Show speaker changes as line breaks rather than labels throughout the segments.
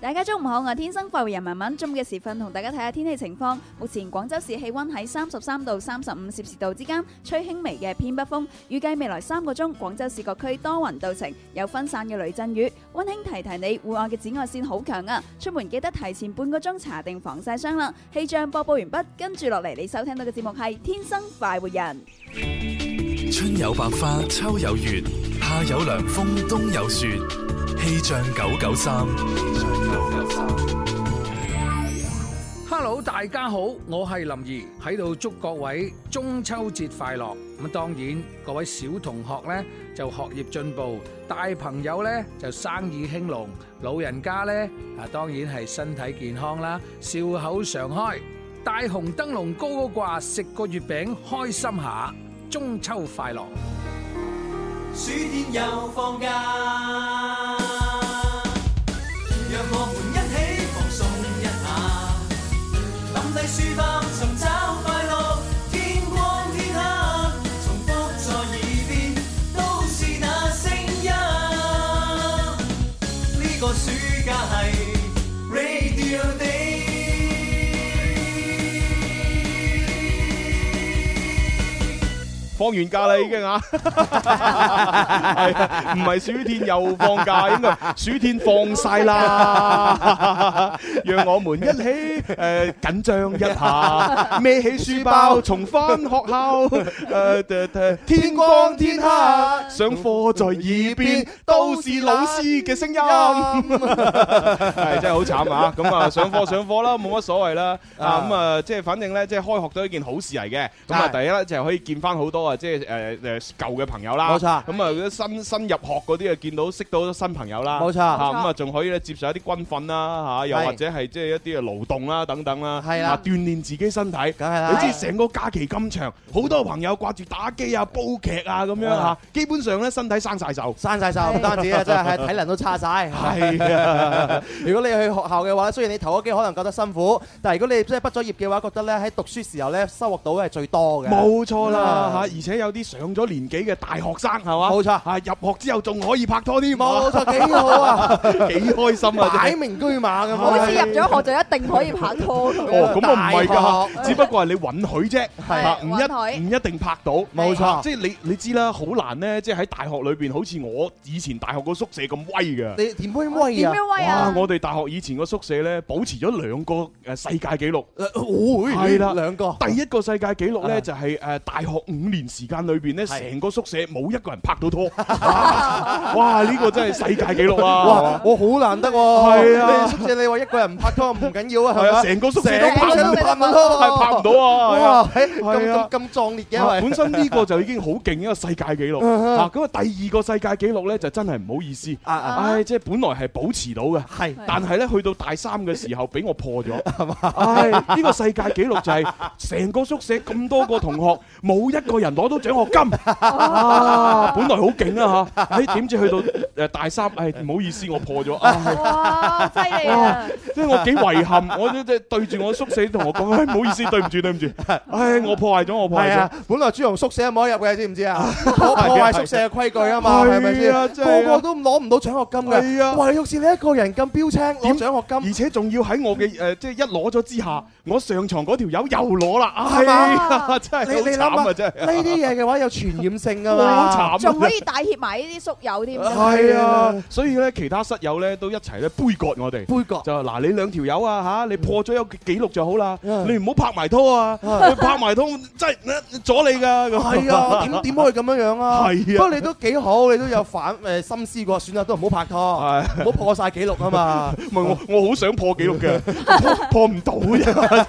大家中午好，我係天生快活人文文，中午嘅時分同大家睇下天氣情況。目前廣州市氣温喺三十三到三十五攝氏度之間，吹輕微嘅偏北風。預計未來三個鐘，廣州市各區多雲到晴，有分散嘅雷陣雨。温馨提提你，戶外嘅紫外線好強啊！出門記得提前半個鐘搽定防曬霜啦。氣象播報完畢，跟住落嚟你收聽到嘅節目係《天生快活人》。
春有百花，秋有月，夏有涼風，冬有雪。氣象九九三，
Hello，大家好，我係林怡，喺度祝各位中秋節快樂。咁當然，各位小同學呢就學業進步，大朋友呢就生意興隆，老人家呢啊當然係身體健康啦，笑口常開，大紅燈籠高高掛，食個月餅開心下，中秋快樂。
暑天又放假，讓我們一起放鬆一下，抌低書包尋找快樂。天光天黑，重複在耳邊，都是那聲音。呢個暑假係 Radio Day。
放完假啦已經啊，係啊，唔係暑天又放假，應該暑天放晒啦，讓我們一起誒緊張一 下，孭起書包重翻學 校，誒誒天光天黑，上課在耳邊都是老師嘅聲 音，係真係好慘啊！咁啊上課上課啦，冇乜所謂啦，啊咁啊即係反正咧即係開學都係一件好事嚟嘅，咁啊第
係
一咧就係可以見翻好多啊，即係誒誒舊嘅朋友啦，
冇錯
咁啊嗰啲新新入學嗰啲啊，見到識到好多新朋友啦，
冇錯
嚇咁啊仲可以咧接受一啲軍訓啦嚇，又
係
或者係即係一啲啊勞動啦等等啦，
係啦
啊鍛鍊自己身體。
梗係啦，
你知成個假期咁長，好多朋友掛住打機啊、煲劇啊咁樣嚇
啊，
基本上咧身體生晒鏽。
生晒手唔單止啊，真係體能都差晒。
係啊，
如果你去學校嘅話咧，雖然你頭嗰幾可能覺得辛苦，但係如果你即係畢咗業嘅話，覺得咧喺讀書時候咧收穫到係最多嘅。
冇錯啦
啊
嚇，而且有啲上咗年紀嘅大學生係嘛，
冇錯
啊入學之後仲可以拍拖添，
冇錯，幾好 啊！
幾開心啊！真係
擺明居馬咁啊，
好似入咗學就一定可以拍拖咁。
哦，咁啊唔係
大
㗎，只不過係你允許啫，
係
嚇唔
允
一
許
唔一定拍到。
冇錯
即係你你知啦，好難咧，即係喺大學裏邊，好似我以前大學個宿舍咁威嘅。
你點威威
點
啊？
樣威
哇！
啊？
我哋大學以前個宿舍咧，保持咗兩個誒世界紀錄。
會
係啦
兩個
第一個世界紀錄咧，
啊
就係誒大學五年時間裏邊咧，
係
成個宿舍冇一個人拍到 拖。 哇！呢個真係世界紀錄
哇
啊！！
我好難得喎，
係啊
你宿舍你話一個人唔拍拖唔緊要啊，
係
係
啊，
嘛？
成個宿舍
成
都
個
拍
宿
唔
舍都
到，係
拍唔到，
拍唔到啊！係啊
哇！嘿咁
係啊
咁咁壯烈
啊
嘅，
本身呢個就已經好勁一個世界紀錄
嗯
啊！咁啊，第二個世界紀錄呢，就真係唔好意思，
啊啊，
唉，即係本來係保持到嘅，
係
但係呢，去到大三嘅時候俾我破 咗，唉，呢個世界紀錄就係成個宿舍咁多個同學冇一個人攞到獎學 金啊！本來好勁啊嚇，唉，點知去到誒大三，唉，唔好意思，我破咗啊！唉
哇，犀利啊！
即係我幾遺憾，我即係對住我宿舍同學講，唉，唔好意思，對唔住，對唔住，唉，我破壞咗，我破
係
壞咗
啊。，本來朱紅宿舍都冇得入嘅，知唔知啊？破破壞宿舍嘅規矩啊 嘛，
係啊
係咪先？
真係啊
個個都攞唔到獎學金嘅。
係啊
哇！你好似你一個人咁標青攞獎學
而
金，
且仲要喺我嘅誒、呃即係一攞咗之下，我上床嗰條友又攞啦，
係嘛
啊， 真係
你你
好慘啊，
諗下，
真係
呢啲嘢嘅話有傳染性啊
好
嘛。
慘
仲可
啊！
以帶挈埋呢啲宿友添。
係啊，à. 所以咧，其他室友咧都一齊咧杯葛我哋，
杯葛
就話嗱，你兩條友啊吓，你破咗有記錄就好啦，
嗯
你唔好拍埋拖啊，你拍埋拖真係呃阻你㗎咁。
係啊，點點可以咁樣樣啊？
係啊
不過你都幾好，你都有反誒心思過，算啦，都唔好拍拖，
係
唔好破晒 紀錄啊嘛。
唔 係我，我好想破紀錄嘅， 破破唔到啫。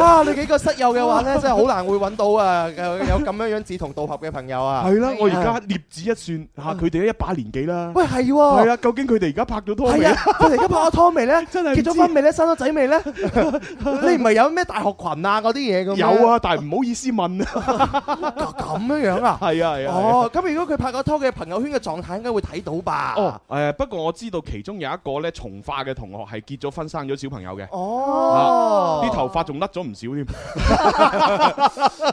啊！你幾個室友嘅話咧，真係好難會揾到啊有有咁樣樣志同道合嘅朋友啊。
係啦，我而家捏指一算嚇，佢哋都一把年紀啦。
喂係
係
喎，
啦，究竟佢哋而家拍咗拖未
係
呢
啊？，佢哋而家拍咗拖未咧？
真係唔知
結咗婚未咧？生咗仔 未咧？你唔係有咩大學群啊嗰啲嘢咁？
有，啊，但係唔好意思問啊。
咁樣樣啊？
係啊係啊。係啊。
哦，咁如果佢拍過拖嘅朋友圈嘅狀態，應該會睇到吧？
哦，誒不過我知道其中有一個咧從化嘅同學係結咗婚生咗小朋友嘅，
哦，
啲頭髮仲甩咗唔少添。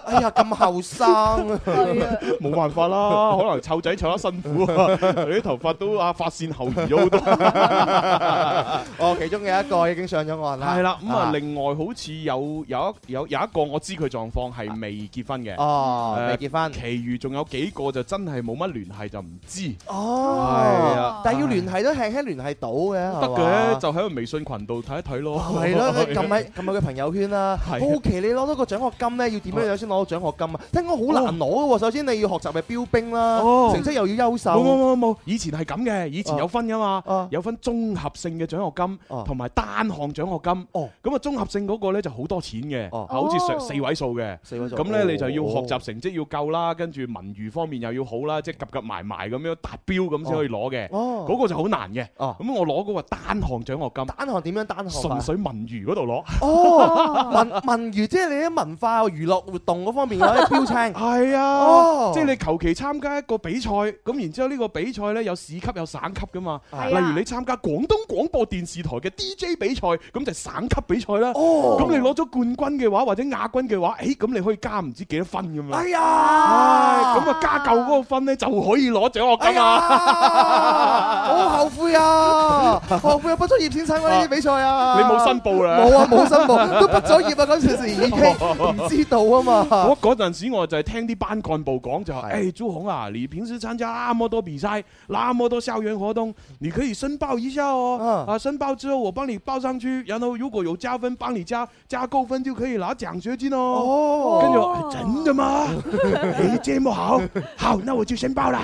哎呀咁後 生啊！
係啊
冇辦法 啦，可能湊仔湊得辛苦啊，佢啲頭髮都啊髮線後移咗好多。
哦，其中有一個已經上咗岸啦。
係啦，咁啊，另外好似有有一有有一個我知佢狀況係未結婚嘅，
哦，
誒
未結婚。
其餘仲有幾個就真係冇乜聯繫就唔知，係
哦
啊，
但係要聯繫都輕輕聯繫到嘅，
得
係嘛
嘅就喺個微信群度睇一睇咯。
哦 係咯，你撳喺撳喺佢朋友圈啦。
哦係
好
啊哦
奇你攞到個獎學金咧，要點樣樣先攞到獎學金啊？聽講好難攞嘅喎，首先你要學習嘅標兵啦，
哦
成績又要優
冇
秀。
冇冇冇，以前係咁嘅，以前有分噶
啊
嘛，有分綜合性嘅獎學金
哦
同埋單項獎學金。
哦
咁啊，綜合性嗰個咧就好多錢嘅，
哦
啊好似上
哦
四位數嘅。
四位數
咁咧你就要學習
哦
成績要夠啦，跟住文娛方面又要好啦，即係夾夾埋埋咁樣達標咁先可以攞嘅。
哦
嗰個就好難嘅。
哦
咁我攞嗰個單項獎學金，
單項點樣單項
純
法？
粹文娛嗰度攞。
哦， 文文娛即係你喺文化娛樂活動嗰方面有啲標青。
係
哦
啊，即係你求其參加一個比賽，咁然之後呢個比賽呢，有市級有省級噶嘛。
係啊
例如你參加廣東廣播電視台嘅 DJ 比賽，咁就省級比賽啦。
哦
咁你攞咗冠軍嘅話，或者亞軍嘅話，誒咁你可以加唔知幾多分咁樣。
哎
唉
呀，
咁啊加夠嗰個分呢，就可以攞獎學
哎
金
呀，
啊！
我好後悔 啊！後悔啊，畢咗業先參加呢啲比賽啊！
你冇申報啦。
冇啊，冇申報，都畢咗業啊！嗰陣時已經唔知道啊嘛。
我嗰陣時我就係聽啲班幹部講就話，
係
誒朱紅啊，你平時參加那麼多比賽，那麼多校園活動，你可以申報一下哦。
嗯
啊，申報之後我幫你報上去，然後如果有加分，幫你加加夠分就可以拿獎學金哦。
哦，
跟住我哎真的 嗎？哎，這麼好，好，那我就申報啦。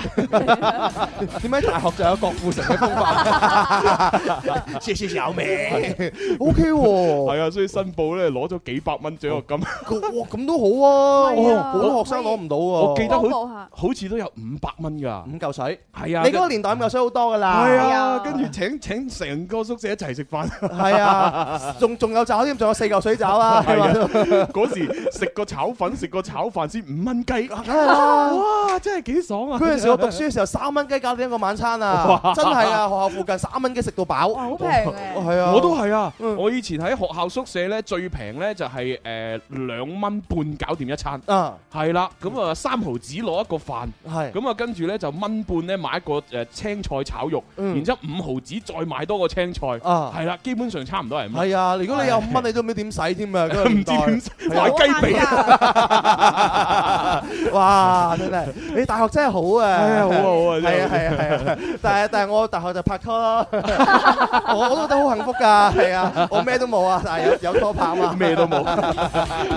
點解大學就有郭富城嘅風範
謝謝小美。
？O K 喎，
係啊，所以申報咧攞咗幾百蚊獎學金，
咁哇咁都好啊！
係啊
好多學生攞唔到喎。
我記得
幫
好
補下。
好似都有五百蚊㗎。
五嚿水，
係啊，
你嗰個年代五嚿水好多噶啦。
係
係啊，
啊
跟住請請成個宿舍一齊食飯。
係啊，仲仲有找添，仲有四嚿水找啦，係嘛？
嗰時食個炒粉，食個炒飯先五蚊雞，
梗係啦。
哇！真係幾爽啊！
嗰陣 時我讀書嘅時候，三蚊雞搞掂一個晚餐啊！真係啊，學校附近三蚊雞食到飽，
哇，好平嘅，
係啊，
我都係啊！
嗯
我以前喺學校宿舍咧，最平咧就係誒兩蚊半搞掂一餐，
啊，
係啦。咁啊三毫子攞一個飯，
係
咁啊跟住咧就蚊半咧買一個誒青菜炒肉，
嗯
然之後五毫子再買多個青菜，
啊
係啦，基本上差唔多係咁。
係啊！如果你有五蚊，你都唔知點使添啊！嗰個
唔
年
知
代
點使買雞 髀，
哇！真係你大學真係好啊！
哎呀好啊好啊真係
係啊係啊係啊！但係但係我大學就拍拖咯， 我我都覺得好幸福㗎，係啊！我咩都冇啊，但係有有拖拍 啊 嘛，
咩都冇，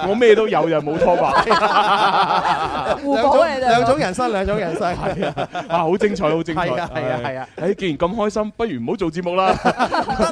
我咩都有就冇拖 把。
啊
互
兩
補
種
嚟
兩種人生，兩種人生，係啊
啊，好精彩，好精彩，
係啊係啊係啊！
誒，既然咁開心，不如唔好做節目 啦，
得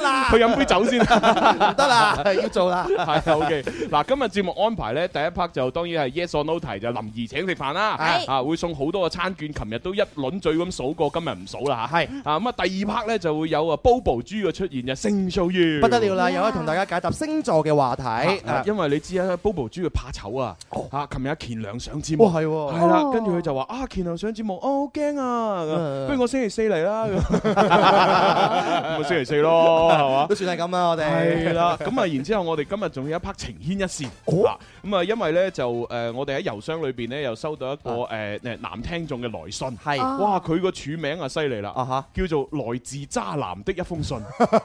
啦
去，飲杯酒先。
唔得啦，要做啦。
係啊 OK。嗱，今日節目安排呢，第一 part 就當然係 Yes or No 題，就林兒請食飯啦。
係
啊，會送好多嘅餐券，琴日都一輪嘴咁數過，今日唔數啦嚇。
係
啊，咁啊，第二 part 呢，就會有啊 Bobo 豬嘅出現，就星 show 於
不得了啦，
Yeah
又可以同大家解答星座嘅話題。
啊
啊
因為你知啊，Bobo 豬佢怕醜啊。啊，琴日阿乾良上節
哦哇
目。
係喎，
係啦
哦，
跟住佢就話啊，乾良上節目，哦，好驚啊！
嗯
不如我星期四嚟啦， 咁咁咪星期四咯，係嘛？
都算係咁啦，我
係
哋
啦，咁啊，然之後我哋今日仲有一 part 情牽一線，
哦
啊咁啊，因為咧就誒，我哋喺郵箱裏邊咧又收到一個誒誒男聽眾嘅來信，
係
啊
哇，佢個署名啊犀利啦，
啊嚇，
叫做來自渣男的一封 信，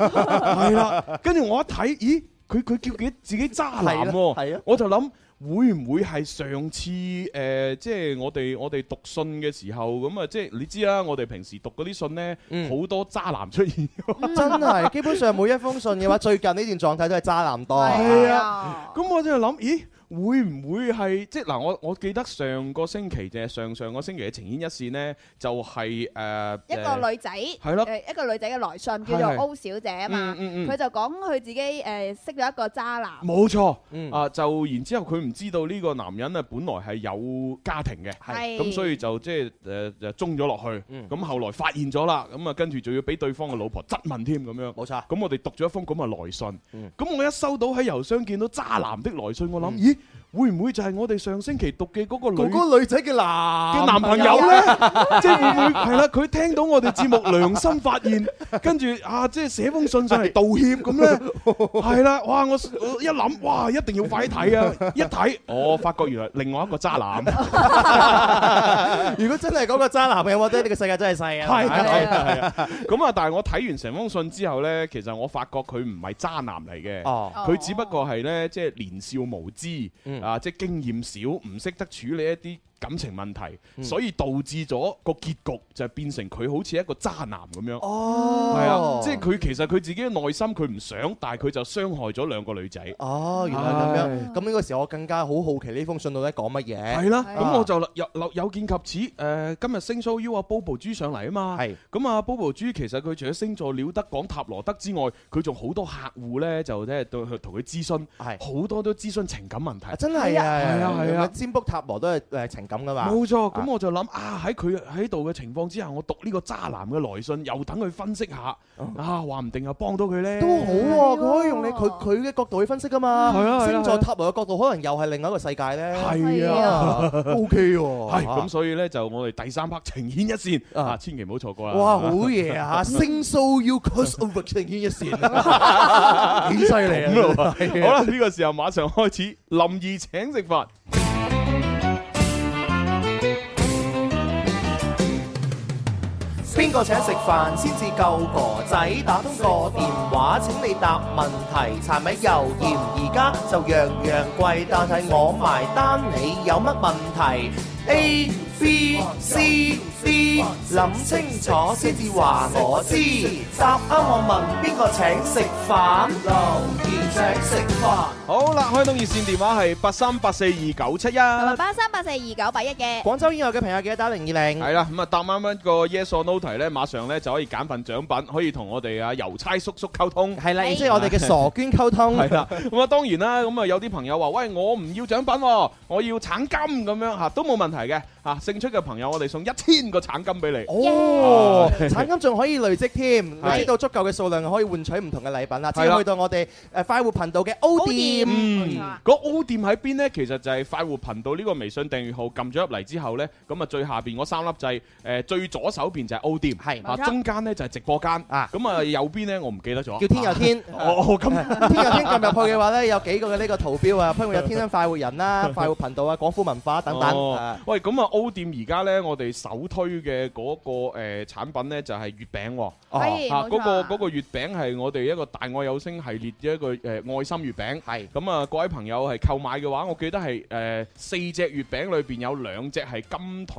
係啦，跟住我一睇，咦，佢佢叫佢自己渣男
係啊係啊
喎，我就諗。會唔會係上次誒、呃即係我哋我哋讀信嘅時候咁啊？即係你知啦，我哋平時讀嗰啲信呢，好、
嗯
多渣男出現。
真係基本上每一封信嘅話，最近呢段狀態都係渣男多。
係啊
啊，
咁我就諗，咦，會唔會係即係嗱？我我記得上個星期定係上上個星期嘅情牽一線呢，就係、呃誒、
一個女仔，
係咯
誒一個女仔嘅來信叫
係係
做 O 小姐啊嘛，
嗯嗯嗯
佢就講佢自己誒識咗一個渣男，
冇錯，
嗯
啊就然之後佢唔知道呢個男人啊，本來係有家庭嘅，
係
咁所以就即係誒誒中咗落去，
嗯
咁後來發現咗啦，咁啊跟住仲要俾對方嘅老婆質問添咁樣。
冇錯，
咁我哋讀咗一封咁嘅來信
嗯，
咁我一收到喺郵箱見到渣男的來信，我諗咦會唔會就係我哋上星期讀嘅嗰個
嗰
女？
個女仔嘅男
嘅男朋友 咧，即係會唔會係啦？佢聽到我哋節目良心發 現，跟住啊，即係寫封信上嚟道歉咁 咧，係啦，哇！我我一諗，哇，一定要快啲睇 啊！一睇，我發覺原來另外一個渣 男，
如果真係嗰個渣男嘅，我覺得呢個世界真係細啊！
係啊係啊係啊！咁啊，但係我睇完成封信之後咧，其實我發覺佢唔係渣男嚟嘅。
哦，
佢只不過係呢，即係年少無知
嗯
啊，即係經驗少，唔識得處理一啲感情問題，
嗯
所以導致咗個結局就變成佢好似一個渣男咁樣。
哦，
係啊，即係佢其實佢自己嘅內心佢唔想，但係佢就傷害咗兩個女仔。
哦，原來咁樣。咁呢個時候我更加好好奇呢封信到底講乜嘢？
係啦，
係
咁我就有有有見及此，誒、今日星 show U 啊 Bobo 豬上嚟啊嘛，
係
咁啊 Bobo 豬其實佢除咗星座了得講塔羅德之外，佢仲好多客戶呢，就即係對佢同佢諮詢，
係
好多都諮詢情感問題
啊，。真係啊，
係啊係啊
占卜塔羅都係誒情感噶嘛。
冇錯，
啊
咁我就諗啊，喺佢喺度嘅情況之下，我讀呢個渣男嘅來信，又等佢分析下，啊，話唔定又幫到佢呢。
都好喎，佢可以用你
係
佢
喎
佢嘅角度去分析噶嘛。
係啊係啊
星座塔羅嘅角度可能又係另外一個世界咧。
係
係
啊，
啊
，O K 喎。
係咁，所以呢，就我哋第三 part 情牽一線
啊
啊，千祈唔好錯過啦。
哇，好嘢啊！星 show you cross over 情牽一線，幾犀利啊！
咁咯
係啊
好啦，呢個時候馬上開始，林怡請食飯。
邊個請食飯先至夠哥仔？打通個電話請你答問題，柴米油鹽而家就樣樣貴，但係我埋單，你有乜問題？A B C D，諗清楚先至話我知。答啱我問邊個請食飯？留言請食飯。
好啦，開通熱線電話係八三八四二九七一。
同埋八三八四二九八一嘅，
廣州以外嘅朋友記得打零二零。
係啦，咁啊答啱一個 yes or no 題呢，馬上呢就可以揀份獎品，可以同我哋啊郵差叔叔溝通。
係啦，
係
亦即係我哋嘅傻娟溝通。
係啦，咁啊當然啦，咁啊有啲朋友話：喂，我唔要獎品喎，我要橙金咁樣嚇，都冇問題嘅嚇。勝出嘅朋友，我哋送一千個橙金俾你。
哦，
Yeah
產金仲可以累積添，累積到足夠嘅數量，可以換取唔同嘅禮品啦。只
係啦
要去到我哋誒快活頻道嘅 O 店，
冇錯啊
個 O 店喺邊呢？其實就係快活頻道呢個微信訂閱號撳咗入嚟之後呢，咁啊最下邊嗰三粒掣，誒、最左手邊就係 O 店，
係
啊
冇錯嗯
中間呢就係直播間，
啊
咁啊右邊呢，我唔記得咗，
叫天佑天。
哦咁
天佑天撳入去嘅話咧，有幾個嘅呢個圖標啊，包括有天生快活 人啦、快活頻道啊、廣府文化等等。
哦
啊
喂，咁啊 O 店而家呢，我哋首推嘅嗰、個誒、產品呢，就係月餅喎。
係
啊！
冇
嗰個
錯
嗰個月餅係我哋一個大愛有聲系列嘅一個誒愛心月餅。
係
咁啊，各位朋友係購買嘅話，我記得係誒四隻月餅裏邊有兩隻係金腿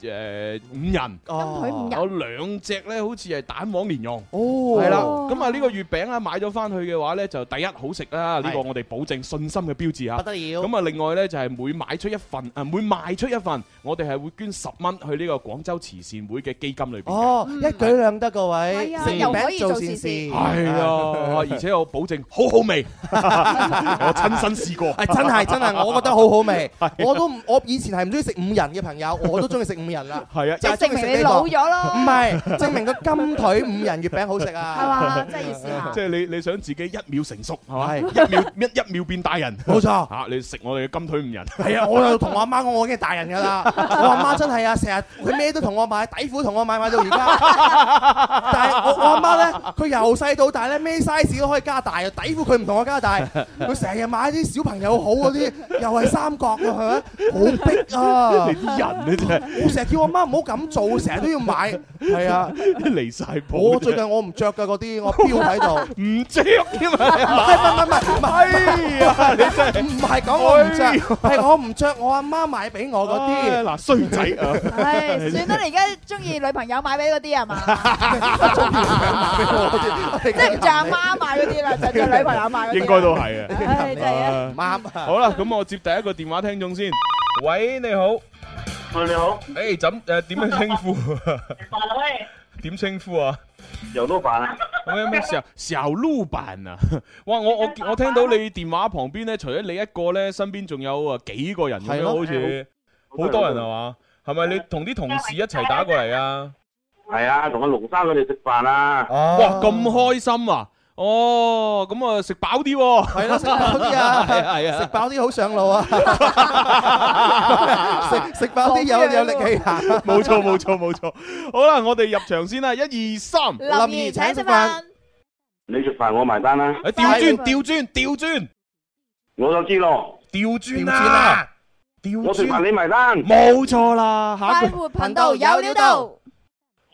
誒五仁，
金
哦
腿五人
有兩隻咧好似係蛋黃蓮蓉。
哦，
係啦，
哦
咁啊呢個月餅啊買咗翻去嘅話呢，就第一好食啦，呢個
係
我哋保證信心嘅標誌
不
啊。
得了。
咁啊，另外呢，就係每買出一份，啊每賣出一份，我哋係會捐十蚊去呢個廣州慈善會嘅基金裏邊嘅。
哦，一舉兩得各位，
係啊
食月
又可
餅
以
做
做
善
善事
事，
係啊，而且我保證好好味， 我親身試過。
係真係真係，我覺得好好味。我都唔，我以前係唔中意食五仁嘅朋友，我都中意食五仁啦。
係啊，
即係證明你老咗
唔
咯，
係，證明個金腿五仁月餅好食
係
啊！
嘛？真係要試下
即。係你你想自己一秒成熟係嘛？
係
一秒 一一秒變大人，
冇錯
嚇你食我哋嘅金腿五仁。
哦係啊，我又同我阿媽講，我已經係大人㗎啦。我阿媽真係啊，成日佢咩都同我買，底褲同我買，買到而家。但係我我阿媽咧，佢由細到大咧，咩 size 都可以加大，啊底褲佢唔同我加大。佢成日買啲小朋友好嗰啲，又係三角啊㗎，係咪？好逼啊
你！啲人你真係
我成日叫我媽唔好咁做，成日都要買。係啊，
離晒譜。
我最近我唔着㗎嗰啲，我標喺度。
唔着添啊！哎
唔係唔係唔係唔係，唔係講我唔着，係我唔着我阿媽買俾我嗰
唉
啲，
嗱衰仔啊！
唉，算啦，你而家中意女朋友買俾嗰啲係嘛？
買俾我
即係唔就阿媽買嗰啲啦，就做女朋友買嗰啲啦。
應該都係啊。
唉真係啊！
啱。
好啦，咁我接第一個電話聽眾先。喂，你好。
喂，你好，
誒，怎誒點樣稱呼？點稱呼啊？
有老板啊？
咩咩時候小鹿版啊？ 哇！我我我聽到你電話旁邊咧，除咗你一個咧，身邊仲有啊幾個人咁
係
樣，
咯
好似好多人係嘛？係咪你同啲同事一齊打過嚟啊？
係啊，同阿龍生佢哋食飯啊。
哇！咁開心啊！哦，咁啊食飽啲喎。
係啦，食飽啲啊，
係啊係啊
食飽啲好上路啊，食食飽啲有有力氣行。
冇錯冇錯冇錯。好啦，我哋入場先啦，一二三。
林怡請食飯，
你食飯我埋單啦，
誒調轉調轉調轉
我就知咯。
調轉
轉
啦
啦！
調
我食飯
轉。
你埋單，
冇錯啦，下一
快
個
活頻道有料到。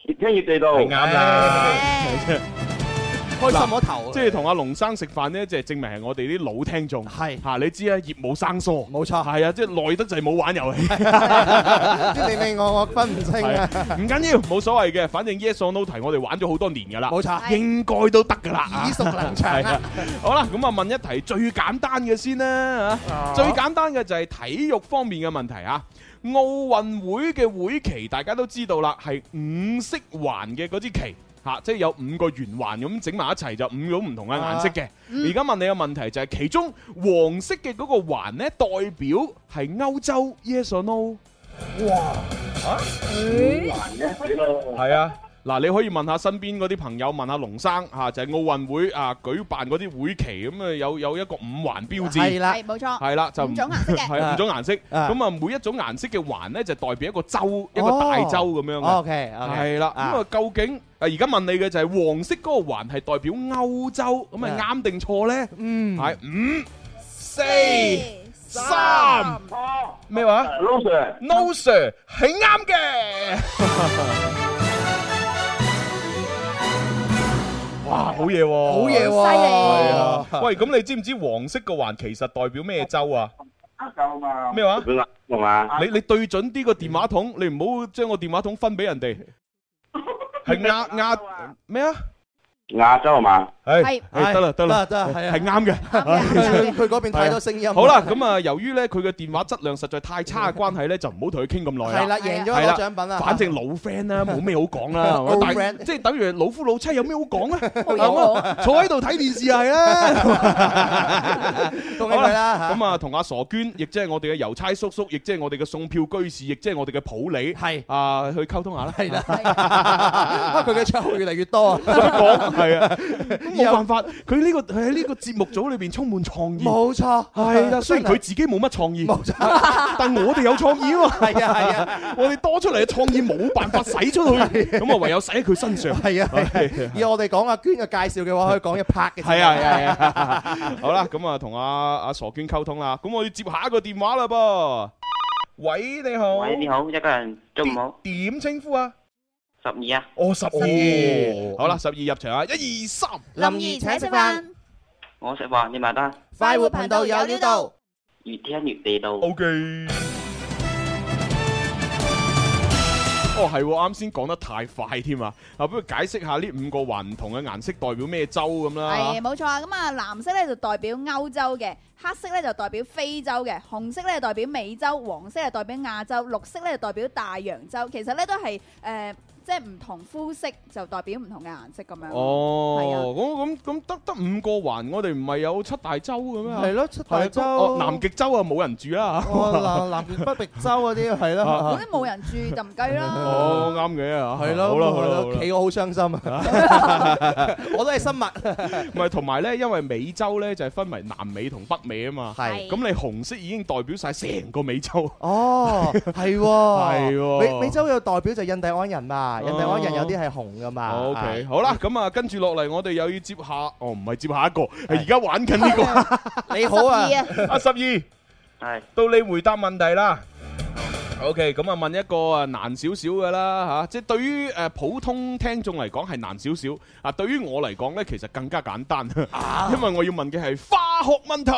越聽越地道。
係啱啦。
開心咗頭啊，
即係同阿龍生食飯呢，即係證明係我哋啲老聽眾。
係
嚇、你知啊，業務生疏。
冇錯，
係啊，即係耐得滯冇玩遊 戲，
即你你我我分唔清
係
啊，
啊唔緊要，冇所謂嘅，反正 yes or no 題我哋玩咗好多年㗎啦，
冇錯，
應該都得㗎啦。啊
耳熟能詳
係
啊
啊，，好啦，咁啊問一題最簡單嘅先啦嚇，最簡單嘅就係體育方面嘅問題嚇。奧運會嘅會旗大家都知道啦，係五色環嘅嗰支旗。嚇，即係有五個圓環咁整埋一齊就五種唔同嘅顏色嘅。而家問你個問題就係其中黃色嘅嗰個環呢，代表係歐洲，yes or no？係啊。嗱，你可以問下身邊嗰啲朋友，問下龍生嚇，就係奧運會啊舉辦嗰啲會旗咁啊，有有一個五環標誌
係，啦，
係冇錯，
係啦，就
五種顏色嘅
係五種顏色，
啊
咁啊每一種顏色嘅環咧就代表一個州，一個大洲咁樣嘅，
，OK OK，
係啦。
啊
咁啊究竟啊而家問你嘅就係黃色嗰個環係代表歐洲，咁係啱定錯咧？
嗯，
係五四三
三
咩話
老 Sir，
？No sir，係啱嘅。哇，好嘢喎！
好嘢
係
喎，
係啊！喂，咁你知唔知黃色個環其實代表咩州啊？咩話？
佢啱係嘛？
你你對準啲個電話筒，你唔好將個電話筒分俾人哋。係亞亞咩啊？
亞洲係嘛？
唉
啊
係
唉得啦得啦，
得得，
係
係啊，
啱嘅。
啱嘅
佢佢嗰邊太多聲音，
好啦，咁啊，由於咧佢嘅電話質量實在太差嘅關係咧，就唔好同佢傾咁耐
係
啦。
啦，贏咗攞獎品啦，
反正老 friend 啦，冇咩好講啦，係
Old
嘛？但
friend
係即係等於老夫老妻有咩好講咧？
冇嘢
係嘛坐喺度睇電視啊係啦。
恭喜佢啦嚇，
咁啊，同阿傻娟，亦即係我哋嘅郵差叔叔，亦即係我哋嘅送票居士，亦即係我哋嘅普理，
係
啊，去溝通下啦。
係啦，啊佢嘅賬號越嚟越多啊，
講係 啊，冇辦法，佢呢個佢喺呢個節目組裏邊充滿創意。
冇錯，
係啦，雖然佢自己冇乜創意，
冇錯
但我哋有創意啊嘛。
係啊係啊。
我哋多出嚟嘅創意冇辦法使出 去，咁啊唯有使喺佢身上。
係啊， 係啊以我哋講阿娟嘅介紹嘅話，可以講一 part 嘅。
係啊係啊係啊！ 好啦，咁啊同阿阿傻娟溝通啦，咁我要接下一個電話啦噃。喂，你好，
喂，你好，一家人中午好，
點稱呼啊？
十二啊，
哦，十二，好啦，十二入場啊，一二三，
林怡請食飯，
我食飯你埋單，
快活頻道有呢度，
越聽越地道。
，OK。哦，係喎，啱先講得太快添啊！啊，不如解釋下呢五個環唔同嘅顏色代表咩州咁啦
係。冇錯啊。咁啊，藍色咧就代表歐洲嘅，黑色咧就代表非洲嘅，紅色咧就代表美洲，黃色係代表亞洲，綠色咧就代表大洋洲。其實咧都係誒，即係唔同膚色就代表唔同嘅顏色咁樣。係啊
哦，咁咁咁得得五個環，我哋唔係有七大洲嘅咩？
係咯，七
係啊
大
咁哦
洲、
南極洲啊，冇人住啦。
哦、南南極北極洲嗰啲係
啊
啦
ờ.
嗰。啲冇人住就唔計啦。
哦，啱嘅啊，
係咯，
好啦好啦好
係咯
啦
企我好傷心啊！我都係生物，
唔係同埋咧，因為美洲咧就係分為南美同北美啊嘛。
係
咁你紅色已經代表晒成個美洲。
哦，係
係
喎，
喎
美美洲有代表就印第安人嘛，印第安人有啲係紅噶嘛。
O K，好 啦，咁啊，跟住落嚟，我哋又要接下，哦，唔係接下一個，係而家玩緊呢個。
你好啊
十，二
啊，十二，
係
到你回答問題啦。O K，咁啊，問一個啊難少少嘅啦嚇，即係對於誒普通聽眾嚟講係難少少，啊對於我嚟講咧 其實更加簡單，因為我要問嘅係化學問題。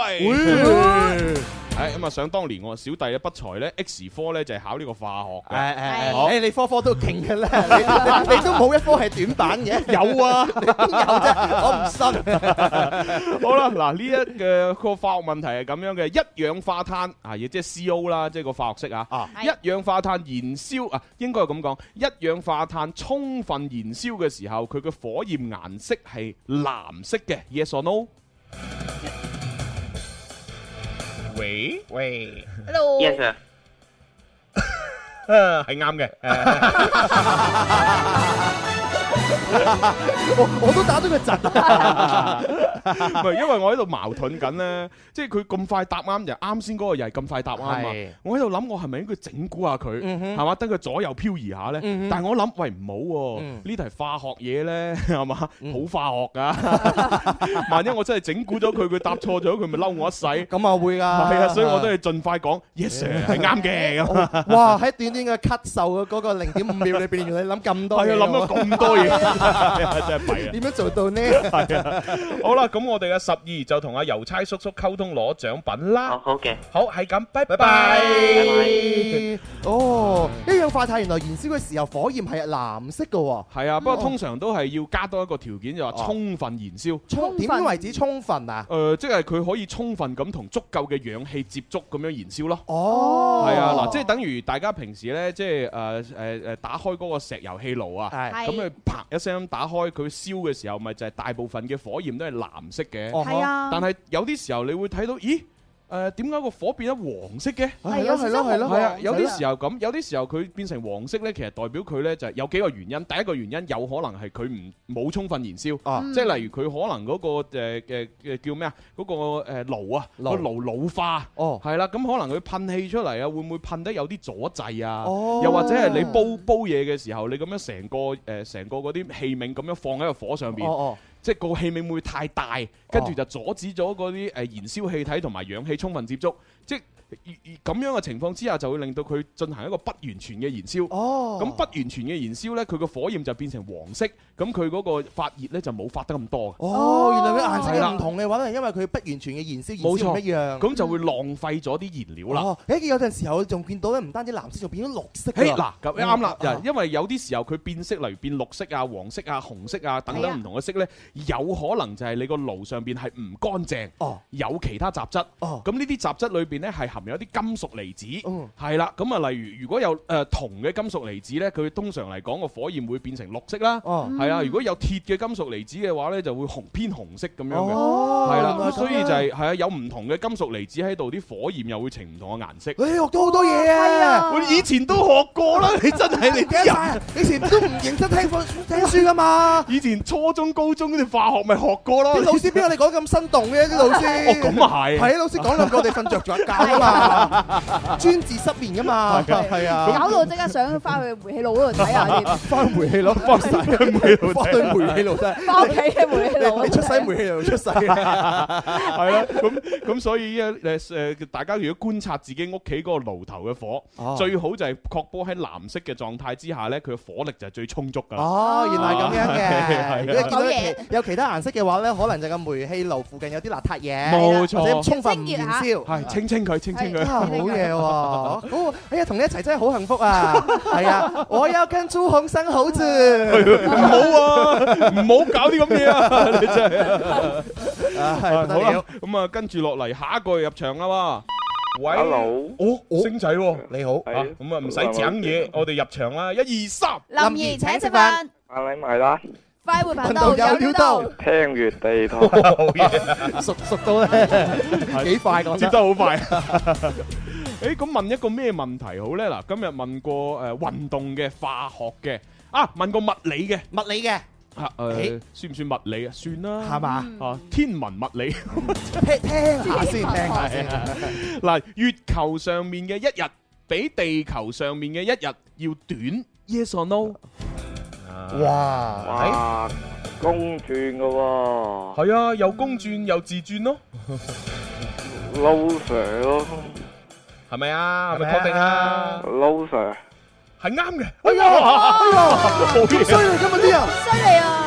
係咁啊！想當年我小弟咧不才咧 X 科咧就係考呢個化學 嘅。
誒誒
好
誒，你科科都勁嘅啦，
誒，你你都冇一科係短 板嘅，
有啊，
邊有啫？我唔 信。
好啦，嗱呢一嘅個化學問題係咁樣嘅，一氧化碳啊，亦即係 CO 啦，即係個化學式啊。
啊
一氧化碳燃燒啊，應該係咁講，一氧化碳充分燃燒嘅時候，佢嘅火焰顏色係藍色嘅，yes or no？喂，
喂，
Hello，
Yes sir，
係啱嘅。
我我都打咗 個陣。
唔係，因為我喺度矛盾緊咧，即係佢咁快答啱，就啱先嗰個又係咁快答啱啊
係！
我喺度諗，我係咪應該整蠱下佢，
嗯哼
係嘛？等佢左右漂移下咧。
嗯哼
但係我諗，喂唔好喎，
嗯
呢題化學嘢咧， 係嘛？
嗯
好化學 㗎，萬一我真係整蠱咗佢，佢答錯咗，佢咪嬲我一世。係
咁啊會㗎。
啊，所以我都係盡快講 yes sir 係啱嘅咁。
哇！喺短短嘅咳嗽嘅嗰個零點五秒裏邊，原來你諗咁
係
多嘢
啊，
喎，
諗咗咁多 嘢，係啊真係弊啊！
點樣做到呢？
好啦，咁我哋嘅十二就同阿郵差叔叔溝通攞獎品
好
啦。
好嘅，
好，係咁，拜拜。
哦，一氧化碳原來燃燒嘅時候火焰係藍色嘅喎，
係啊，不過通常都係要加多一個條件，就話
哦
充分燃燒。
充點為止充分啊？
誒、即係佢可以充分咁同足夠嘅氧氣接觸，咁樣燃燒咯。
哦，
係啊，嗱，即係等於大家平時呢，即係誒誒誒，打開嗰個石油氣爐啊，
係
咁佢啪一聲咁打開，佢燒嘅時候，咪就係大部分嘅火焰都係藍色嘅。
哦
係啊，
但係有啲時候你會睇到，咦？誒點解個火變咗黃色嘅？
係咯係咯係咯，
係啊，有啲時
候
候咁，有啲時候佢變成黃色呢，其實代表佢呢就係有幾個原因。第一個原因有可能係佢唔冇充分燃燒，
啊
即係例如佢可能嗰、個誒誒誒叫咩啊？嗰、個誒爐啊，個
爐
爐老化。
哦
係啦，咁可能佢噴氣出嚟啊，會唔會噴得有啲阻滯啊？
哦
又或者係你煲煲嘢嘅時候，你咁樣成個誒成、個嗰啲器皿咁樣放喺個火上邊，
哦
即係個氣皿會太大，跟住就阻止咗嗰啲誒燃燒氣體同埋氧氣充分接觸，即係咁樣嘅情況之下，就會令到佢進行一個不完全嘅燃燒。
哦哦，
咁不完全嘅燃燒呢，佢個火焰就變成黃色，咁佢嗰個發熱呢，就冇發得咁多嘅，
哦，原來佢顏
係
色
啦
嘅唔同嘅話咧，因為佢不完全嘅燃燒
冇
燃
錯
燒唔一樣。
咁就會浪費咗啲燃料啦。
嗯哦，誒有陣時候仲見到咧，唔單止藍色，仲變咗綠色
嘿
㗎
嗱，咁啱啦，
嗯啊
因為有啲時候佢變色，例如變綠色啊、黃色啊、紅色啊等
係啊
等唔同嘅色呢，有可能就係你個爐上邊係唔乾淨，
哦
有其他雜質。
哦，
咁呢啲雜質裏邊呢，係含有啲金屬離子，
嗯
係啦。咁啊，例如如果有誒銅嘅金屬離子呢，佢通常嚟講個火焰會變成綠色啦。
哦。
係啊，如果有鐵嘅金屬離子嘅話呢，就會紅偏紅色咁樣嘅。
哦，
係
原來
啦，
咁
所以
樣
就係係啊，有唔同嘅金屬離子喺度，啲火焰又會呈唔同嘅顏色。
你學到好多嘢啊！
我以前都學過啦，你真係你
唔記得晒，以前都唔認真聽課聽書噶嘛，
以前初中、高中嗰啲化學咪學過咯。
啲 老師邊有你講咁生動嘅啲老師？
哦，咁啊係。
係啊，老師講兩個，我哋瞓着咗覺 噶嘛，專治失眠噶嘛，係啊，
搞到即刻想翻去煤氣爐嗰度睇下添，
翻煤氣爐，翻晒去煤氣爐，翻去煤氣爐真係。
翻屋企嘅煤氣
你
爐。
你出世煤氣 爐出世啊！
係啦，咁咁所以咧誒誒，大家如果觀察自己屋企嗰個爐頭嘅火，
哦
最好就係確保喺藍色嘅狀態之下咧，佢嘅火力就係最充足㗎啦。
哦，原來咁樣嘅。如果見到
講
有
嘢
其有其他顏色嘅話咧，可能就個煤氣爐附近有啲邋遢嘢，
冇錯
或者充分唔燃燒。
係清清佢，清清
啊，
佢。
好 嘢喎！好，哎呀，同你一齊真係好幸福啊！係啊，我有跟朱孔生 好住。
唔好啊，唔好搞啲咁 嘢啊！你真係
啊，係
好
好
啦
啦，，
咁啊，跟住落嚟下一個入場啦喎。喂
Hello，
哦，星仔喎。
你好，
啊咁啊，唔使整嘢，我哋入場啦！一二三，
林怡請食飯，
阿你咪啦，
快活頻
運
道
動有
有料
料
到
到，，
聽月地圖，
好嘢。
熟熟到咧，幾快講
接
得
得 好快。誒，咁問一個咩問題好呢？嗱，今日問過誒運動嘅、化學嘅，啊，問過物理嘅，
物理嘅
啊
誒
誒，算唔算物理啊？算啦，
係嘛？
啊，天文物理
聽聽下先，聽下先。
嗱，月球上面嘅一日比地球上面嘅一日要短，yes or no？
哇！
哇，公轉噶喎
係啊，又公轉又自轉咯，
，low sir 咯
係咪啊？係咪
係咪啊
確定啊？
，low sir，
係啱嘅，
哎呀，哎呀，
好
咁
嘢
犀利今日啲人，
犀利啊！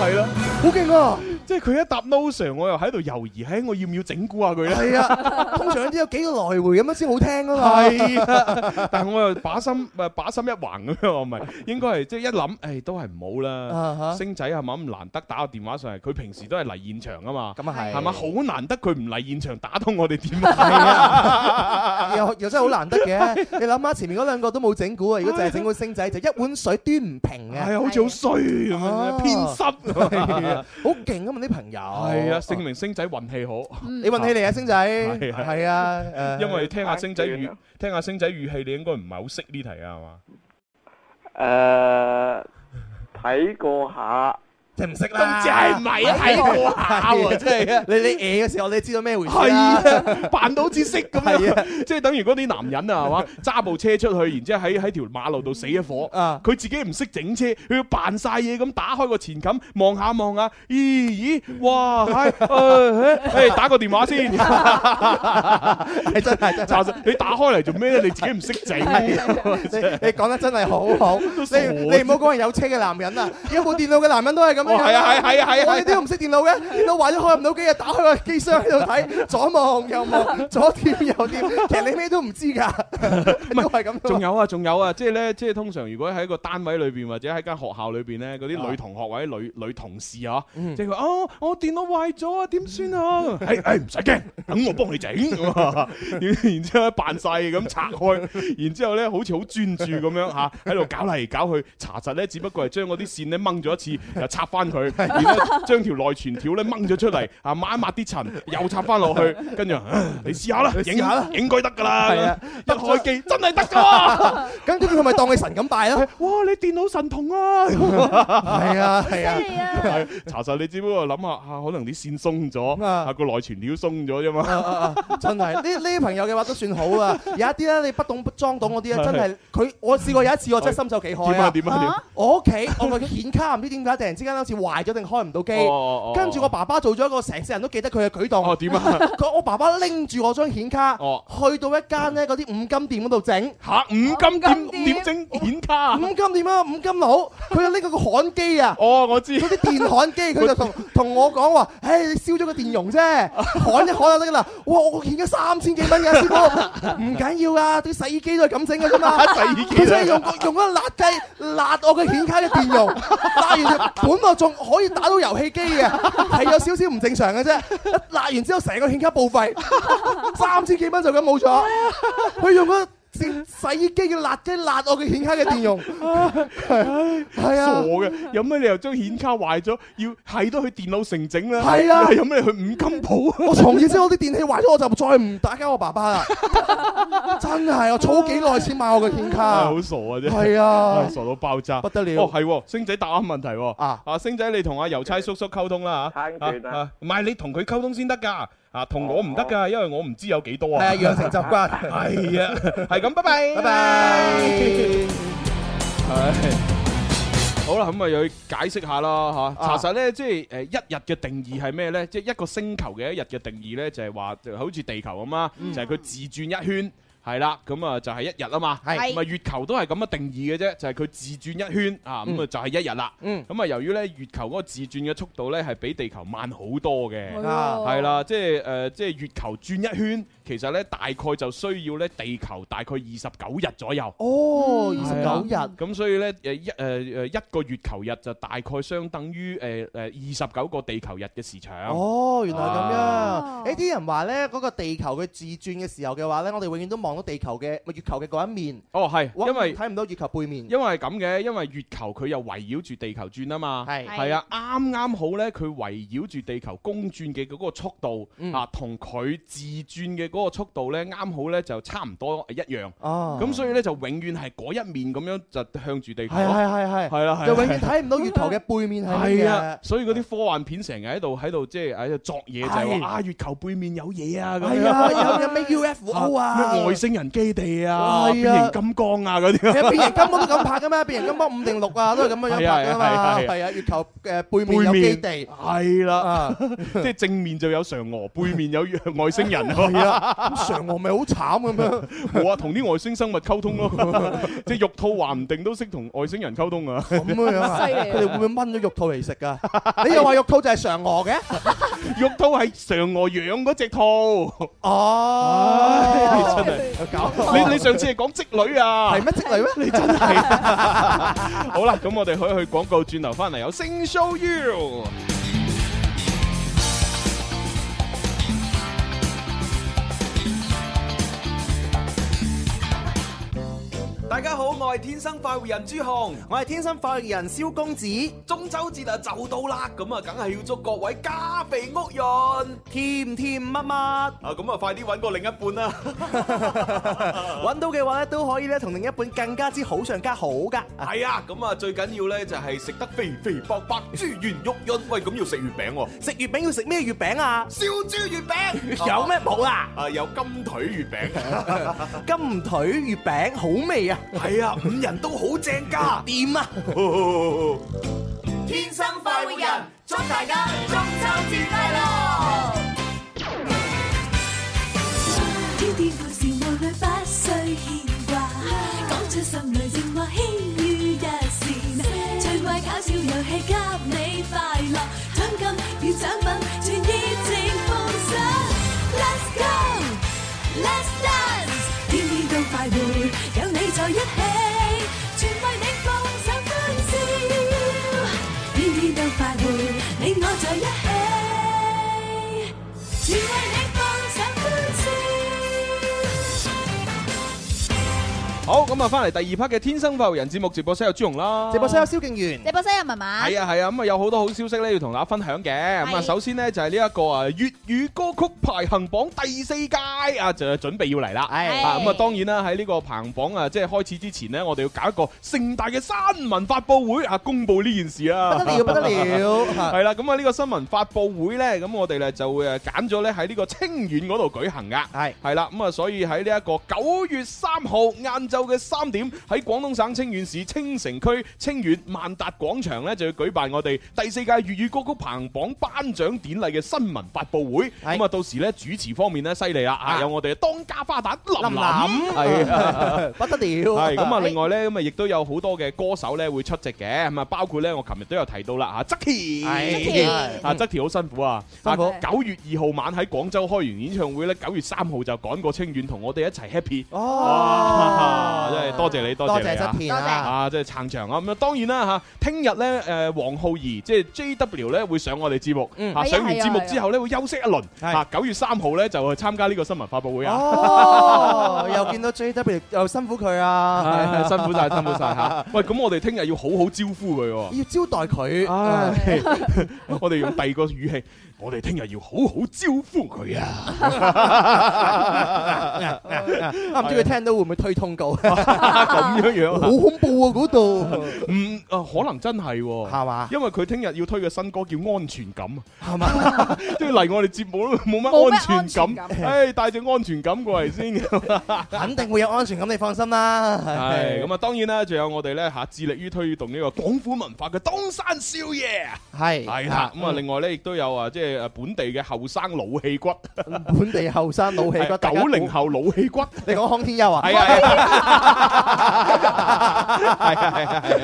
係啦。
好勁啊！
即係佢一答 no sir，我又喺度猶豫，嘿，我要唔要整蠱下佢咧？
係啊，通常都有幾個來回咁樣先好聽噶嘛。
係啊，但係我又把心 誒把心一橫咁樣，我咪應該係即係一諗，誒都係唔好啦。
啊哈
星仔係咪咁難得打個電話上嚟？佢平時都係嚟現場啊嘛，
咁啊係
係咪？好難得佢唔嚟現場打通我哋電 話。
啊又又真係好難得嘅。你諗下前面嗰兩個都冇整蠱啊，如果就係整蠱星仔，就一碗水端唔平嘅
係，啊，好似好衰咁樣，
哦
偏濕咁樣。
好勁啊嘛啲朋友。
係啊，證明星仔運氣好，
你運氣嚟啊，星仔。
係啊
係啊，誒
因為聽下星仔
太遠
語
啦，
聽下星仔語氣，你應該唔係好識呢題啊，係嘛？
诶，睇過下，
就唔識啦。
咁即係唔係啊？睇過下喎，真係啊！
你你誒嘅時候，你知道咩回事
係
啦？
啊，扮到好似識咁
係啊
樣，即係等於嗰啲男人啊，係嘛？揸部車出去，然之後喺喺條馬路度死咗火。
啊，
佢自己唔識整車，佢要扮晒嘢咁打開個前冚望下望下，咦咦，哇，係，誒誒誒哎打個電話先。
係真係真係。
查實你打開嚟做咩咧？你自己唔識整。
你你講得 真係好好，你
傻
你唔好講係有車嘅男人啊，有部電腦嘅男人都係咁樣
哦
樣。
係啊係啊係啊係啊
我哋都唔識電腦嘅，電腦壞咗開唔到機啊，打開個機箱喺 度睇，左望右望，左掂右掂，其實你咩都唔知㗎， 都係 咁。
仲有啊，仲有啊，即係咧，即係通常如果喺個單位裏邊或者喺間學校裏邊咧，嗰啲女同學或者女女同事啊，即係話哦，我電腦壞咗啊，點算 啊？誒誒，唔使驚，等我幫你整咁啊。然 然之後扮晒嘢咁拆開， 然之後咧好似好專注咁樣嚇，喺度搞嚟搞去，查實咧只不過係將嗰啲線咧掹咗一 次，又插翻佢，然之後將條內傳條咧掹咗出嚟，啊抹一抹啲塵，又插翻落去，跟住唉你試下啦，
你
影
試下啦
應該得㗎啦。
係啊
一開機真係得㗎。
咁跟住佢咪當你神咁拜咯？
哇！你電腦神童啊！
係啊係啊。
係啊，
係查實你只不過諗下啊，可能啲線鬆咗，
啊
啊個內存料鬆咗啫 嘛。
啊啊啊真係呢呢啲朋友嘅話都算好 啊！有一啲咧，你不懂不裝懂嗰啲咧，真係佢我試過有一次，我真係深受其害
點啊
啊！
點啊點啊！
我屋企我個顯卡唔知點解突然之間好似壞咗定開唔到機，
哦
跟住我爸爸做咗一個成世人都記得佢嘅舉動
哦。點 啊？
佢我爸爸拎住我張顯卡，
哦
去到一間咧嗰啲五金店嗰度整。
嚇五金
金
點
店
點整顯卡啊？
五金店啊，五金佬，佢就拎嗰個焊機啊，
哦，我 知。
嗰啲電焊機，佢就同同我講話，唉，你燒咗個電容啫， 焊一焊就得啦。哇，我顯咗三千幾蚊嘅師傅， 唔緊要啊，啲洗衣機都係咁整嘅啫嘛。
洗衣機啊
佢真係用個用嗰個辣雞辣我嘅顯卡嘅電容，辣完就本來仲可以打到遊戲機嘅，係有少少唔正常嘅啫。一辣完之後，成個顯卡報廢， 三千幾蚊就咁冇咗。佢用嗰個洗衣機嘅辣雞辣我嘅顯卡嘅 電容，
傻
係啊。
嘅，有咩理由將顯卡壞咗要係都去電腦城整啦？
係 啊
有咩理由去五金鋪啊？
我從此之後啲電器壞咗，我就再唔打交我爸 爸啦。真係，我儲幾耐先買我嘅顯
唉
卡
好？傻啊！啫，
係啊
唉，傻到爆炸
不。得了。
哦，係喎，星仔答啱問題喎。
啊
啊，星仔你同阿郵差叔叔溝通啦嚇。
攤住啦，
啊唔係你同佢溝通先得㗎，啊同我唔得㗎，因為我唔知有幾多
係啊，
啊。
養成習慣。
係啊，係咁，拜拜，
拜。拜。
好啦，咁啊又要解釋下啦嚇。查實咧，即係誒一日嘅定義係咩咧？即係一個星球嘅一日嘅定義咧，就係話就好似地球咁啦，就係佢自轉一圈。係啦，咁啊就係一日啊嘛，
係
咁啊月球都係咁嘅定義嘅啫，就係佢自轉一圈啊，咁啊就係一日啦。
嗯
咁啊由於咧月球嗰個自轉嘅速度咧係比地球慢好多嘅。
啊
係啦，即係誒、呃即係月球轉一圈，其實咧大概就需要咧地球大概二十九日左右。
哦，二十
係啊
九日。
咁所以咧，誒一誒誒一個月球日就大概相等於誒誒二十九個地球日嘅時長。
哦，原來咁
啊
樣。誒啲人話咧，嗰個地球嘅自轉嘅時候嘅話咧，我哋永遠都望到地球嘅咪月球嘅嗰一面，
哦，係，
哇
因為
睇唔到月球背面。
因為係咁嘅，因為月球佢又圍繞住地球轉啊嘛。
係
係啊，啱啱好咧，佢圍繞住地球公轉嘅嗰個速度、
嗯
啊，同佢自轉嘅嗰個速度咧，啱好咧就差唔多一樣。
哦，
咁所以咧就永遠係嗰一面咁樣就向住地球
係啊
咯。
係係係，
係啦，係啦
就永遠睇唔到月球嘅背面係
係
咩
啊
嘅，。
所以嗰啲科幻片成日喺度喺度即係喺度作嘢，就係
係
話啊月球背面有嘢啊咁
係啊，
樣。
有有咩 UFO 啊，
咩外星人基地啊、
係啊
變形金剛啊嗰 啲 啊，
其實變形金剛都咁拍㗎嘛，變形金剛五定六啊，都係咁樣樣拍
係啊，係啊，係
㗎嘛，
啊，係啊。
係啊，月球，誒，背面有
背面。
基地。
係啦，即係正面就有嫦娥，背面有外星人 喎。
啊，咁嫦娥咪好慘咁樣。
冇啊，同啲外星生物溝 通咯，即係玉兔話唔定都識同外星人溝通 啊！
咁樣 啊，
犀利啊。
啊 佢哋會唔會掹咗肉兔嚟食㗎？你又話肉兔就係嫦娥嘅？
玉兔係嫦娥養嗰只兔，
啊
哦，
真係
有搞錯。
你你上次係講織女啊？
係咩？織女咩？
你真係好啦，咁我哋可以去廣告，轉頭翻嚟有星 show you。
大家好，我係天生快活人朱紅。
我係天生快活人蕭公子，
中秋節啊就到啦，咁啊梗係要祝各位家肥屋潤。
甜甜蜜蜜，揾
À,
啊咁啊快啲揾個另一半啦。
到嘅話咧都可以咧同另一半更加之好上加好噶。
係
à,
啊，咁啊最緊要咧就係食得肥肥白白，豬圓肉潤。喂，咁要食月
à.
餅喎，
食月餅要食咩月餅啊？
燒豬月餅
有咩冇啊？
À,
啊有金腿月 餅，
金腿月餅好味啊！
係啊五人都好正㗎。
掂啊！
天生快活人，祝大家中秋節快樂！
天天故事無慮不需牽掛，講出心裏情話輕於一線，趣味搞笑遊戲給你快樂，獎金與獎品全熱情奉上。Let's go，Let's dance，天天都快活，有你在一起，全為你奉上歡笑，天天都快活，你我在一起。全為你放上歡笑。
好，咁啊，翻嚟第二 part 嘅天生快活人節目直播室有朱紅啦，
直播室有蕭敬元。
直播室有文文，
係啊係啊，咁啊有好多好消息咧要同大家分享嘅。咁啊，
係
首先呢，就係呢一個啊粵語歌曲排行榜第四屆啊，就準備要嚟啦。
係
啊咁啊，當然啦，喺呢個排行榜啊，即係開始之前呢，我哋要搞一個盛大嘅新聞發佈會啊，公佈呢件事啊。
不得了，不得了，嚇。
係啦，咁啊呢個新聞發佈會呢，咁我哋咧就會誒揀咗咧喺呢個清遠嗰度舉行噶。
係
係啦，咁啊，所以喺呢一個九月三號晏晝嘅三點，喺廣東省清遠市清城區清遠萬達廣場呢，就要舉辦我哋第四屆粵語歌曲排行榜頒獎典禮嘅新聞發佈會。
係
咁啊，到時呢，主持方面呢，犀利啦，啊
啊
有我哋嘅當家花旦林
林
林，係啊。
不得了。
系咁啊！另外咧，咁啊，亦都有好多嘅歌手咧會出席嘅，咁啊，包括咧，我琴日都有提到啦啊嚇，側
係
田，
側
啊，側田好辛苦啊！
嗯辛苦
啊九月二號晚喺廣州開完演唱會咧，九月三號就趕過清遠同我哋一齊 happy，哇！
哦。
真係多謝你，多謝你啊！
啊多謝側田啊。
啊，即係撐場啊！咁啊，當然啦嚇，聽日咧誒，黃浩儀即係 JW 咧會上我哋節目，
嗯
啊
係啊
上完
係啊
節目
係啊
之後咧會休息一輪，
係
啊，九月三號咧就去參加呢個新聞發佈會啊！
哦，又見到 JW 又辛苦佢啊，
唉辛苦晒，辛苦晒吓。喂，咁我哋聽日要好好招呼佢 喎。
要招待佢。
唉，我哋用第二個語氣，我哋聽日要好好招呼佢啊！
啊唔知佢聽到會唔會推通告？好
咁樣樣啊，
恐怖啊！嗰度
嗯啊，可能真係喎，
係嘛？
因為佢聽日要推嘅新歌叫《安全感》，啊
係嘛？
都要嚟我哋節目都
冇
冇
咩
乜安全感
安全，
唉，帶隻安全感過嚟 先。
肯定會有安全感，你放心啦。
係咁啊，當然啦，仲有我哋咧嚇致力於推動呢個廣府文化嘅東山少爺，
係
係啦。
Ừ.
咁啊，另外咧亦都有啊，即係本地嘅後生老戲骨。
本地後生老氣骨，大家
九零後老氣骨，
你講康天庥啊？
係啊係啊 係啊係啊！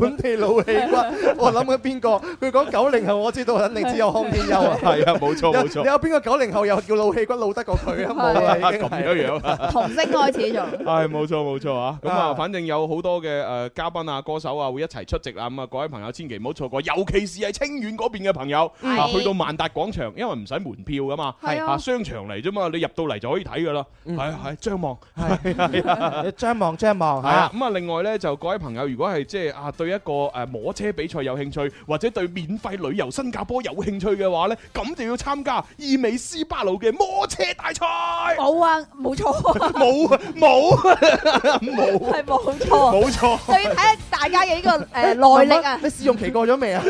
本地老氣 骨，我諗緊邊個？佢講九零後，我知道肯定只有康天庥啊。
係啊，冇錯
有
冇
你
錯，
有邊個九零後又叫老氣骨老得過佢啊？冇
啊
啦，已經
咁
係。
樣樣，
童星開始做，
係冇錯冇錯啊！咁啊，
啊
反正有好多嘅誒嘉賓啊、歌手啊會一齊出席啊，咁啊各位朋友千祈唔好錯過，尤其是係清遠嗰邊嘅朋友啊，
係
去到萬達廣場，因為唔使門票噶嘛，
係啊
啊商場嚟啫嘛，你入到嚟就可以睇噶啦，係係張望。
係張望張望
系
嚇
啊，。咁啊，另外咧就各位朋友，如果係即係啊對一個誒摸車比賽有興趣，或者對免費旅遊新加坡有興趣嘅話咧，咁就要參加意美斯巴魯嘅摩車大賽。
冇啊，冇錯啊，
冇啊冇啊冇
係冇錯。
冇錯，
就要睇下
大家嘅呢個誒耐力啊！
你試用期過咗 未啊？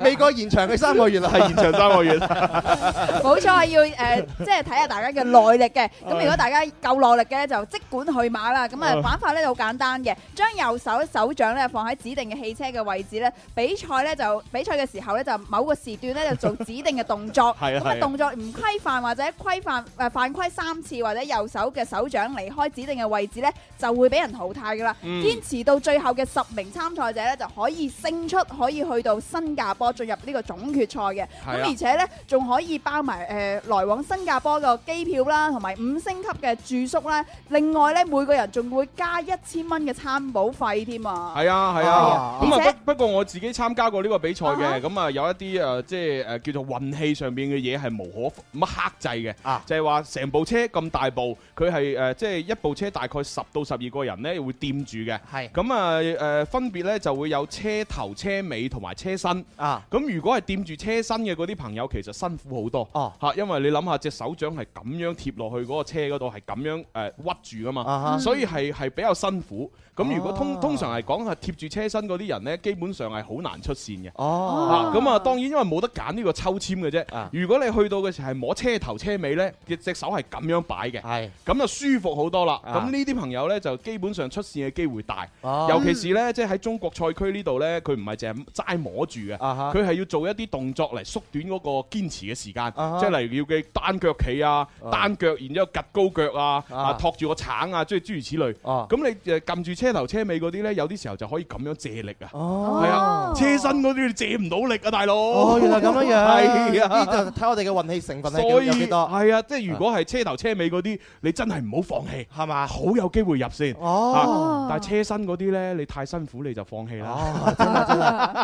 未過延長佢三個月啦，
係延長三個月。
冇錯，要誒、呃即係睇下大家嘅耐力嘅。
啊
咁如果大家夠耐力嘅，就即管去馬啦。咁啊，玩法咧就好簡單嘅，將右手手掌咧放喺指定嘅汽車嘅位置咧，比賽咧就比賽嘅時候咧就某個時段咧就做指定嘅動作。
係啊
咁啊
係啊
動作唔規範或者規範誒、呃犯規三次或者右手嘅手掌離開指定嘅位置咧，就會俾人淘汰噶啦。
嗯
堅持到最後嘅十名參賽者咧，就可以升出，可以去到新加坡進入呢個總決賽嘅。
係
咁
啊
而且咧，仲可以包埋誒、呃來往新加坡嘅機票啦，同埋五星級嘅住宿啦。另外咧，每個人仲會加一千蚊嘅餐保費添啊！
係啊係啊，咁
而且
啊不不過我自己參加過呢個比賽
啊哈
嘅，咁啊有一啲誒即係呃誒叫做運氣上邊嘅嘢係無可乜克制嘅
啊，
就係話成部車咁大部，佢係誒即係一部車大概十到十二個人咧會掂住嘅，
係
咁啊誒分別咧就會有車頭、車尾同埋車身。
啊，
咁如果係掂住車身嘅嗰啲朋友，其實辛苦好多
哦
嚇，因為你諗下隻手掌係咁樣貼落去嗰個車嗰度，係咁樣誒屈住噶嘛，
啊
所以係係比較辛苦。咁如果通
哦
通常嚟講係貼住車身嗰啲人呢，基本上係好難出線嘅。
哦，
啊，咁啊，當然因為冇得揀呢個抽籤嘅啫
啊。
如果你去到嘅時候係摸車頭車尾呢，隻隻手係咁樣擺嘅，
係，
咁就舒服好多啦。
啊哦
咁呢啲朋友呢，就基本上出線嘅機會大，
有
尤其是呢，即係喺中國賽區呢度呢，佢唔係淨係齋摸住嘅。
啊哈，
佢係要做一啲動作嚟縮短嗰個堅持嘅時間，
哈
即係例如要嘅單腳企啊、
啊
單腳，然之後趌高腳啊、
啊
啊托住個橙啊，即係諸如此類。
哦，
咁你誒撳住車頭車尾嗰啲呢，有啲時候就可以咁樣借力啊。
哦，
係啊，車身嗰啲你借唔到力啊，大佬。
哦，原來咁樣樣，
係啊
呢就睇我哋嘅運氣成分係
所
幾
以
有幾多，
係啊，即係如果係車頭車尾嗰啲，你真係唔好放棄，
係嘛？
好有機會入先。
啊哦。
啊但係車身嗰啲呢，你太辛苦你就放棄啦。
哦，真係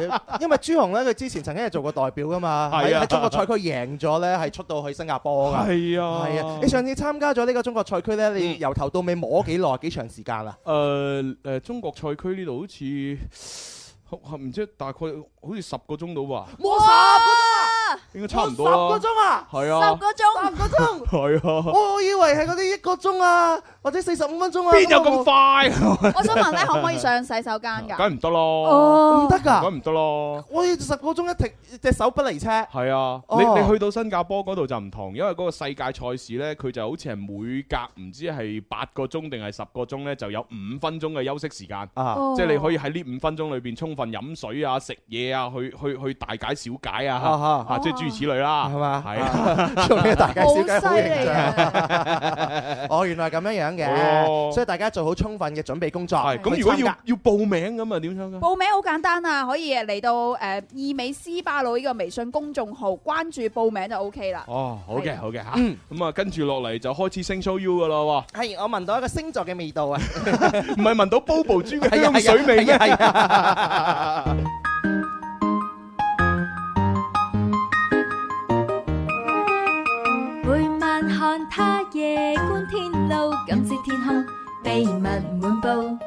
真係，因為朱紅咧，佢之前曾經係做過代表噶嘛，
係
喺
啊
喺中國賽區贏咗咧，係出到去新加坡噶。
係啊，
哦
嗯
係啊，你上次參加咗呢個中國賽區咧，你由頭到尾摸幾耐、幾長時間啊？
誒誒，呃中國賽區呢度好似 唔知大概好似十個鐘到吧，
摸十個鐘啊！
應該差唔多
摸
啦
十個。鐘啊！
係
十
啊，
個鐘，
十個鐘，
係啊，
我以為係嗰啲一個鐘啊，或者四十五分鐘啊。
邊有咁快？
我想問 咧，可唔可以上洗手間㗎？
梗係唔得咯，
我？唔
哦，
得㗎！
梗唔得咯。
我要十個鐘一停，隻手不離車。
係啊，
哦
你你去到新加坡嗰度就唔同，因為嗰個世界賽事呢，佢就好似係每隔唔知係八個鐘定係十個鐘呢，就有五分鐘嘅休息時間。
啊
哦
即係你可以喺呢五分鐘裏邊充分飲水啊、食嘢啊、去去去大解小解
啊
啊，
哈！
啊即係諸如此類啦，
係嘛
係啊。
做咩大家
好
小
犀
姐好形
利
象？
啊！
哦，原來咁樣樣
係
嘅，
咯
所以大家做好充分嘅準備工作。
哦係咁，
去
如果
參
要
加
要報名咁啊，點樣噶？
報名好簡單啊，可以嚟到誒意美斯巴魯呢個微信公眾號關注報名就 OK 啦。
哦，好
係
嘅，
啊
好嘅吓，
嗯
咁啊，跟住落嚟就開始升 show you 噶啦喎，
係我聞到一個星座嘅味道啊！
唔係聞到 Bobo 豬嘅
係啊
香水味咩？
係啊
每晚看他夜觀天路，感知天空秘密滿布。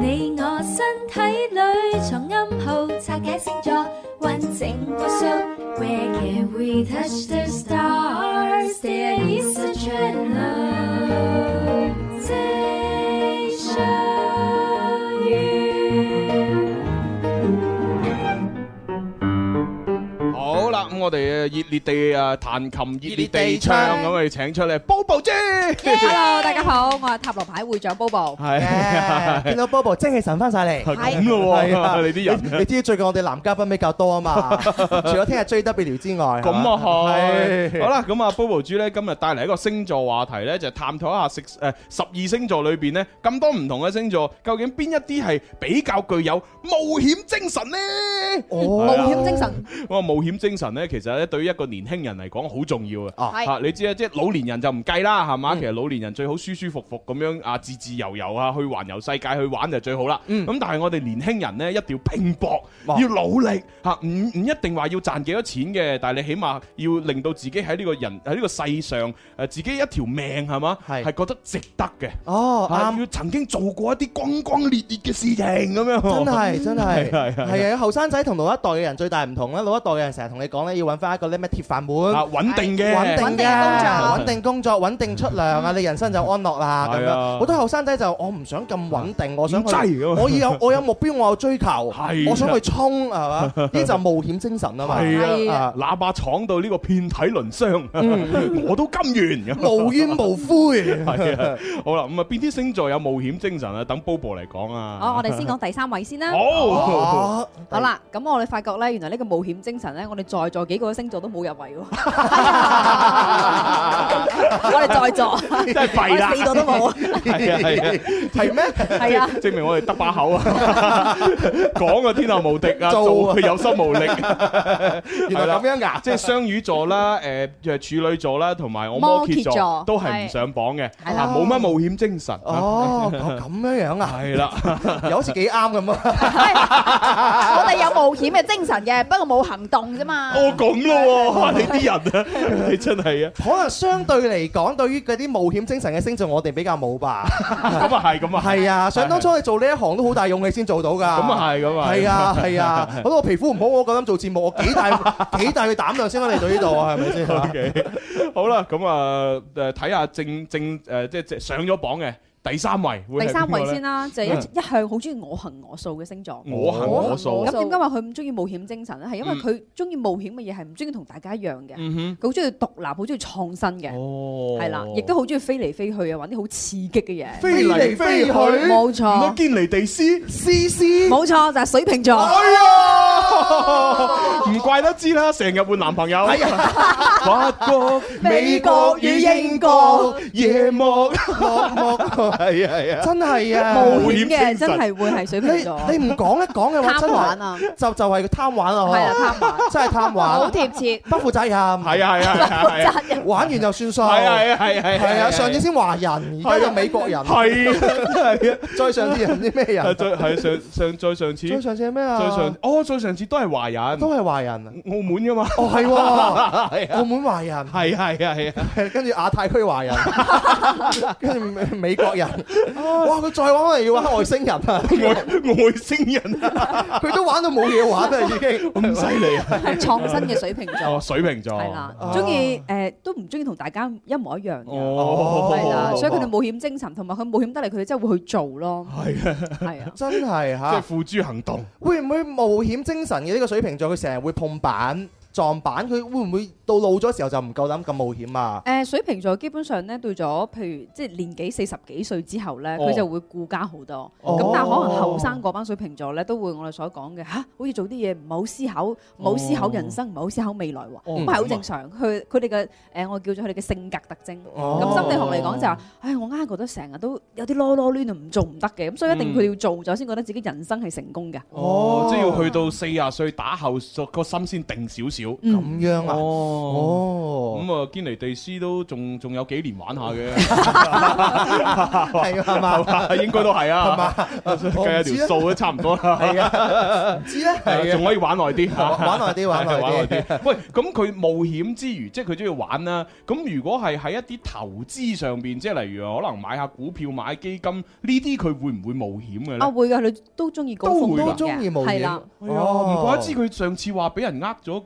你我身體裏藏暗號，拆解星座，完整無數。Where can we touch the stars? There is a channel.
好啦，咁我哋誒熱烈地啊彈琴，熱烈地唱，
熱烈地唱
咁我哋請出嚟 Bobo 豬，
Hello，大家好，我係塔羅牌會長 Bobo。
係啊
耶見到 Bobo 精氣神翻晒嚟。
係咁咯
係啊
喎，你啲
你
人
你知最近我哋男嘉賓比較多 啊嘛，除咗聽日 JW 之外，
咁啊係，
係
好啦，咁啊 Bobo 豬咧今日帶嚟一個星座話題咧，就探討一下食誒十二星座裏邊咧咁多唔同嘅星座，究竟邊一啲係比較具有冒險精神呢？
哦
冒險精神，
我話冒險精神咧，其實咧對於一個年輕人嚟講好重要嘅。
啊
係
嚇你知啊，即係老年人就唔計啦，係嘛？
嗯
其實老年人最好舒舒服服咁樣啊，自自由由啊，去環遊世界去玩就最好啦。
嗯
咁但係我哋年輕人呢，一定要拼搏，
哇
要努力嚇，唔唔一定話要賺幾多錢嘅，但係你起碼要令到自己喺呢個人喺呢個世上誒自己一條命係嘛，
係
係覺得值得嘅。
哦
嚇
啱。
要曾經做過一啲轟轟烈烈嘅事情咁樣。
真係真係
哦係係
係啊！後生仔同老一代嘅人最大唔同咧，老一代嘅人成日同你講港咧要揾翻一個咧咩鐵飯碗。
啊，穩定嘅，
穩定嘅
工作
穩定工作，穩定出糧啊！你人生就安樂啦 à, 咁
係啊
樣。好多後生仔就我唔想咁穩定，我想
à. 唔制
去
咁
我要有我有目標，我有追 求，
係
我想去衝 係嘛？呢啲就冒險精神啊嘛。
係
啊
啊，哪怕闖到呢個遍體鱗
嗯
傷， 我都甘願 咁。
無怨無 悔。
係啊，好啦，咁啊，邊啲星座有冒險精神啊？等 Bobo 嚟講啊。
哦好，我哋先講第三位先啦。
好，
啊
好，啦，咁我哋發覺咧，原來呢個冒險精神咧，我哋在座幾個星座都冇入圍喎。我哋在座，
真係啊弊啦
我哋四個都冇。
係啊係啊，
係咩？
係啊，
證明我哋得把口啊，講啊天下無敵啊，
做啊
做佢有心無力。
原來咁 樣㗎。
即係雙魚座啦，誒誒處女座啦，同埋我摩羯
摩羯座
座都係唔上榜嘅，
係啦
啊冇乜冒險精神。
哦，咁咁樣樣啊，
係啦，
又好似幾啱咁啊！
我哋有冒險嘅精神嘅，不過冇行動啫嘛。
哦咁 咯喎，你啲人啊，你 真係啊，
可能相對嚟講，對於嗰啲冒險精神嘅星座，我哋比較冇 吧。
咁啊係，咁啊係，
係啊，想當初你做呢一行都好大勇氣先做到㗎。
咁啊係，咁啊係
係啊係啊，好 多我皮膚唔好，我夠膽做節目，我幾 大幾大嘅膽量先可以嚟到呢度啊？係咪先？
O K，好啦，咁啊誒睇下正正誒即係即係上咗榜嘅第三位，
第三位先
啦。
啦，就係一一向好中意我行我素嘅星座。
我行哦我素
咁，點解話佢唔中意冒險精神咧？係因為
嗯
佢中意冒險嘅嘢係唔中意同大家一樣嘅，
嗯哼，
佢好中意獨立，好中意創新嘅，
哦，
係啦，亦都好中意飛嚟飛去啊，玩啲好刺激嘅嘢。
飛嚟飛去，
冇
唔好
錯，
堅尼地師。
思思。
冇錯就係水瓶座。
哎呀，唔怪得知啦，成日換男朋友。法國、
美國與英國
夜幕，
落寞，
係啊係啊，
真係啊！
冒
險
險嘅
精神
真係會係水
你
瓶座，
你唔講一講嘅話，真
貪玩
係
啊，
就就係貪玩啊！
係啊貪玩，
真係貪
好
玩，
貼切，
不負責任。
係啊係啊係啊
玩完就算數。
係啊係啊係啊係啊
係啊，上次先華人，而家就美國人，
係啊係啊，
再上次又唔知咩
啊
人，
再係上上再上次
再上次係咩啊？
再上哦再上次都係華人，澳
都係華人啊！
門噶嘛，
哦，係 喎，
係啊
澳門華人，
係啊係啊係啊，
係跟住亞太區華人， 跟住美美國人，哇！佢再玩可能要玩外星人 啊！
外外星人啊，
佢都玩到冇嘢玩啦，已 經。
咁犀利啊！
創新嘅水瓶
哦，
座，
水瓶座，
係啦，
哦
中意誒都唔中意同大家一模一樣嘅，
哦，
係啦，所以佢哋冒險精神同埋佢冒險得嚟，佢哋真係會去做咯，
係啊，
係啊，
真係
即係
嚇，
付諸行動。
會唔會冒險精神嘅呢個水瓶座，佢成日會碰板撞板，佢會唔會到老咗時候就唔夠膽咁冒險啊？
誒水瓶座基本上咧，到咗譬如即係年紀四十幾歲之後咧，
哦
佢就會顧家好多。
哦
咁但係可能後生嗰班水瓶座咧，都會我哋所講嘅吓，好似做啲嘢唔係好思考，唔係好思考人生，唔係好思考未來喎。
哦
咁係好正常。佢佢哋嘅誒，我叫做佢哋嘅性格特徵。
哦
咁心理學嚟講就係，唉，我啱覺得成日都有啲囉囉攣啊，唔做唔得嘅。咁所以一定
嗯
佢哋要做咗先覺得自己人生係成功嘅。
哦，即係要去到四廿歲打後，個心先定少少。
嗯 Ừ.
咁樣啊？
哦。
哦，
咁啊，堅尼地師都仲仲有幾年玩下嘅， 嗯
係啊係嘛？
應該都係
係嘛
啊，？ 計下
我唔
條
知咧
數都差唔多啦，
係啊，哦唔知咧，
係啊仲可以玩耐啲，
玩玩耐啲玩耐啲
係 玩耐啲。喂，咁佢冒險之餘，即係佢中意玩啦。咁如果係喺一啲投資上邊，即係例如可能買下股票、買基金呢啲，佢會唔會冒險嘅
啊，
哦
咧？
會㗎，佢都中意高
都
風
會㗎
險
都中意冒
嘅，係啦
險。，
哎呀，唔怪得知佢上次話俾人呃咗，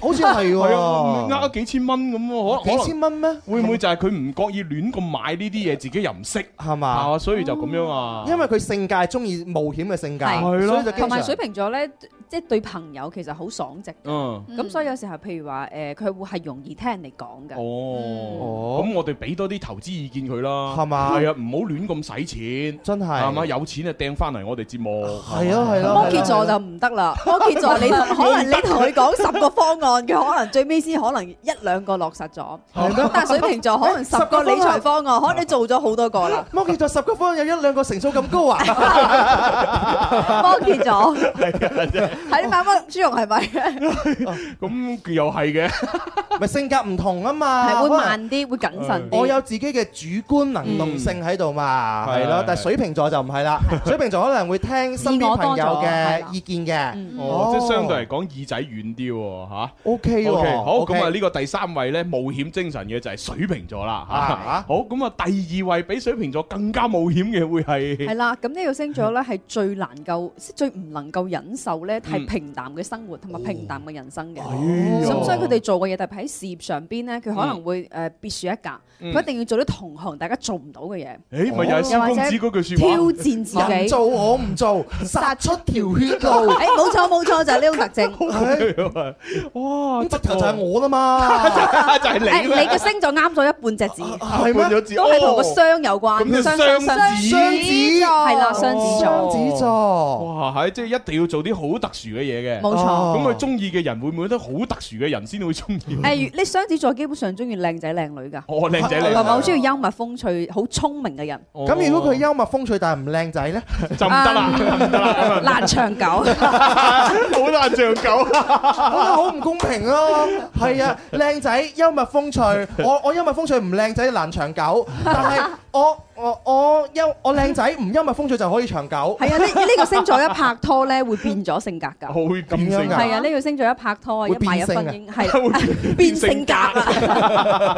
好似係
係啊，
喎，
呃咗幾千蚊咁喎，可可能
哦幾千蚊咩？
呃會唔會就係佢唔覺意亂咁買呢啲嘢，自己又唔識
係嘛？
啊，所以就咁樣啊？
因為佢性格係中意冒險嘅性格，
係
係咯
所以就經
同埋
常
水瓶座咧，即係對朋友其實好爽直嘅。
嗯，
咁所以有時候譬如話誒，佢會係容易聽人哋講
嗯
嘅。
哦，
哦，
咁我哋俾多啲投資意見佢啦，
係嘛
係啊，唔好亂咁使錢，
真係
係嘛？有錢就掟翻嚟我哋節目，
係咯係咯，。
摩羯座就唔得啦，摩羯座你可能你同佢講十個方案，佢可能最尾先可能一兩個落實咗。咁但係水瓶座可能十個理財方案，可能你做咗好多個啦
摩羯座十個方有一兩個成數咁高 啊！
摩羯座
啊
係你買乜豬肉係咪？
咁又係嘅，
咪性格唔同啊嘛，
係會
可能
慢啲，會謹慎啲。
我有自己嘅主觀能動性喺度嘛，
嗯
係咯
係，
但係水瓶座就唔係啦，水瓶座可能會聽身邊朋友嘅意見嘅
嗯
哦，即係
哦
相對嚟講耳仔軟啲喎，吓。
，OK 喎
O K，好，
哎 OK
咁啊呢個第三位呢，冒險精神嘅就係水瓶座啦，吓
啊。
好，咁啊第二位比水瓶座更加冒險嘅會係
係啦，咁呢個星座咧係最難夠、最唔能夠忍受咧係平淡嘅生活同埋平淡嘅人生嘅。
哎呀
咁所以佢哋做嘅嘢，特別喺事業上邊咧，佢可能會誒別樹一格，
嗯
佢一定要做啲同行大家做唔到嘅嘢。
誒咪又係
又
蕭
或
公
者
子嗰句説話，
挑戰自己
人做我唔做，殺出條血 路。
誒哎冇錯冇錯，就係呢種特徵。
哇！
直頭就係我 啦
就
嘛，
係
誒哎你嘅星座啱咗一半隻字，哦
係咩
都係同個雙有關，
咁就
雙
雙子
雙子座
係啦，雙子座。
子座，
哇，係即係一定要做啲好特殊嘅嘢嘅，
冇錯
咁佢中意嘅人會唔會都好特殊嘅人先會中意？
誒，哎你雙子座基本上中意靚仔靚女㗎，
哦靚仔靚女
同埋好中意幽默風趣、好聰明嘅人，
咁如果佢幽默風趣但係唔靚仔 咧，
就唔得
啊
啦，唔得 啦，啊
難長 久。
好難長久。
好唔公平咯。係啊，靚仔幽默風趣，我我幽默風趣唔靚仔難長久，但係我我我幽我靚仔唔幽默風趣就可以長久。
係啊，呢呢個星座一拍拖咧，會變咗性格㗎。
好會變性
係啊，呢個星座一拍拖啊，一
會變
買一
性
婚
啊
姻 係 變性格啊啦。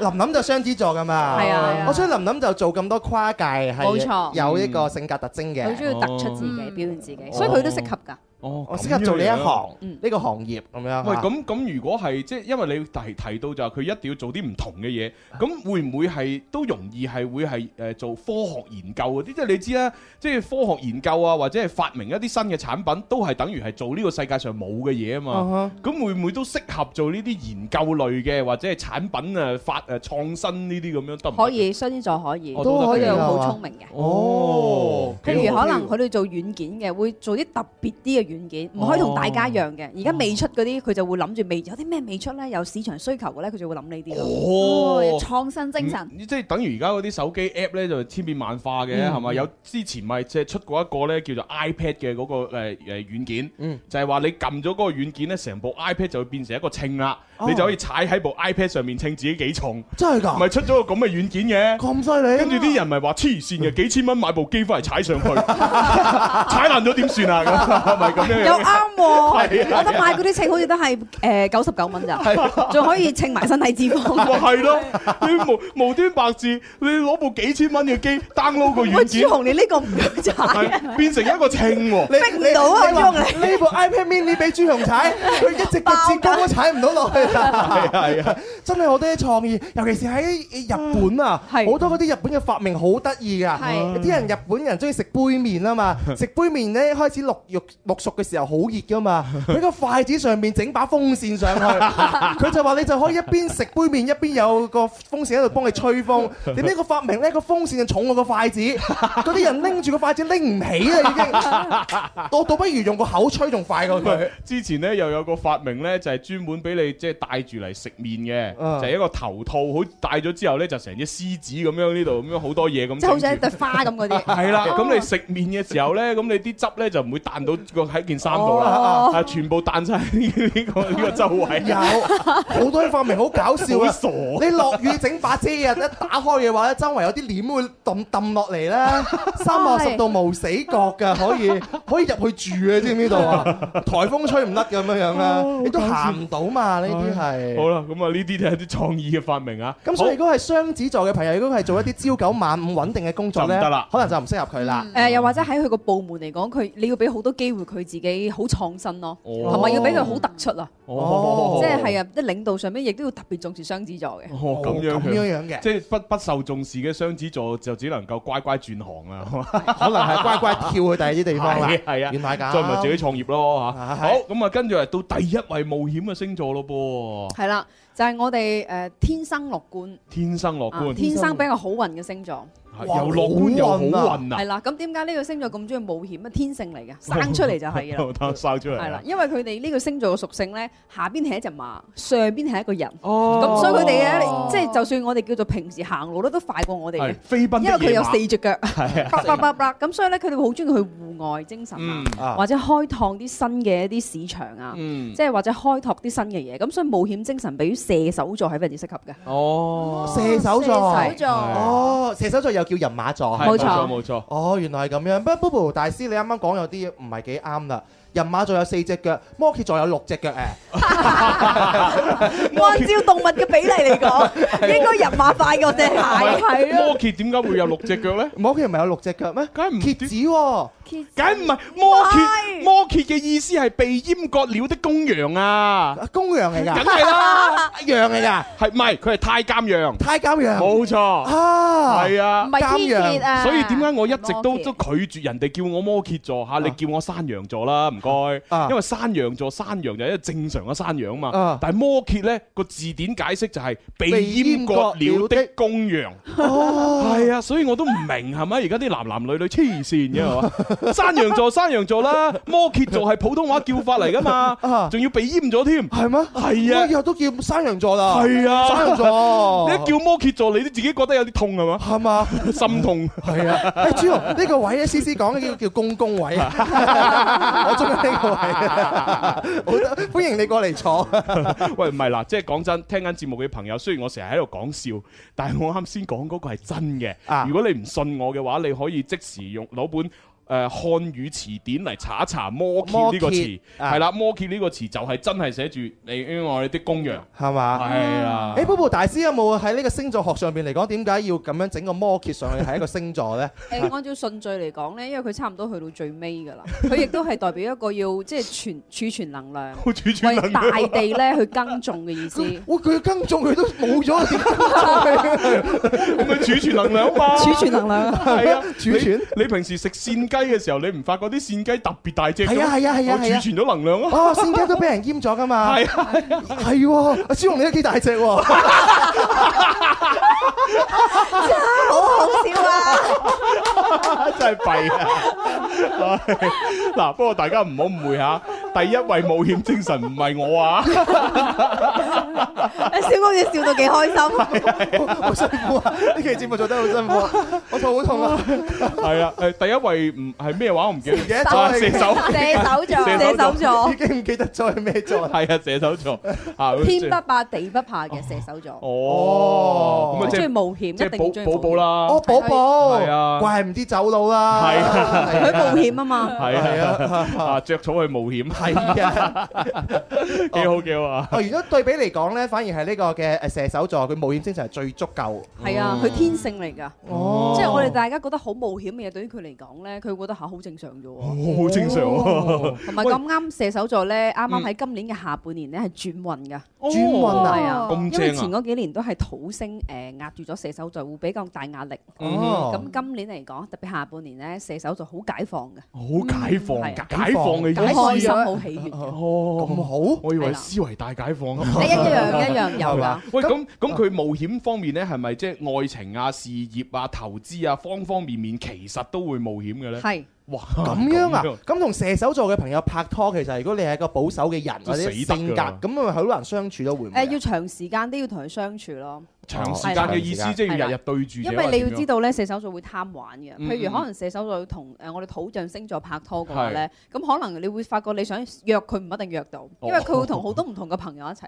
琳琳就雙子座噶嘛，
係啊係啊
我所以琳琳就做咁多跨界係
冇錯
有呢個性格特徵嘅。
佢中意突出自己，表現自己，所以佢都適合㗎。
哦
我適合做呢一行啊
嗯
呢個行業咁樣。
喂，咁咁如果係即係因為你提提到就係佢一定要做啲唔同嘅嘢，咁會唔會係都容易係會係誒做科學研究嗰啲？即係你知啦，即係科學研究啊，或者係發明一啲新嘅產品，都係等於係做呢個世界上冇嘅嘢啊
哦
嗯
嘛。
哼
咁會唔會都適合做呢啲研究類嘅或者係產品啊發誒創新呢啲咁樣得唔得？
可以雙子座可以，
我都得
佢
嘅
哋好聰明嘅。
哦，
譬如可能
佢
佢哋做軟件嘅，會做啲特別啲嘅軟件，
哦
唔可以同大家一樣嘅。而家未出嗰啲，佢就會諗住未有啲咩未出咧，有市場需求嘅咧，佢就會諗呢啲咯。
哦。
創新精神。
嗯即係等於而家嗰啲手機 app 咧就千變萬化嘅，
嗯
係咪？有之前咪即係出過一個咧叫做 iPad 嘅嗰個誒誒軟件
嗯，
就係話你撳咗嗰個軟件咧，成部 iPad 就會變成一個稱啦，
哦
你就可以踩喺部 iPad 上面稱自己幾重，
真係㗎
咪出咗個咁嘅軟件嘅。
咁犀啊嗯利，
跟住啲人咪話黐線嘅，幾千蚊買部機翻嚟踩上 去，踩爛咗點算啊？咁係咪 咁樣
又
樣？
啱喎，我覺得買嗰啲稱好似都係誒九十九蚊咋，仲可以稱埋身體 脂肪。
咪係咯，你無無端白事，你攞部幾千蚊嘅機 download 個
喂，
軟
朱
件，
紅，你呢個唔夠踩，
啊
係變成一個稱喎。
你
逼唔到啊
你
朱
話
紅你
呢部 iPad mini 俾朱 紅踩，佢一直個折高都踩唔到落去啦。
係啊，
真係好多啲創意，尤其是喺日本啊，
嗯係
好多嗰啲日本嘅發明好得意㗎。
係
有啲人日本人中意食杯麵 啊嘛，食杯麵咧開始淥肉淥熟嘅時候好熱 㗎嘛，喺個筷子上面整把風扇上 去，佢就話你就可以一邊食杯麵一邊有個風扇喺度幫你 吹風。點解個發明咧個風扇就重過個筷子，嗰啲人拎住個筷子拎唔起啦已經，我倒不如用個口吹仲快過佢。
之前咧又有個發明咧，就係專門俾你即係戴住嚟食麵嘅，
嗯
就係一個頭套，好戴咗之後咧就成隻獅子咁樣呢度咁樣好多嘢咁
即係好
整
似一
住。
朵花咁嗰啲。
係
哦
啦，咁你食麵嘅時候咧，咁你啲汁咧就唔會彈到個喺件衫度
哦
啦，啊，全部彈晒呢個呢個周
有
圍。
好多發明好搞笑
好
啊！
傻
你落雨整把遮啊，一打開嘅話咧，周圍有啲簾會揼揼落 嚟啦，三百六十度無死角㗎，可以可以入去住啊！知唔知道 啊？颱風吹唔甩咁樣樣啦，你都行唔到嘛？呢啲
好
係。
啦，咁啊呢啲就係啲創意嘅發明啊。
咁所以如果係雙子座嘅朋友，如果係做一啲朝九晚五穩定嘅工作
就
咧
唔得啦，
可能就唔適合佢啦。
誒又或者喺佢個部門嚟講，佢你要俾好多機會佢自己好創新咯，
哦
同埋要俾佢好突出啊！
好哦，
即係係啊，啲領導上面亦都要特別重視雙子座嘅。
哦咁樣
咁樣樣嘅
即係不不受重視嘅雙子座就只能夠乖乖轉行啦。
可能係乖乖跳去第二啲地方啦。
係 啊係啊
原來咁。
再咪自己創業咯嚇。
啊係
好咁啊，跟住係到第一位冒險嘅星座咯噃，
係啦，就係我哋誒天生樂觀，
天生樂
啊
觀，
天生比較好運嘅星座。
係
哇
又樂觀又好
好
運啊
係！啦，咁點解呢個星座咁中意冒險啊？天性嚟 嘅，生出嚟就係啦。
啦，生出嚟
係啦
啊，，
因為佢哋呢個星座嘅屬性咧，下邊係一隻馬，上邊係一個人，
哦
咁所以佢哋咧，
哦
即係就算我哋叫做平時行路咧，都快過我哋嘅
係。飛奔
因
的
為佢
野
有
馬
四 隻腳，
啊
叭叭叭叭，咁所以咧佢哋會好中意去戶外精神啊
嗯，
啊
或者開拓啲新嘅一啲市場啊，
嗯
即係或者開拓啲新嘅嘢，咁所以冒險精神比射手座係非常之適合嘅。
哦，
射手座。
射手座
哦，射手座又叫人馬座。
係
冇錯
冇錯，
哦，原來係咁樣。不過 Bobo 大師，你啱啱講有啲嘢唔係幾啱啦。人馬座有四隻腳，摩羯座有六隻腳誒。
按照動物嘅比例嚟講， 應該人馬快過隻蟹。啊
係啊摩羯點解會有六隻腳咧？
摩羯唔係有六隻腳咩？
梗係唔
蝎子喎，
梗唔係摩羯，摩羯嘅意思係被閹割了的公羊 啊！
公羊嚟㗎，
梗係啦，
羊嚟㗎，
係唔係？佢係太監羊，
太監羊，
冇錯，
啊
係啊，
唔係天蠍啊
所以點解我一直
係
都
摩羯
都拒絕人哋叫我摩羯座嚇，你
啊
叫我山羊座啦，唔該，因為山羊座山羊就係一個正常嘅山羊嘛
啊，
但係摩羯咧個字典解釋就係被
被
閹
閹割
割了
了
的
的
公羊。
哦，
係啊，所以我都唔明係咪而家啲男男女女黐線嘅係 嘛？山羊座山羊座啦，摩羯座係普通話叫法嚟噶嘛，
啊
仲要被閹咗添。
係咩？
係啊
我以後都叫山羊座啦。
係啊
山羊 座，
你一叫摩羯座，你都自己覺得有啲痛係嘛？
係嘛？
心痛。
係啊，誒朱紅呢個位咧，思思講嘅叫叫公公 位啊，我中意呢個位，好得歡迎你過嚟坐。
喂，唔係嗱，即係講真，聽緊節目嘅朋友，雖然我成日喺度講笑，但係我啱先講嗰個係真嘅。
啊
如果你唔信我嘅話，你可以即時用攞本。誒、漢語詞典嚟查一查摩羯呢個
摩
詞
羯，啊
係啦、摩羯呢個詞就係真係寫住你我哋的公羊，
係嘛？
係啊啦。
誒，Bobo 大師有冇喺呢個星座學上邊嚟講，點解要咁樣整個摩羯上去係一個星座咧？
誒，按照順序嚟講咧，因為佢差唔多去到最尾㗎啦，佢亦都係代表一個要即係存儲存能量，
好主主
為大地咧去耕種嘅意思。
哇！佢嘅耕種佢都冇咗，點耕 種佢
咁咪儲存能量嘛？
儲存能量啊！
係啊，
儲存
你。你平時食鳝雞嘅時候，你唔發覺啲鳝雞特別大隻嘅咩？
係啊係啊係啊
我儲存咗能量啊！
哦，仙雞都俾人閹咗噶 嘛？
係啊，
係喎，阿朱紅你都幾大隻喎，
啊
真係弊啊！嗱，不過大家唔好誤會嚇，第一位冒險精神唔係我啊，
誒小公主笑到幾開心，
好辛 苦啊！呢期節目做得好辛苦啊，我肚好痛啊！
係啊，誒第一位唔係咩話我唔記得
唔記得咗
啊射手，
射手座
射
射手座
已，經唔記得咗係咩座啦。
係啊，射手座啊，
天不怕地不怕嘅射手座，
哦，咁啊
佢
即
中意
係
冒險，一
即
定中
係
意
寶寶寶
啦，
啦，
哦，寶寶，
係啊
怪唔知走佬啦，
係 啊
佢冒險啊
哦
嘛。
係啊，啊着草去冒險，
係啊。
幾好幾好啊！
哦，如果對比嚟講咧，反而係呢個嘅誒射手座，佢冒險精神係最足夠。
係啊，佢天性嚟㗎，
哦
即係我哋大家覺得好冒險嘅嘢，對於佢嚟講咧，佢會覺得嚇好正常啫喎。
哦我好正常喎，
同埋咁啱射手座咧，啱
嗯
啱喺今年嘅下半年咧係轉運㗎，
轉運啊
哦係啊，
咁
因為前
正啊！
嗰幾年都係土星誒壓住咗射手座，會比較大壓力。
哦
咁今年嚟講，特別下半年咧，射手座好解放嘅，
好解放，
嗯係啊
解放嘅意
好開
思
心，
啊！
好喜悅嘅，
哦，
咁好，
我以
係
為
啦
思維大解放
係
啊！
一樣一樣有啊㗎。
喂，咁咁佢冒險方面咧，係咪即係愛情啊、事業啊、投資啊，方方面面其實都會冒險嘅咧？
係
哇，
咁樣啊？咁同射手座嘅朋友拍拖，其實如果你係一個保守嘅人
都
或者
死得㗎
性格，咁咪好難相處咯，會唔會
誒，
啊？
要長時間都要同佢相處咯，
長時間嘅意思
係啦
即係要日日對住，
因為你要知道咧，射手座會貪玩嘅。
嗯
譬如可能射手座要同誒我哋土象星座拍拖嘅話咧，咁可能你會發覺你想約佢唔一定約到，因為佢會同好多唔同嘅朋友一齊，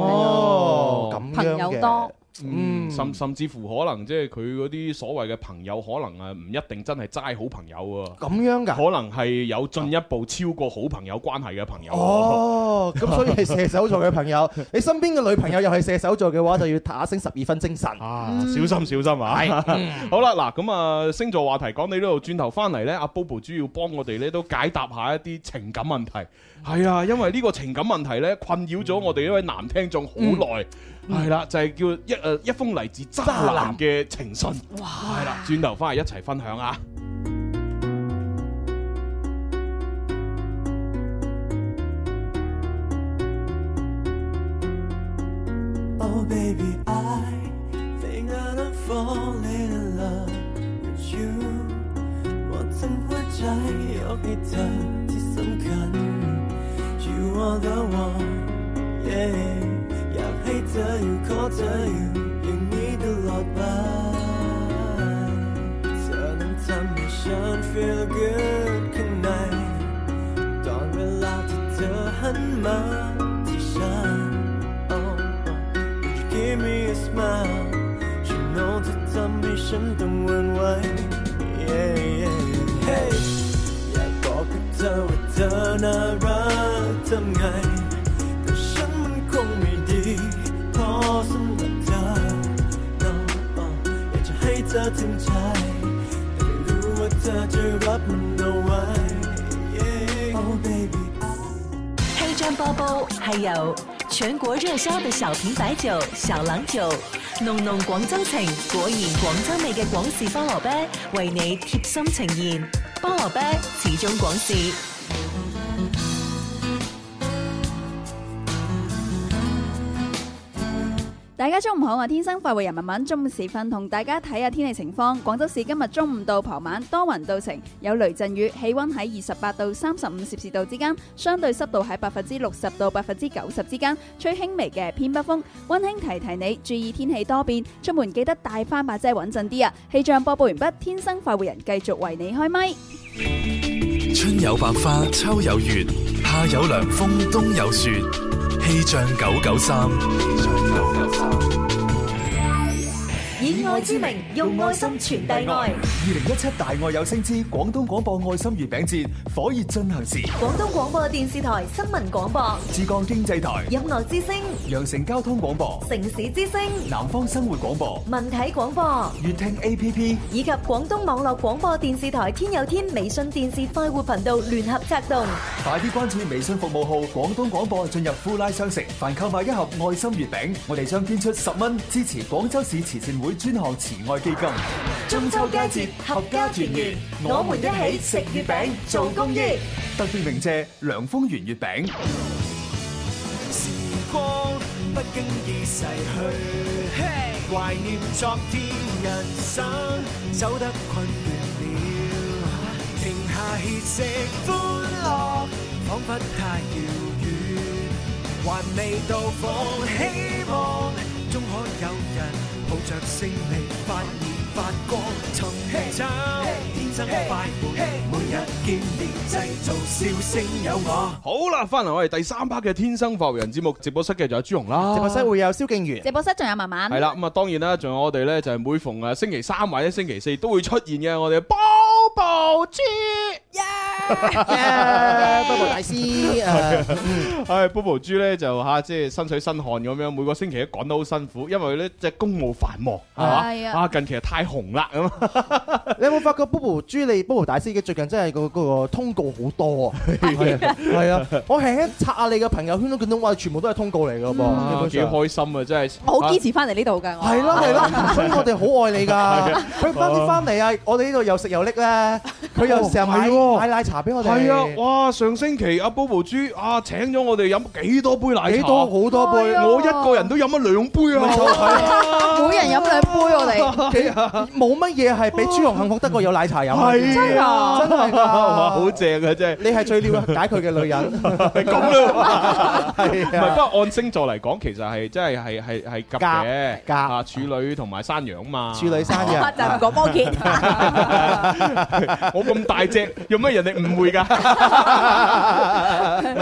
哦，咁
朋
樣
友
嘅
多。
嗯，
嗯
甚甚至乎可能即係佢嗰啲所謂嘅朋友，可能啊唔一定真係齋好朋友喎。
咁樣㗎。
可能係有進一步超過好朋友關係嘅朋友。
哦，咁所以係射手座嘅 朋友，你身邊嘅女朋友又係射手座嘅話，就要打醒十二分精神。
啊，小心小心啊！ 好啦，嗱咁啊，星座話題講到呢度，轉頭翻嚟呢，阿 Bobo 主要幫我哋呢都解答下一啲情感問題。係啊，因為呢個情感問題呢，困擾咗我哋呢位男聽眾好耐。係啦，就係叫一誒一封嚟自渣男嘅情信。哇！係啦，轉頭翻嚟一齊分享啊！
Oh baby, I think that I'm falling in love with you。我ทั้งหัวใจยกให้เธอที่สำคัญ You are the one, yeah。อยากให้เธออยู่ขอเธออยู่อย่างนี้ตลอดไปเธอนั้นทำให้ฉัน feel good ข้างใน ตอนเวลาที่เธอหันมาที่ฉัน oh, oh. Give me a smile. You know that I'm mission, don't run away. Yeah, yeah, yeah. Hey, อยากบอกกับเธ จะว่าเธอน่ารักทำไง แต่ฉันมันคงไม่ดีพอสำหรับเธอ No uh, อ่ะอยากจะให้เธอถึงใจ แต่ไม่รู้ว่าเธอจะรับมันเอาไว้ Yeah Oh baby
黑砖包包，还有全国热销的小瓶白酒小郎酒，濃濃廣州情，果然廣州味嘅廣氏菠蘿啤為你貼心呈現。菠蘿啤始終廣氏。
大家中午好，我係天生快活人文文，中午時分同大家睇下天氣情況。廣州市今日中午到傍晚多雲到晴，有雷陣雨，氣温喺二十八到三十五攝氏度之間，相對濕度喺百分之六十到百分之九十之間，吹輕微嘅偏北風。温馨提提你注意天氣多變，出門記得帶翻把遮穩陣啲啊！氣象播報完畢，天生快活人繼續為你開咪。
春有百花，秋有月，夏有涼風，冬有雪。氣象九九三，
以愛之名，用愛心傳遞愛。
二零一七大愛有聲之廣東廣播愛心月餅節火熱進行時，
廣東廣播電視台新聞廣播，
珠江經濟台、
音樂之聲、
羊城交通廣播、
城市之聲、
南方生活廣播、
文體廣播。
粵聽 A P P、
以及廣東網絡廣播電視台天有天微信電視快活頻道聯合策動，
快啲關注微信服務號廣東廣播，進入呼拉商城，凡購買一盒愛心月餅，我哋將捐出十蚊支持廣州市慈善會專項慈愛基金。
中秋佳節合家團圓，我們一起食月餅做公益。
特別鳴謝涼風園月餅。
時光不經意逝去，懷念昨天，人生走得困倦了，停下歇息，歡樂彷彿太遙遠，還未到訪，希望終可有人抱着勝利發現發光，尋找天生快活，每日見面製造笑聲有我。
好啦，翻嚟我哋第三 part 嘅天生浮人節目直播室嘅就有朱紅啦，
直播室會有蕭敬元。
直播室仲有文文，
系啦，咁啊當然啦，仲有我哋咧就係每逢啊星期三或者星期四都會出現嘅我哋嘅 Bobo 豬，
Bobo 大師 誒，
唉 Bobo 豬咧就吓即係身水身汗咁樣，每個星期都趕得好辛苦，因為咧即係公務繁忙係
係
嘛，
啊
啊近期太紅啦咁。啊
你有冇發覺 Bobo 朱你 Bobo 大師嘅最近真係個個通告好 多啊？係啊，係啊，我輕輕刷下你嘅朋友圈都見到，哇，全部都係通告嚟㗎
啊
噃，
幾開心啊！真係，
我好堅持翻嚟呢度㗎，我
係咯 係咯，所以我哋好愛你
係
㗎
啊。哦
佢翻啲翻嚟啊，我哋呢度又食又拎咧，佢又成日買
係喎
買奶茶俾我哋。
係啊！哇！上星期阿 Bobo 豬啊請咗我哋飲幾多杯奶茶？
幾多好多杯係啊
我一個人都飲咗兩杯啊！
每人飲兩杯我哋。
幾冇乜嘢係比朱紅幸福得過有奶茶飲啊。
啊 係啊
真係㗎，
哇！好正啊！真係，
你係最了解佢嘅 女人。
咁啦，
係啊
唔係，不過按星座嚟講，其實係真係係係係夾嘅，夾啊處女同埋山羊嘛，
處女山羊
就唔講摩 羯，
我咁大隻，有咩人哋誤會㗎？
太哎好笑啊啦！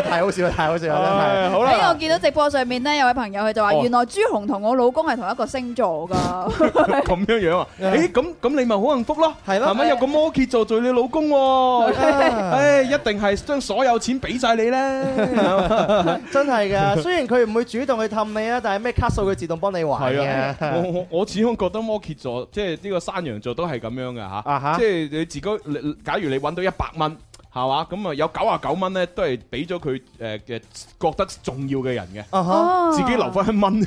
太好笑啦！真係
哎好
喺
啦
哎我，見到直播上面呢，有位朋友佢就話：
哦
原來朱紅同我老公係同一個星 座㗎。
咁樣樣啊？誒，咁咁你咪好幸福咯，係
咯啊
係咪有個摩羯座做你老公喎？誒，一定係將所有錢俾晒你咧，
真 係㗎，雖然佢唔會主動去氹你啊，但係咩卡數佢自動幫你還
係
嘅
啊。，我我我始終覺得摩羯座即係呢個山羊座都係咁樣嘅
啊
嚇，即係你自己，你假如你揾到一百蚊。係嘛？咁啊有九啊九蚊咧，都係俾咗佢誒嘅覺得重要嘅人
啊
嘅，
哈
自己留翻一 蚊。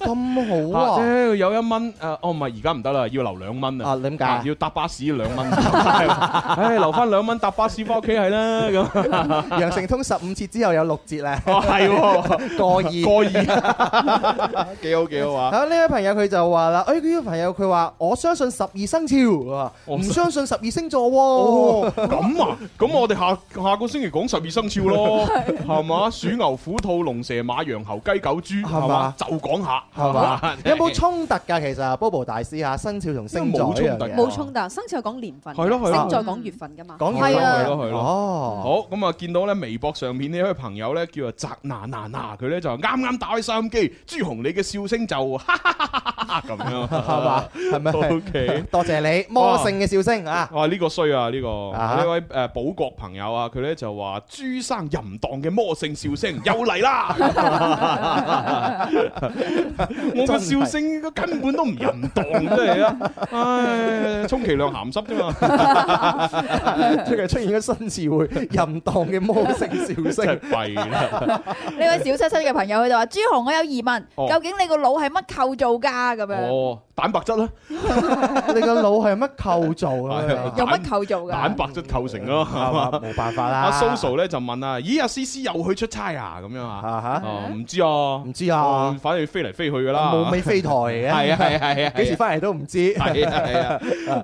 咁好
啊， 即
啊！
係有一蚊誒，哦唔係而家唔得啦，要留兩蚊啊！
啊點解
要搭巴士兩蚊， 唉，留翻兩蚊搭巴士翻屋企係啦 咁。
羊城通十五折之後有六折咧，
哦係喎，
過二
過二，幾好幾好啊！
啊！呢位朋友佢就話啦，哎誒呢位朋友佢話我相信十二生肖啊，唔相信十二星座
哦，
喎。
咁啊，咁我哋下下個星期講十二生肖咯，係嘛？鼠牛虎兔龍蛇馬羊猴雞狗豬，
係嘛
係嘛？就講下，
係嘛？
哦真係
有冇衝突㗎？其實 Bobo 大師嚇，生肖同星座呢樣嘢
冇衝突，生肖講年份，
啊係咯係咯
星座講月份噶嘛，
講完
係啊
啦，係咯係咯。
哦
好咁啊，見到咧微博上面呢有位朋友咧叫做澤娜娜娜，佢咧就啱啱打開收音機，朱紅你嘅笑聲就哈哈哈哈咁樣，
係嘛？係咪
OK
多謝你魔性嘅笑聲啊！
哇！呢個衰啊，呢個
啊
呢位誒寶國朋友啊，佢咧就話朱生淫蕩嘅魔性笑聲又嚟啦！ 我個笑聲根本都唔淫蕩，真係啊！唉，充其量鹹濕啫 嘛。
即係出現咗新 詞彙，淫蕩嘅魔性笑聲，
弊啦！
呢位小七七嘅朋友佢就話：朱紅，我有疑問，
哦
究竟你個腦係乜構造㗎？咁
啊
樣
哦，蛋白質啦，
你個腦係乜構造
係啊
啊？
有乜構造㗎？
蛋白質構成咯，係嘛？
冇辦法啦。
阿 Soso 咧就問啊，咦阿 C C 又去出差啊咁樣啊？哦唔知啊，唔
知啊，
反正飛嚟飛去㗎啦，
冇尾飛台嘅，
係啊係啊係啊，
幾時翻嚟都唔知。
係啊係啊，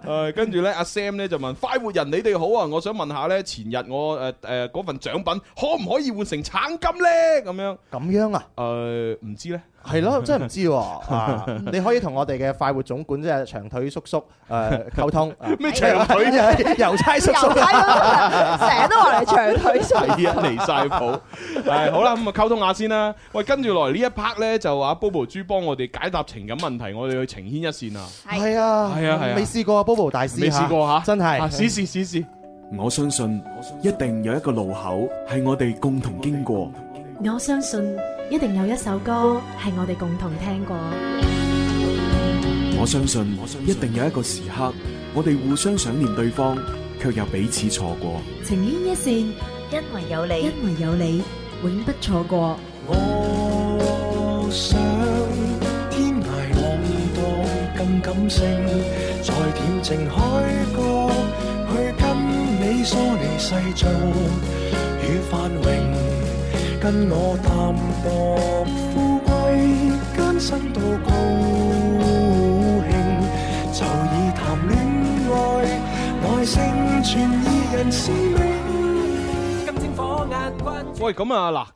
誒跟住咧，阿 Sam 咧就問快活人你哋好啊，我想問下咧，前日我誒誒嗰份獎品可唔可以換成橙金咧？咁樣
咁樣啊？
誒唔知咧，
係
嗯
咯，真係唔知喎。 啊你可以同我哋嘅快活總管即係長腿叔叔誒溝通。
咩長 腿
郵差叔啊叔
郵差成日都話嚟長腿叔
係啊，離晒譜。係好啦，咁啊溝通下先啦。喂，跟住落嚟呢一 part 咧，就阿 Bobo 豬幫我哋解答情感問題，我哋去情牽一線啊。
係啊，
係啊係啊
未試過啊，Bobo 大師
未試過嚇
真係
啊試試試試。
我相信一定有一個路口係我哋共同經過，
我相信一定有一首歌係我哋共同聽過。
我相信一定有一個時刻，我哋互相想念對方，卻又彼此錯過。
情牽一線，因為有你，因為有你，永不錯過。
我想天涯浪蕩更感性，在恬靜海角去跟你梳理世俗與繁榮，跟我淡薄富貴艱辛到高興，就以談戀愛來成全二人使命。金睛火眼關注
喂，咁啊嗱，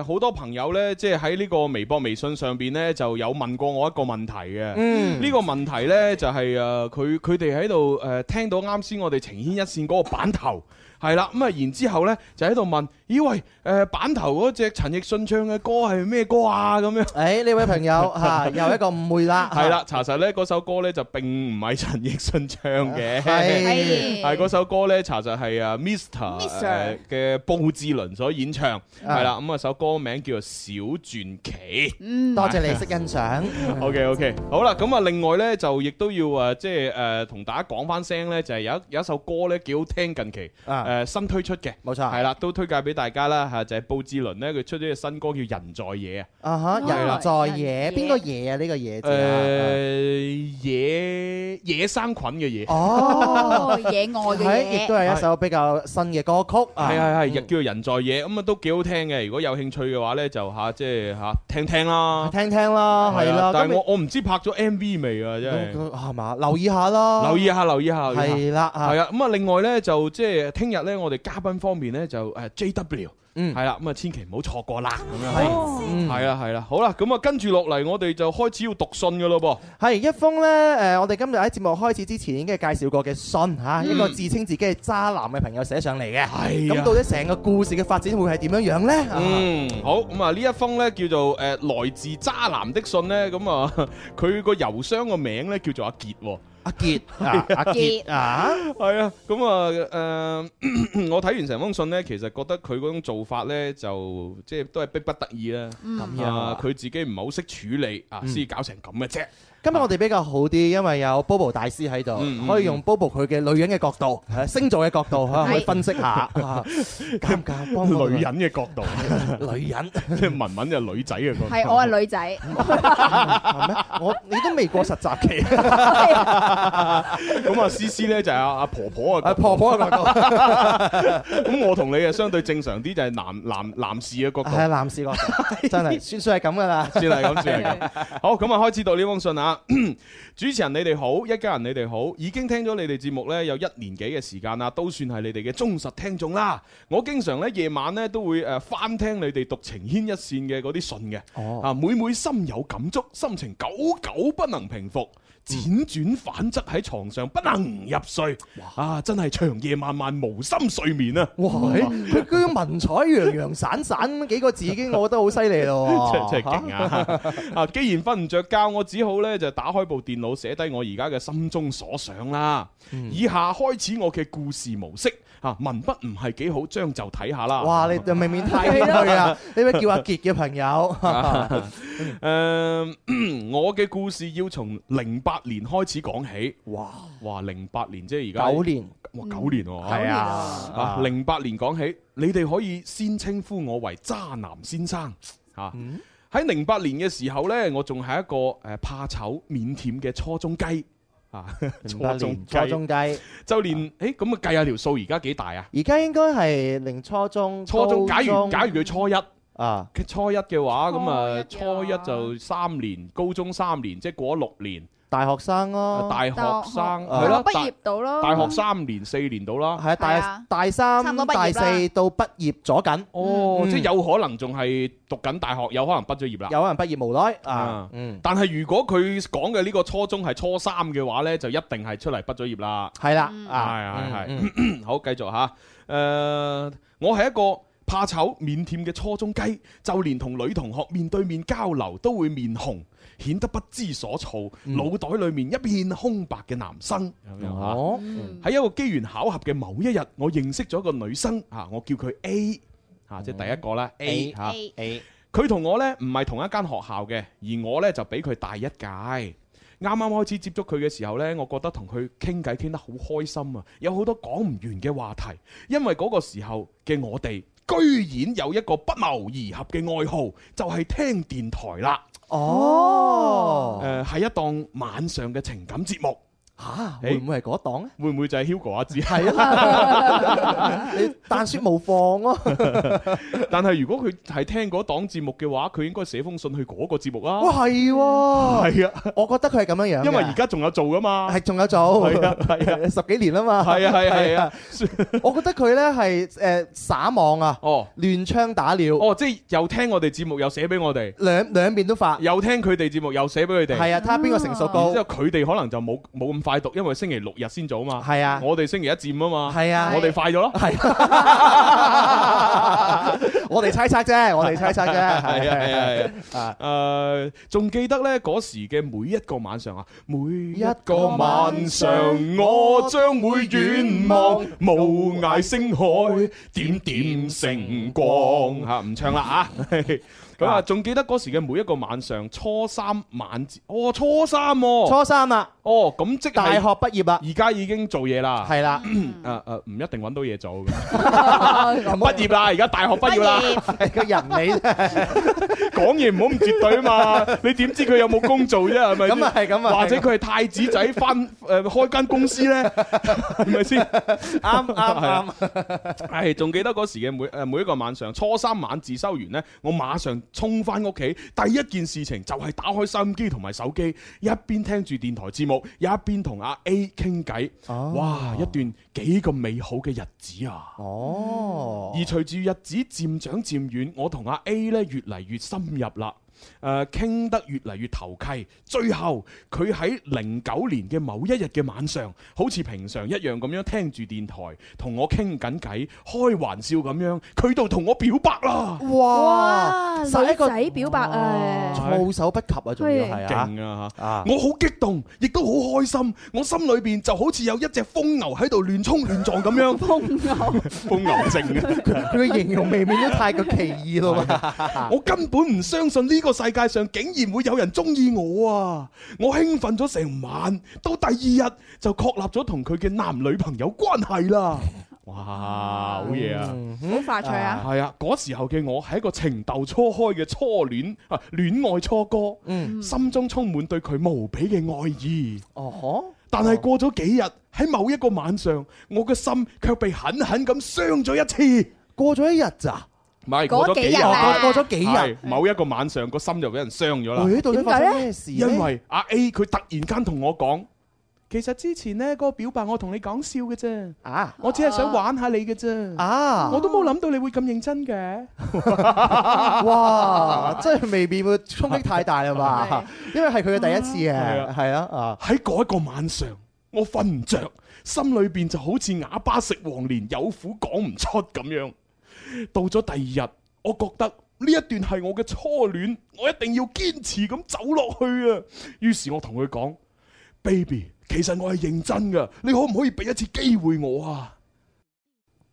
誒好多朋友咧，即係喺呢個微博、微信上邊咧，就有問過我一個問題嘅。
嗯
呢個問題咧就係誒佢佢哋喺度誒聽到啱先我哋情牽一線嗰個版頭。係啦，咁啊，然之後咧就喺度問，咦喂，誒、呃版頭嗰只陳奕迅唱嘅歌係咩歌啊？咁樣，誒、
呢位朋友 嚇又一個誤會啦。
係啦，查實咧嗰首歌咧就並唔係陳奕迅唱嘅，
係
哎
係嗰首歌咧查實係啊 Mr. 誒嘅布志綸所演唱，係啦，咁啊首歌名叫做《小傳奇》。
嗯多謝你識欣賞。
OK OK，好啦，咁啊另外咧就亦都要啊，即係誒同大家講翻聲咧，就係有一有一首歌咧幾好聽，近期誒新推出嘅，冇
錯，
係啦，都推介俾大家啦嚇，就係布志綸咧佢出咗隻新歌叫《人在野》啊。
啊哈，人在野，邊個野啊？呢個野字啊？
誒野野生菌嘅野，
哦，
野外嘅
係，亦都係一首比較新嘅歌曲啊。
係係係，亦叫人在野，咁啊都幾好聽嘅。如果有興趣嘅話咧，就嚇即係嚇聽聽啦。
聽聽啦，係
啊
啦。
但
咁
係我我唔知拍咗 MV 未啊，真係。
係嘛？留意下啦，
留意下，留意下，留意下
係啦啊
係啊。咁啊，另外咧就即係聽日咧，我哋嘉賓方面咧就誒 JW，
嗯，
係啦，咁啊千祈唔好錯過啦，咁樣
哦
係嗯
係啦係啦，好啦，咁啊跟住落嚟，我哋就開始要讀信噶咯噃。
係一封咧，誒、我哋今日喺節目開始之前已經係介紹過嘅信嚇，一個自稱自己係渣男嘅朋友寫上嚟嘅。
嗯係啊
咁到底成個故事嘅發展會係點樣啊樣咧？
嗯，好咁啊！呢一封咧叫做誒、呃來自渣男的信咧，咁啊 佢個郵箱個名咧叫做阿傑喎。
阿傑 啊阿傑啊，
係啊，咁啊誒，呃 我睇完成封信咧，其實覺得佢嗰種做法咧，就即係都係逼不得已啦。
嗯咁樣啊
啊佢自己唔係好識處理啊，
嗯
先搞成咁嘅啫。
今日我哋比較好啲，因為有 Bobo 大師喺度，
嗯嗯
可以用 Bobo 佢嘅女人嘅角度、誒星座嘅角度嚇去分析 下。啊尷尬，幫我
女人嘅角度，
女人
即係文文就係女仔啊嘅角 度。
係我係女仔，
我你都未過實習期，
咁啊，思思咧就係阿阿婆 婆嘅，
阿婆婆嘅角 度。
咁我同你啊相對正常啲，就係男男男士嘅角度。
係男士角度，真係算算係咁噶啦。
算係咁，算係咁。好，咁啊開始讀呢封信啊。 啦，主持人你哋好，一家人你哋好，已經聽咗你哋節目呢有一年幾嘅時間啦，都算係你哋嘅忠實聽眾啦。我經常呢夜晚呢都會誒翻聽你哋讀情牽一線嘅嗰啲信嘅，
哦
啊每每心有感觸，心情久久不能平復。
嗯
輾轉反側喺床上不能入睡，啊！真係長夜漫漫無心睡眠啊！。
哇！佢佢嘅文采洋洋散散咁幾個字已經，我覺得好犀利 咯
真真係勁啊！ 啊，既然瞓唔着覺，我只好呢就打開部電腦寫低我而家嘅心中所想啦。
嗯
以下開始我嘅故事模式啊，文筆唔係幾好，將就睇下啦。
哇！你明明太 謙虛啦，呢位叫阿傑嘅朋友，
誒，嗯我嘅故事要從零八年開始講起。哇！哇，零八年即係而家
九年，
哇，九年喎。
係啊
啊，零八年講起，你哋可以先稱呼我為渣男先生嚇。
嗯
喺零八年嘅時候呢，我仲係一個誒怕醜腼腆嘅初中雞啊，初
八
中
年
雞
初中雞，
就連誒咁啊計下條數，而家幾大啊？
而家應該係零初中、
初中
高
假如假如佢初一
啊，
佢初一嘅話，咁啊初一就三年，高中三年，即係過咗六年，啊
大學生咯，
大學生
哦大學哦
係咯，
畢
大
業到咯
大學三年四年到啦，
係啊，大大三、大四到畢業咗緊。
哦，
嗯
即係有可能仲係讀緊大學，有可能畢咗業啦，
有可能畢業無耐啊。
嗯，但係如果佢講嘅呢個初中係初三嘅話呢，就一定係出嚟畢咗業啦。
係啦
係係
啊
係，好繼續嚇。誒，我係一個怕醜腼腆嘅初中雞，就連同女同學面對面交流都會面紅，顯得不知所措，腦袋裡面一片空白嘅男生。嗯
哦，
嗯
喺一個機緣巧合嘅某一日，我認識咗一個女生啊，我叫佢 A 啊，即係第一個啦，A 嚇
A。
佢同我呢唔係同一間學校嘅，而我呢就比佢大一屆。啱啱開始接觸佢嘅時候呢，我覺得同佢傾偈傾得好開心啊，有好多講唔完嘅話題。因為嗰個時候嘅我哋，居然有一個不謀而合嘅愛好，就係、聽電台啦。
哦，
誒係一檔晚上嘅情感節目。
嚇
會
唔會係嗰檔咧？
會唔會就係 Hugo 阿志？
係啊，你但説無妨咯。
但係如果佢係聽嗰檔節目嘅話，佢應該寫封信去嗰個節目啦。
哇，係喎，
哦係啊，
我覺得佢係咁樣樣嘅，
因為而家仲有做噶嘛。
係仲有做，
係啊
係啊， 十幾年啦嘛，
係啊係啊係啊，
我覺得佢咧係誒撒網啊，
哦，
亂槍打鳥，
哦，即係又聽我哋節目，又寫俾我哋。
兩兩邊都發，
又聽佢哋節目，又寫俾佢哋。
啊係啊睇下邊個成數高
然之後佢哋可能就冇冇咁快讀，因為星期六日先做啊嘛。
係啊
我哋星期一佔啊嘛。
係啊
我哋快咗咯。
係 我哋猜測啫，我哋猜測啫，
係啊係啊係啊。誒，仲記得呢嗰時嘅每一個晚上啊，每一個晚上我將會遠望無涯星海，點點星光嚇，唔唱啦 啊！咁啊，仲記得嗰時嘅每一個晚上，初三晚節，哦，初三喎，
初三啦，
哦，咁即係
大學畢業啦，
而家已經做嘢啦，
係啦，
誒誒，唔一定揾到嘢做嘅，畢業啦，而家大學畢業啦，
個人你
講嘢唔好咁絕對啊嘛，你點知佢有冇工做啫？係咪先？
咁啊係咁啊
或者佢係太子仔翻誒開間公司咧， 係咪先？
啱啱
啱。係仲記得嗰時嘅每誒每一個晚上，初三晚自修完咧，我馬上衝翻屋企，第一件事情就係打開收音機同埋手機，一邊聽住電台節目，一邊同阿 A 傾偈。哇！一段幾咁美好嘅日子啊！
哦，
而隨住日子漸長漸遠，我同阿 A 咧越嚟越深入啦。誒傾得越嚟越投契，最後佢喺零九年嘅某一日嘅晚上，好似平常一樣咁樣聽住電台，同我傾緊偈，開玩笑咁樣，佢度同我表白啦！
哇，
女
殺一個
仔表白啊！
措手不及啊，仲要
哎
係啊，
勁啊！
啊
我好激動，亦都好開心，我心裏邊就好似有一隻瘋牛喺度亂衝亂撞咁 樣。
瘋牛，
瘋牛 症啊！
佢嘅形容未免都太過奇異咯喎。
我根本唔相信呢個世界上竟然會有人中意我啊！我興奮咗成晚，到第二日就確立咗同佢嘅男女朋友關係啦！哇，好嘢啊！
嗯
好快脆啊！
係啊，嗰時候嘅我係一個情竇初開嘅初戀啊，戀愛初哥，
嗯
心中充滿對佢無比嘅愛意。
哦
但係過咗幾日，喺某一個晚上，我嘅心卻被狠狠咁傷咗一次。
過咗一日咋？
唔係
嗰
過咗幾
幾日啊
日，
過過咗幾日
係某一個晚上個心就俾人傷咗啦。
咦到底發生咩事呢
因為阿 A 佢突然間同我講。其實之前呢嗰個表白我同你講笑嘅啫，
啊，
我只係想玩下你嘅啫，
啊，
我都冇諗到你會咁認真嘅。
哇！真係未必會衝擊太大啦吧？因 為係佢嘅第一次嘅，係啊啊！
喺嗰一個晚上，我瞓唔着，心裏邊就好似啞巴食黃連，有苦講唔出咁樣。到咗第二日，我覺得呢一段係我嘅初戀，我一定要堅持咁走落去啊！於是我同佢講：，baby，其實我係認真噶，你可唔可以俾一次機會我啊？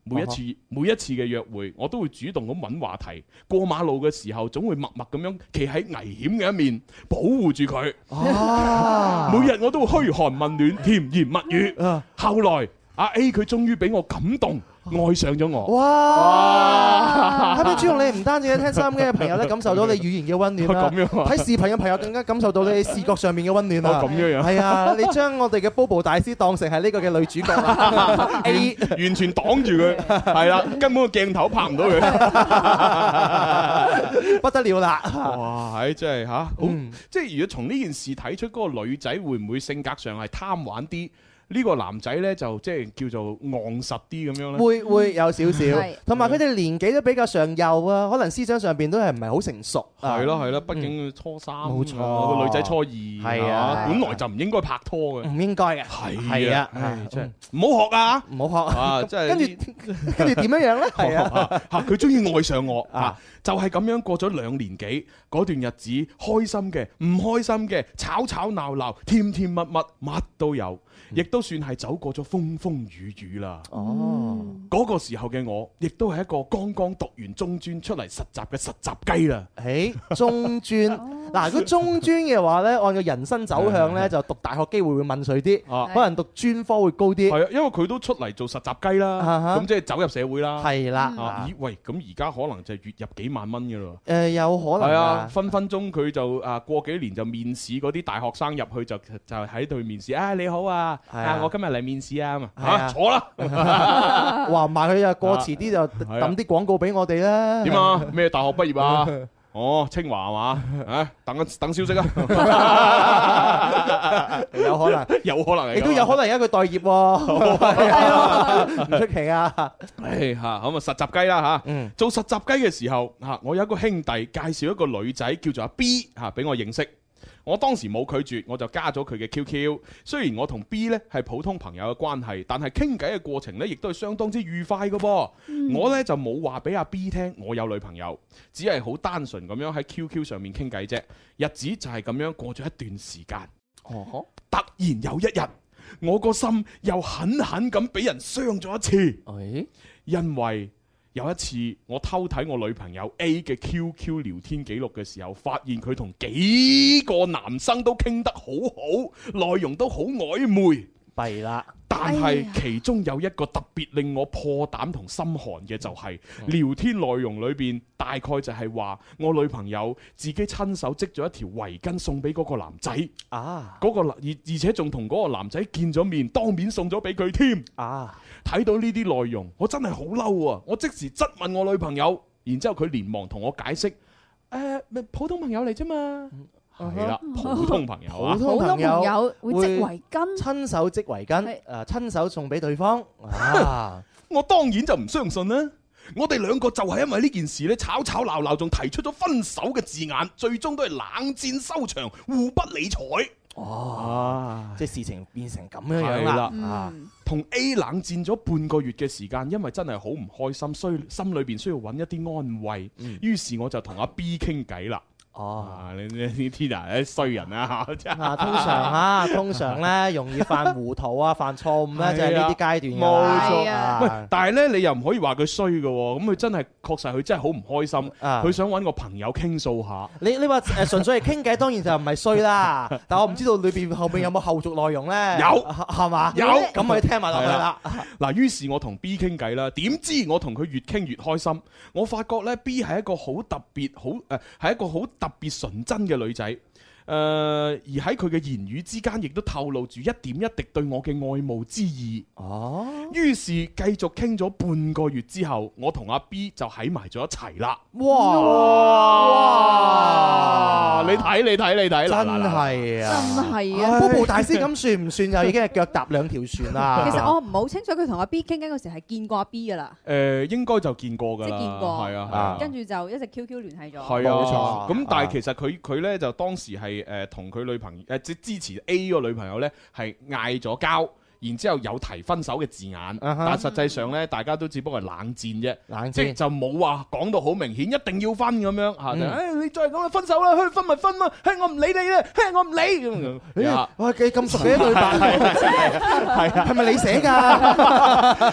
每一次每一次嘅約會，我都會主動咁揾話題。過馬路嘅時候，總會默默咁樣企喺危險嘅一面，保護住佢。
啊嗯
每日我都會噓寒問暖、甜言蜜語。後來阿 A 佢終於俾我感動，
哦
愛上咗我。
哇！睇邊朱紅，你唔單止聽收音機嘅朋友咧，感受到你語言嘅温暖 啦，
咁樣啊
睇視頻嘅朋友更加感受到你視覺上面嘅温暖啦。
哦咁樣樣
係啊！ 你將我哋嘅 Bobo 大師當成係呢個嘅女主角啊哎啦。A
完完全擋住佢，係啦，根本個鏡頭拍唔到 佢，
不得了啦！
哇，係真係吓，好
嗯
即係如果從呢件事睇出嗰個女仔會唔會性格上係貪玩啲，呢個男仔呢，就即係叫做昂實啲咁樣呢？
會會有少少
係，
同埋佢哋年紀都比較上幼啊，可能思想上邊都係唔係好成熟啊。
係咯係咯，畢竟初三，啊
冇錯
個女仔初二，係
啊嗯
本來就唔應該拍拖嘅，
唔應該嘅，係啊，
唉真
係
唔好學 啊，
唔好學
啊，真係
跟住跟住點樣 樣咧？係啊。
啊嚇佢終於愛上我啊！就係咁樣過咗兩年幾，嗰段日子開心嘅、唔開心嘅、吵吵鬧鬧、甜甜蜜蜜，乜都有，亦都算係走過咗風風雨雨啦。
哦，
嗯
嗰個時候嘅我，亦都係一個剛剛讀完中專出嚟實習嘅實習雞啦。
誒哎中專嗱，如果中專嘅話咧，按個人生走向
嗯
咧，就讀大學機會會問水
啊
啲，可能讀專科會高啲。
係啊，因為佢都出嚟做實習雞
啊
啦，
哈
咁即係走入社會啦。
係啦
啊咦喂，咁而家可能就係月入幾萬蚊嘅咯。
誒有可能
係啊，
啊，
分分鐘佢就啊過幾年就面試嗰啲大學生入去就就喺度面試，啊你好啊，
係啊
啊我今日嚟面試啊，咁啊
係啊
啊坐 啦，
話唔埋佢又過遲啲就
啊係啊
抌啲廣告俾我哋啦。
點啊？咩大學畢業 啊？哦，清華係嘛？啊，等緊等消息啊！
有可能，
有可能係咁啊，
亦都有可能而家佢待業喎，
哦
係啊唔出奇啊。嗯
唉嚇，咁啊實習雞啦嚇，做實習雞嘅時候嚇，我有一個兄弟介紹一個女仔叫做阿 B 嚇俾我認識，我當時冇拒絕，我就加咗佢嘅 QQ。雖然我同 B 呢係普通朋友嘅關係，但係傾偈嘅過程呢亦都係相當之愉快嘅噃。
嗯
我呢就冇話俾阿 B 聽我有女朋友，只係好單純咁樣喺 QQ 上面傾偈啫。日子就係咁樣過咗一段時間。
哦，
突然有一日，我個心又狠狠咁俾人傷咗一次。
哦
因為有一次我偷睇我女朋友 A 嘅 QQ 聊天記錄嘅時候，發現佢同幾個男生都傾得好好，內容都好曖昧。
弊啦！
但
哎
係
呀
其中有一個特別令我破膽同心寒嘅就係、
嗯
聊天內容裏邊大概就係話我女朋友自己親手織咗一條圍巾送俾嗰個男仔。
啊，
嗰個男而而且仲同嗰個男仔見咗面，當面送咗俾佢添。
啊！
睇到呢啲內容，我真係好嬲啊！我即時質問我女朋友，然之後佢連忙同我解釋：誒、咪普通朋友嚟啫嘛。係啦，普通朋友啊，
普通朋友
會織圍
巾，親手織圍巾，誒親手送俾對方啊！
我當然就唔相信啦。我哋兩個就係因為呢件事咧，吵吵鬧鬧，仲提出咗分手嘅字眼，最終都係冷戰收場，互不理睬。
哦，即係事情變成咁樣樣
啊係
啦
啦，
嗯
啊，
同 A 冷戰咗半個月嘅時間，因為真係好唔開心，需心裏邊需要揾一啲安慰，於是我就同阿 B 傾偈啦。
哦，
你你呢啲啊，啲衰人 啊，嚇啊真係
啊，通常 啊，通常咧容易犯糊塗啊，犯錯誤咧就係呢啲階段㗎啦
冇
啊
錯。喂，但係咧，你又唔可以話佢衰嘅喎，咁佢真係確實佢真係好唔開心，
啊
佢想揾個朋友傾訴下。
你你話誒純粹係傾偈，當然就唔係衰 啦。但我唔知道裏邊後邊有冇後續內容咧。
有
係嘛？
有
咁我哋聽埋落去啦。
係啦。嗱，於是我同 B 傾偈啦，點知我同佢越傾越開心。我發覺咧，B 呃係一個好特別、好誒，係、一個好特別純真嘅女仔。誒、而喺佢嘅言語之間，亦都透露住一點一滴對我嘅愛慕之意。
哦，
於是繼續傾咗半個月之後，我同阿 B 就喺埋咗一齊啦。
哇啊
哇！啊你睇你睇你睇，嗱嗱嗱
係
真
哎
啊！
係啊
，Bobo 大師咁算唔算就已經係腳踏兩條船
哎
啦？
其實我唔好清楚佢同阿 B 傾偈嗰時係見過阿 B 噶啦，
誒呃應該就見過㗎啦，
即係見過，
係啊，係啊
跟住就一直 QQ 聯繫咗，
係啊，
冇錯啊
咁但係其實佢佢咧就當時係誒同佢女朋友誒即支持 A 個女朋友咧係嗌咗交。然之後有提分手嘅字眼
啊
但實際上咧，大家都只不過係冷戰啫，
冷
即係
戰
就冇話講到好明顯，一定要分咁樣嚇。就
嗯
誒你再咁樣分手啦，去分咪分啦，嘿我唔理你啦，嘿我唔 理咁樣。
哇！佢咁熟嘅一對白，係係咪你寫㗎？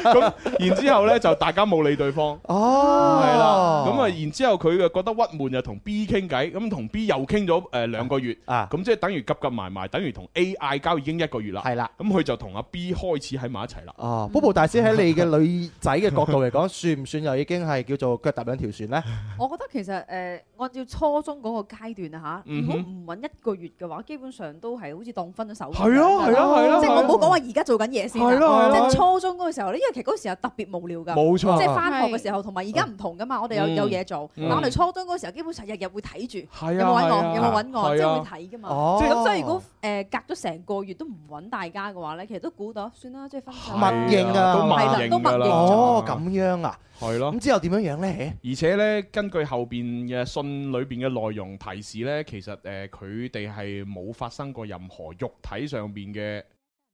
咁然之後咧就大家冇理對方。
哦，
係啦，咁啊，然之後佢就覺得鬱悶，就同 B 傾偈，咁同 B 又傾咗誒兩個月，咁即係等於急急埋埋，等於同 A 嗌交已經一個月啦。係
啦，
咁佢就同阿 B 開始喺埋一齊啦。
哦，Bobo 大師喺你嘅女仔嘅角度嚟講，算唔算又已經係叫做腳踏兩條船咧？
我覺得其實誒、呃按照初中嗰個階段啊嚇，
嗯
如
哼
果唔揾一個月嘅話，基本上都係好似當分咗手咁
係咯
樣
係啊咯係咯
即係
係
我
咯
冇講話而家做緊嘢先啊，
係咯係咯
即係初中嗰個時候咧，因為其實嗰個時候特別無聊㗎，
冇錯
即係翻學嘅時候同埋而家唔同㗎嘛，我哋有
嗯
有嘢做，
嗯
但我哋初中嗰個時候基本上日日會睇住，
係啊
有冇揾
係啊
我，有冇揾我，
係
即係
啊
會睇㗎嘛。
哦
咁所以如果誒隔咗成個月都唔揾大家嘅話咧，其實都估到，算啦，即係分手。
默認啊，
都默
係啦
認
都默
㗎啦。
認
哦，咁樣啊，
係咯。
咁之後點樣樣咧？
嗯而且咧，根據後邊嘅信裏邊嘅內容提示咧，其實誒佢哋係冇發生過任何肉體上邊嘅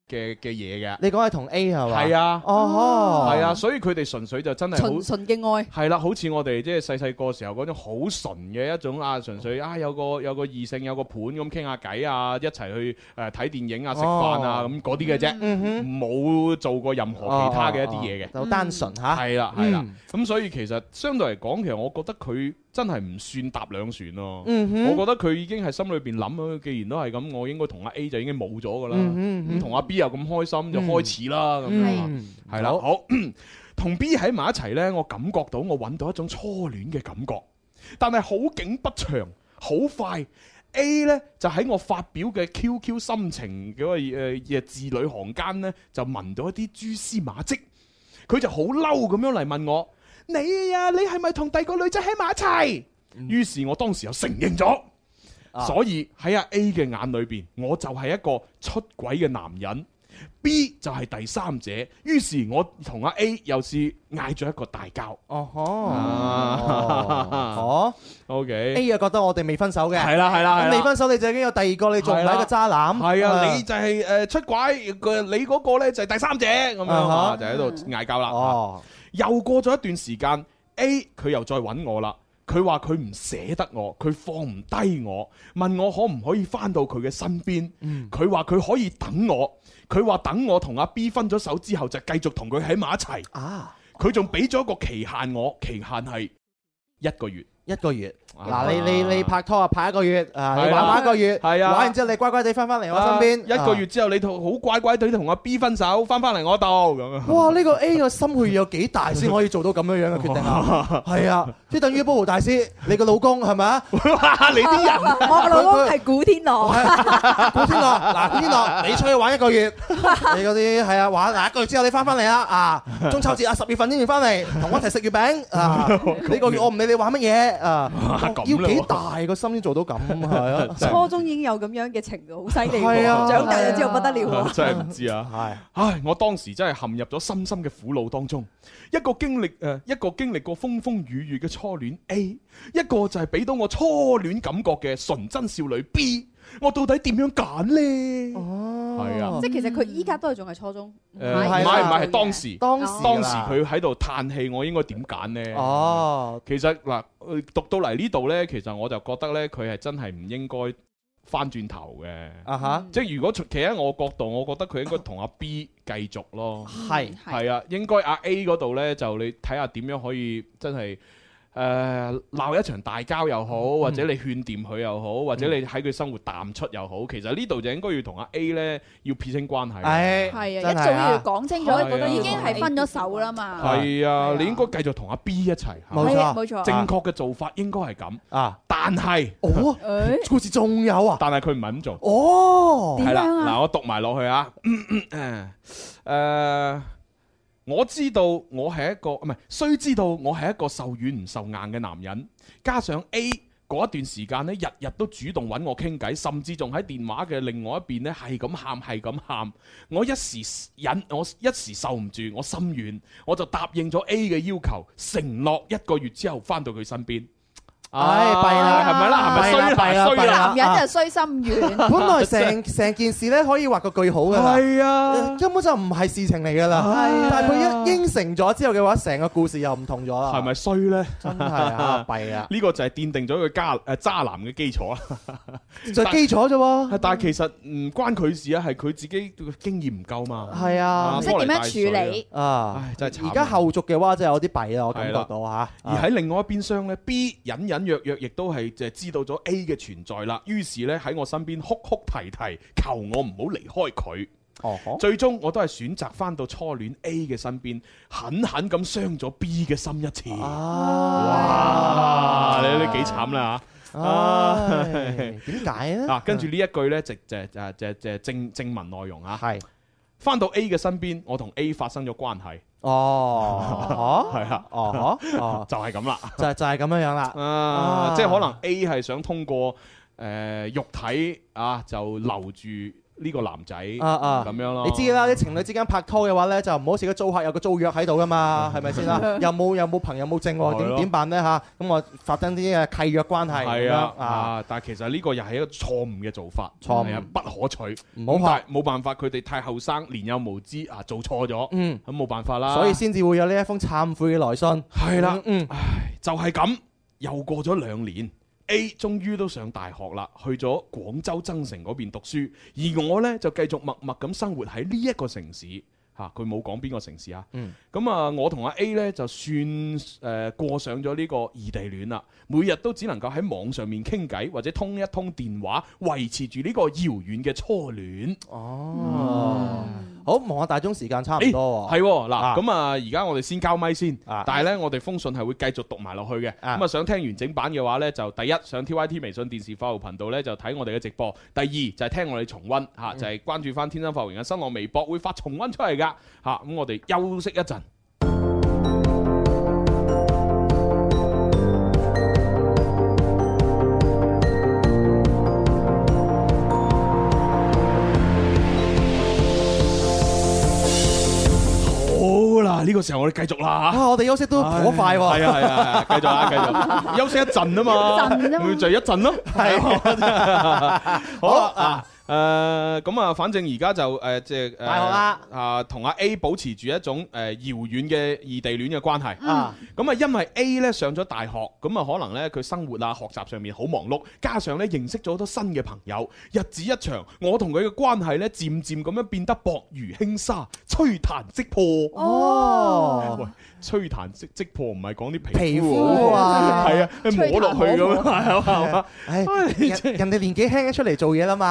嘅嘅嘢嘅。
你講係同 A 係嘛？
係啊，
哦，
係啊，，所以佢哋純粹就真係好
純純嘅愛。
係啦，好似我哋即係細細個時候嗰種好純嘅一種啊，純
哦
粹啊有個有個異性有個伴咁傾下偈啊，一齊去誒睇電影啊、食飯啊
哦嗯
咁嗰啲嘅
嗯
Ừ
啫，冇做過任何其
Ờ,
他嘅一啲嘢嘅，
就單純嚇。
係啦係啦
哦嗯，
咁所以其實相對嚟講，其實我覺得佢真係唔算搭兩船咯。
嗯哼
我覺得佢已經係心裏邊諗啊，既然都係咁，我應該同阿 A 就已經冇咗噶啦，
嗯哼嗯
咁同阿 B 又咁開心，就開始啦咁樣啊
嗯。
係啦，好 同 B 喺埋一齊呢，我感覺到我揾到一種初戀嘅感覺，但係好景不長，好快 A 呢就喺我發表嘅 QQ 心情嗰個誒字裏行間呢，就聞到一啲蛛絲馬跡，佢就好嬲咁樣嚟問我：你啊，你係咪同第二個女仔喺埋一齊？於是我當時又承認咗。所以喺阿 A 嘅眼裏邊，我就係一個出軌嘅男人，B 就係第三者。於是，我同阿 A 又是嗌咗一個大交。
哦
啊
哦，
，OK，
A 又覺得我哋未分手嘅，
係啦係啦係
咁
啦
未分手你就已經有第二個，你仲唔係一個渣男？
係啊，你就係誒出軌，佢你嗰個咧就係第三者咁樣
啊哈
啊，就喺度嗌交啦。啊
哦，
又過咗一段時間，A 佢又再揾我啦。佢話佢唔捨得我，佢放唔低我，問我可唔可以翻到佢嘅身邊。佢話佢可以等我，佢話等我同阿 B 分咗手之後就繼續同佢喺埋一齊。
啊，
佢仲俾咗一個期限我，期限係一個月。
一個月。
啊
嗱，你你你拍拖啊，拍一個月啊，
係
你
啦
玩玩一個月，
係啊
玩完之後你乖乖地翻返嚟我身邊，
啊一個月之後，你同好乖乖地同阿 B 分手，翻翻嚟我度咁
啊。
樣。
哇！呢個 A 嘅心血有幾大先可以做到咁樣樣嘅決定 啊？係啊，即係等於 Bobo 大師，你個老公係咪啊？
你啲人啊
我個老公係古天樂，
古天樂，嗱，古天樂，你出去玩一個月，你嗰啲係啊，玩嗱一個月之後你翻翻嚟啦，啊，中秋節啊，十月份先至翻嚟，同我一齊食月餅啊，呢個月我唔理你玩乜嘢啊
哇，咁
要
嘞
幾大個心先做到咁係啊？
初中已經有咁樣嘅程度，好犀利喎！
係啊
長大咗之後不得了喎！
真係唔知啊！唉，我當時真係陷入咗深深嘅苦惱當中。一個經歷誒、呃一個經歷過風風雨雨嘅初戀 A，一個就係俾到我初戀感覺嘅純真少女 B。我到底點樣揀呢？哦，係啊，
即係其實佢依家都係仲係初中，
誒呃唔係唔係係當時，
當時
時
啦
佢喺度嘆氣，我應該點揀呢？
哦，
其實嗱，呃讀到嚟呢度呢，其實我就覺得呢，佢係真係唔應該翻轉頭嘅。
啊哈，
即係如果從企喺我角度，我覺得佢應該同阿 B 繼續咯。
係
係啊，應該阿 A 嗰度呢，就你睇下點樣可以真係誒、誒鬧一場大交又好，或者你勸掂佢又好，或者你喺佢生活淡出又好，其實呢度就應該要同阿 A 咧要撇清關係。
係
係啊，一早要講清楚，
係啊
覺得已經係分咗手啦嘛。
係啊，你應該繼續同阿 B 一齊。
冇錯係冇錯
正確嘅做法應該係咁
啊。
但係，
哦，好似仲有啊。
但係佢唔肯做。
哦，
係啦，嗱，我讀埋落去啊。誒，我知道我係一個唔係，雖知道我係一個受軟唔受硬嘅男人，加上 A。嗰一段時間咧，日日都主動揾我傾偈，甚至仲喺電話嘅另外一邊咧，係咁喊，係咁喊。我一時忍，我一時受唔住，我心軟，我就答應咗 A 嘅要求，承諾一個月之後翻到佢身邊。啊
唉弊啦
係咪啦？係咪
弊啦
衰啦？
弊啦
衰
弊
啦
啦！
男人就衰心 軟，
本來成成件事咧可以畫個句號㗎啦，
係啊，
根本就唔係事情嚟㗎啦。但係啊佢一應承咗之後嘅話，成個故事又唔同咗啦。
係咪衰呢？真
係 啊弊啊！
呢個就係奠定咗佢渣誒渣男嘅基礎啦。
就係基礎啫喎。
但係其實唔關佢事啊，係佢自己經驗唔夠嘛。
係啊，
拖泥帶水啊
啊？
唉，真係慘啊
而家後續嘅話真係有啲弊啦，我感覺
係啦
到啊嚇。
而喺另外一邊廂呢 b 隱隱約約亦都係就係知道咗 A 嘅存在啦，於是呢，喺我身邊哭哭啼啼，求我唔好離開佢。最終我都係選擇翻到初戀 A 嘅身邊，狠狠咁傷咗 B 嘅心一次。
啊
哇！你都幾慘啦嚇！啊
唉點解呢嗯
嗱，跟住呢一句呢，就就就就就正正文內容啊。係翻到 A 嘅身邊，我同 A 發生咗關係。
哦，
係啦，
哦，哦
就係咁啦。
就就係咁樣 樣啦。
啊，即係可能 A 係想通過誒肉體啊，就留住呢個男仔
啊啊
咁樣咯。？
你知啦，啲情侶之間拍拖嘅話咧，就唔好似個租客有個租約喺度噶嘛，係咪先啦 又冇又冇朋友冇證
嗯係
喎，
咯
點點辦咧嚇？咁我發生啲嘅契約關係咁
係
樣
啊，啊！但係其實呢個又係一個錯誤嘅做法，
錯誤
係啊不可取。
唔好
咁但係冇辦法，佢哋太後生，年幼無知啊，做錯咗，
嗯，
咁冇辦法啦。
所以先至會有呢一封懺悔嘅來信。
係啦
嗯，
唉，就係咁，又過咗兩年。A 終於都上大學啦，去咗廣州增城嗰邊讀書，而我呢，就繼續默默咁生活喺呢一個城市嚇，佢冇講邊個城市啊。
嗯
咁啊，我同阿 A 呢，就算誒、呃、過上咗呢個異地戀啦，每日都只能夠喺網上面傾偈或者通一通電話，維持住呢個遙遠嘅初戀。
哦，好望下大鐘時間差唔多喎。啊
係喎，嗱咁啊，而家我哋先交咪先，但係呢，我哋封信係會繼續讀埋落去嘅。咁啊啊，想聽完整版嘅話呢，就第一上 TYT 微信電視快活頻道呢，就睇我哋嘅直播；第二就係聽我哋重温嚇，就係關注翻天生快活人嘅新浪微博會發重温出嚟㗎嚇。咁我哋休息一陣。好啦，呢個時候我哋繼續啦嚇。
啊，我哋休息都好快喎。
係啊係啊，係啊繼續 啊繼續，休息一陣啊嘛，咪就一陣咯， 係， 好啊。誒咁啊，反正而家就誒即係大學啦，啊同阿 A 保持住一種誒遙遠嘅異地戀嘅關係。
嗯
咁啊，因為 A 咧上咗大學，咁啊可能咧佢生活啊學習上面好忙碌，加上咧認識咗好多新嘅朋友，日子一長，我同佢嘅關係咧漸漸咁樣變得薄如輕沙，吹彈即破。
哦，
喂，吹彈即即破唔係講啲
皮
皮
膚啊，
係啊，你摸落去咁樣，係嘛係
係
嘛
啊。唉人人哋年紀輕出嚟做嘢啦嘛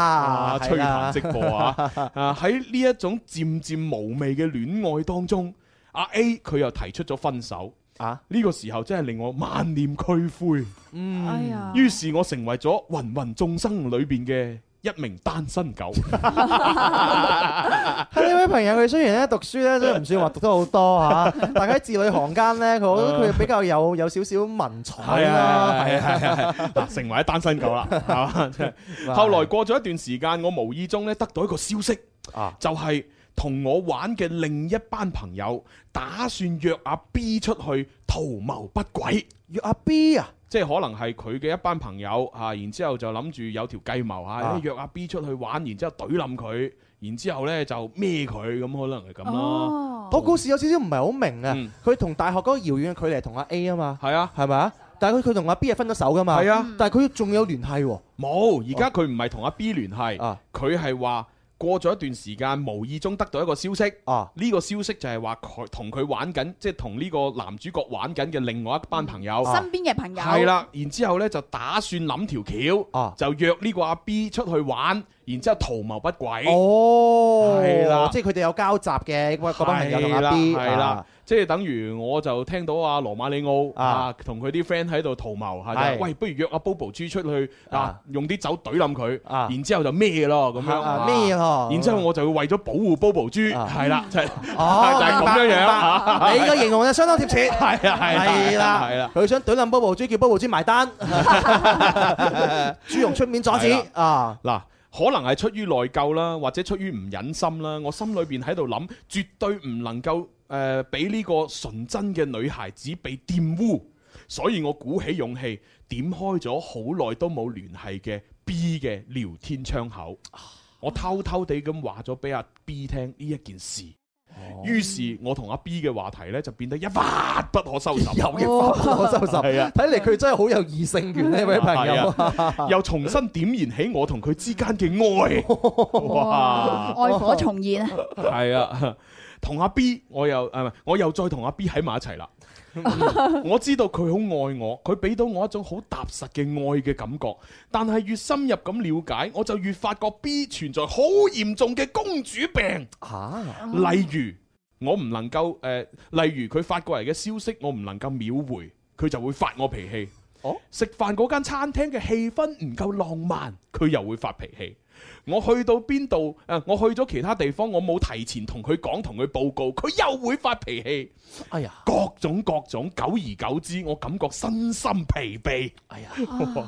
啊，，吹
係啦
彈即播 啊！啊，喺呢一種漸漸無味嘅戀愛當中，阿 A 佢又提出咗分手
啊！
呢個時候真係令我萬念俱灰。
哎呀
嗯，於是我成為咗芸芸眾生裏邊嘅一名單身狗。
啊呢位朋友佢雖然咧讀書 咧都唔算話讀得好多嚇，但係喺字裏行間咧，佢我覺得佢比較有有少少文采
啊係啊
啦。
係啊係啊係啊，嗱，成為咗單身狗啦，係嘛？ 真係後來過咗一段時間，我無意中咧得到一個消息，
啊
就係同我玩嘅另一班朋友打算約阿 B 出去圖謀不軌。
約阿 B 啊？
即係可能係佢嘅一班朋友啊，然之後就諗住有條計謀嚇，
啊
約阿 B 出去玩，然之後懟冧佢，然之後咧就孭佢，咁可能係咁咯。
我故事有少少唔係好明
嗯
啊，佢同大學嗰個遙遠嘅距離同阿 A 啊嘛，
係啊，
係咪啊？但係佢佢同阿 B 係分咗哦手噶嘛，
係啊嗯
但係佢仲有聯繫喎。啊
冇，而家佢唔係同阿 B 聯繫，佢係話過咗一段時間，無意中得到一個消息，啊，呢個消息就係話佢同佢玩緊，即係同呢個男主角玩緊嘅另外一班朋友，
哦
身邊嘅朋友
係啦，然之後呢，就打算諗條
哦
橋，就約呢個阿 B 出去玩，然之後圖謀不軌。
哦，
係啦，
即係佢哋有交集嘅嗰嗰班朋友同阿 B
係啦
啊，
即係等於我就聽到阿羅馬里奧啊，同佢啲 friend 喺度圖謀嚇，
係
就喂，不如約阿 Bobo 豬出去啊，用啲酒懟冧佢，然之後就咩咯咁樣
啊
啊
咩咯
然之後我就會為咗保護 Bobo 豬，係啦，就係
哦，
就係
明白
咁樣樣
明 白
啊
你嘅形容就相當貼切，
係啊係啊
係啦，
係啦，
佢想懟冧 Bobo 豬，叫 Bobo 豬埋 單，朱容出面阻止
係啦
啊，
嗱。可能係出於內疚啦，或者出於唔忍心啦。我心裏邊喺度諗，絕對唔能夠誒俾呢個純真嘅女孩子被玷污，所以我鼓起勇氣點開咗好耐都冇聯繫嘅 B 嘅聊天窗口，我偷偷地咁話咗俾阿 B 聽呢一件事。
哦
於是，我同阿 B 嘅話題呢，就變得一發不可收拾，
又 一發不可收拾
係啊！
睇嚟佢真係好有異性緣呢位朋友
係啊又重新點燃起我同佢之間嘅 愛，哇！
愛火重現啊！
係啊，同阿 B 我又啊誒，唔係我又再同阿 B 喺埋一齊啦。嗯我知道佢好愛我，佢俾到我一種好踏實嘅愛嘅感覺。但係越深入咁了解，我就越發覺 B 存在好嚴重嘅公主病。
嚇
例如我唔能夠誒、呃例如佢發過嚟嘅消息，我唔能夠秒回，佢就會發我脾氣。哦，食飯嗰間餐廳嘅氣氛唔夠浪漫，佢又會發脾氣。我去到邊度誒，我去咗其他地方，我冇提前同佢講，同佢報告，佢又會發脾氣。
哎呀，
各種各種，久而久之，我感覺身心疲憊。哎呀，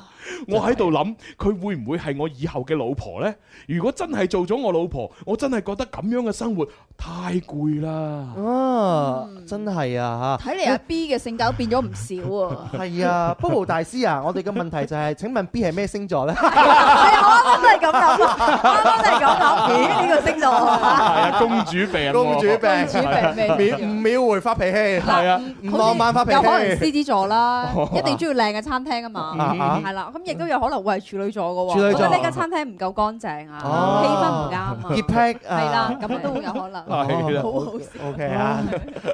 我喺度諗，佢會唔會係我以後嘅老婆呢？如果真係做咗我老婆，我真係覺得咁樣嘅生活太攰啦。
啊，真係啊嚇，
睇嚟阿 B 嘅性格都變咗唔少 喎。
係啊，Bobo 大師啊，我哋嘅問題就係，請問 B 係咩星座呢？
啱啱都係咁諗啊，啱啱都係咁諗。咦？呢個星座
係啊，公主 病喎，
公主病，
係
秒
啊
唔秒回發脾氣，係
啊，
唔浪漫發脾
有可能獅
氣。，
子座啦一定中意靚嘅餐廳啊嘛
啊，
係啦，咁亦都有可能會係處女座嘅
處
喎，
女
覺
座
得呢間餐廳唔夠乾淨啊，氣氛唔
哦
啱啊，
潔癖啊
係啦，咁都會有可能，
係啦
好好笑。
O K 啊，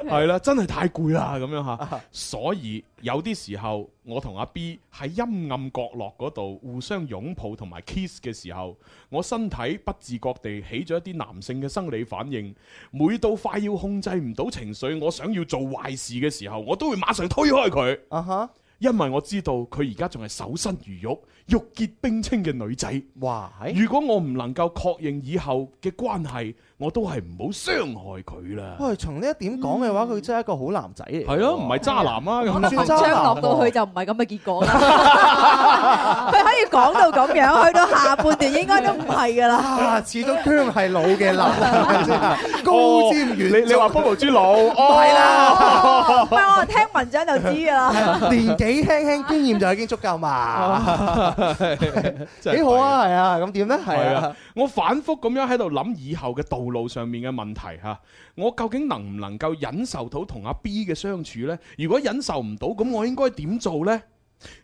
係啦，真係太攰啦咁樣吓，所以有啲時候我同阿 B 喺陰暗角落嗰度互相擁抱同埋 kiss 嘅時候，我身體不自覺地起咗一啲男性嘅生理反應。每到快要控制唔到情緒，我想要做壞事嘅時候，我都會馬上推開佢。
啊哈！
因為我知道佢而家仲係守身如玉、玉潔冰清嘅女仔。
哇！
如果我唔能夠確認以後嘅關係，我都係唔好傷害佢啦。
喂，從呢一點講嘅話，佢真係一個好男仔嚟。
係咯，唔係渣男啊
可
咁
能文章落到去就唔係咁嘅結果啦， 佢可以講到咁樣，去到下半段應該都唔係噶啦
啊，。始終姜係老 嘅男，真係高瞻遠矚。
你你話 Bobo 豬 佬，哦
係
哦唔
啦，
係我聽文章就知噶啦。
年紀輕輕經驗就已經足 夠嘛，
真係
幾好啊，係啊，咁點咧？係
係
啊
啊，，我反覆咁樣喺度諗以後嘅道路上面嘅問題嚇，我究竟能唔能夠忍受到同阿 B 嘅相處呢？如果忍受唔到，咁我應該點做呢？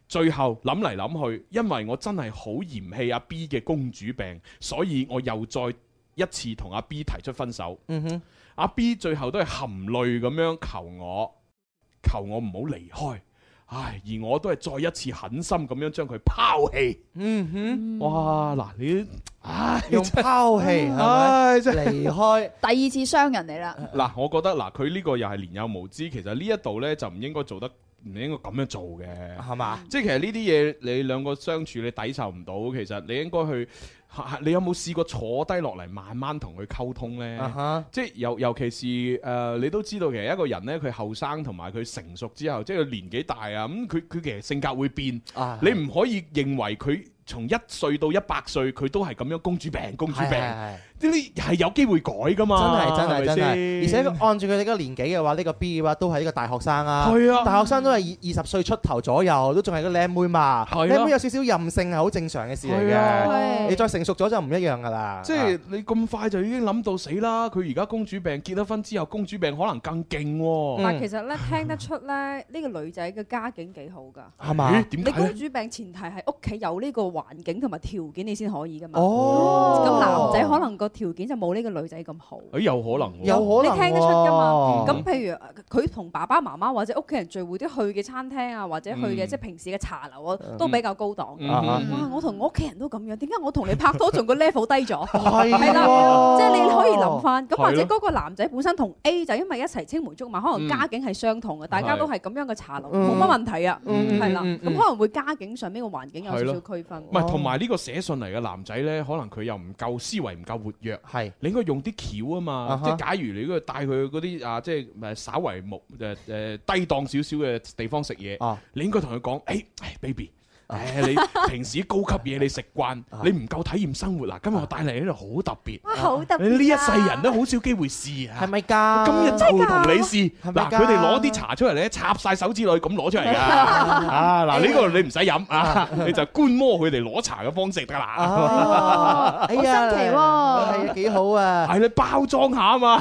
最後諗嚟諗去，因為我真係好嫌棄阿 B 嘅公主病，所以我又再一次同阿 B 提出分手。
嗯哼，
阿 B 最後都係含淚咁樣求我，求我唔好離開。唉，而我都係再一次狠心咁樣將佢拋棄。 哼，
嗯
哇！嗱，你唉，
用拋棄係咪
唉，真係
離開。
第二次傷人嚟啦，
嗱，我覺得嗱，佢呢個又係年幼無知，其實呢一度呢，就唔應該做得唔應該咁樣做嘅，
係嘛？
即係其實呢啲嘢你兩個相處你抵受唔到，其實你應該去。嚇你有冇試過坐低落嚟慢慢同佢溝通呢
啊哈
即係尤尤其是誒、呃你都知道其實一個人呢，佢後生同埋佢成熟之後，即係佢年紀大啊，咁佢佢其實性格會變。
啊
你唔可以認為佢從一歲到一百歲，佢都係咁樣公主病、公主病。
係係係
呢啲係有機會改噶
真
嘛？
係真係真係，而
係咪先
且按照佢哋嘅年紀嘅話，呢個 B 嘅話都係一個大學生啊，
係啊
大學生都係二二十歲出頭左右，都仲係個靚妹嘛，
係啊
靚妹有少少任性係好正常嘅事嚟
係啊
嘅，
係
你再成熟咗就唔一樣㗎啦。
即係你咁快就已經諗到死啦！佢而家公主病結咗婚之後，公主病可能更勁
嗯
喎。
嗯
但係其實咧，聽得出咧，呢個女仔嘅家境幾好㗎。
係嘛
啊
咦點
你
解
公
呢
主病前提係屋企有呢個環境同埋條件，你先可以㗎嘛。
哦
咁男仔可能個條件就冇呢個女仔咁好。
誒有可能喎，
你聽得出㗎嘛？
嗯
咁譬如呃佢同爸爸媽媽或者屋企人聚會啲去嘅餐廳啊，或者去嘅
嗯
即係平時嘅茶樓啊，
嗯
都比較高檔嘅。
嗯嗯
哇！我同我屋企人都咁樣，點解我同你拍拖仲個 level 低 咗？
哦
係
係啦
喎，
即係你可以諗翻。咁
係咯
或者嗰個男仔本身同 A 就因為一齊青梅竹馬，可能
嗯
家境係相同嘅，大家
係
都係咁樣嘅茶樓，
嗯
冇乜問題啊。
嗯
係啦，
嗯嗯
咁可能會家境上面個環境有少少區分。
唔係，同埋呢個寫信嚟嘅男仔呢，可能佢又唔夠思維唔夠活躍，
係
你應該用啲橋啊
啊
嘛，
哈
即係假如你嗰個帶佢嗰啲啊，即係誒稍為木誒誒呃低檔少少嘅地方食嘢，你應該同佢講，誒唉 baby。唉你平時高級嘢你食慣，你唔夠體驗生活啊！今日我帶嚟呢度好特別，
哇好特別啊
哎你呢一世人都好少機會試啊！係
咪㗎？
今日就同你試，
係咪
嗱
㗎
佢哋攞啲茶出嚟咧，插晒手指落去咁攞出嚟㗎。 啊
哎
嗱，呢個你唔使飲啊，你就觀摩佢哋攞茶嘅方式 得
啊
哦
啦。
哎呀
好新奇喎
係啊，幾好啊！
係你包裝下啊嘛。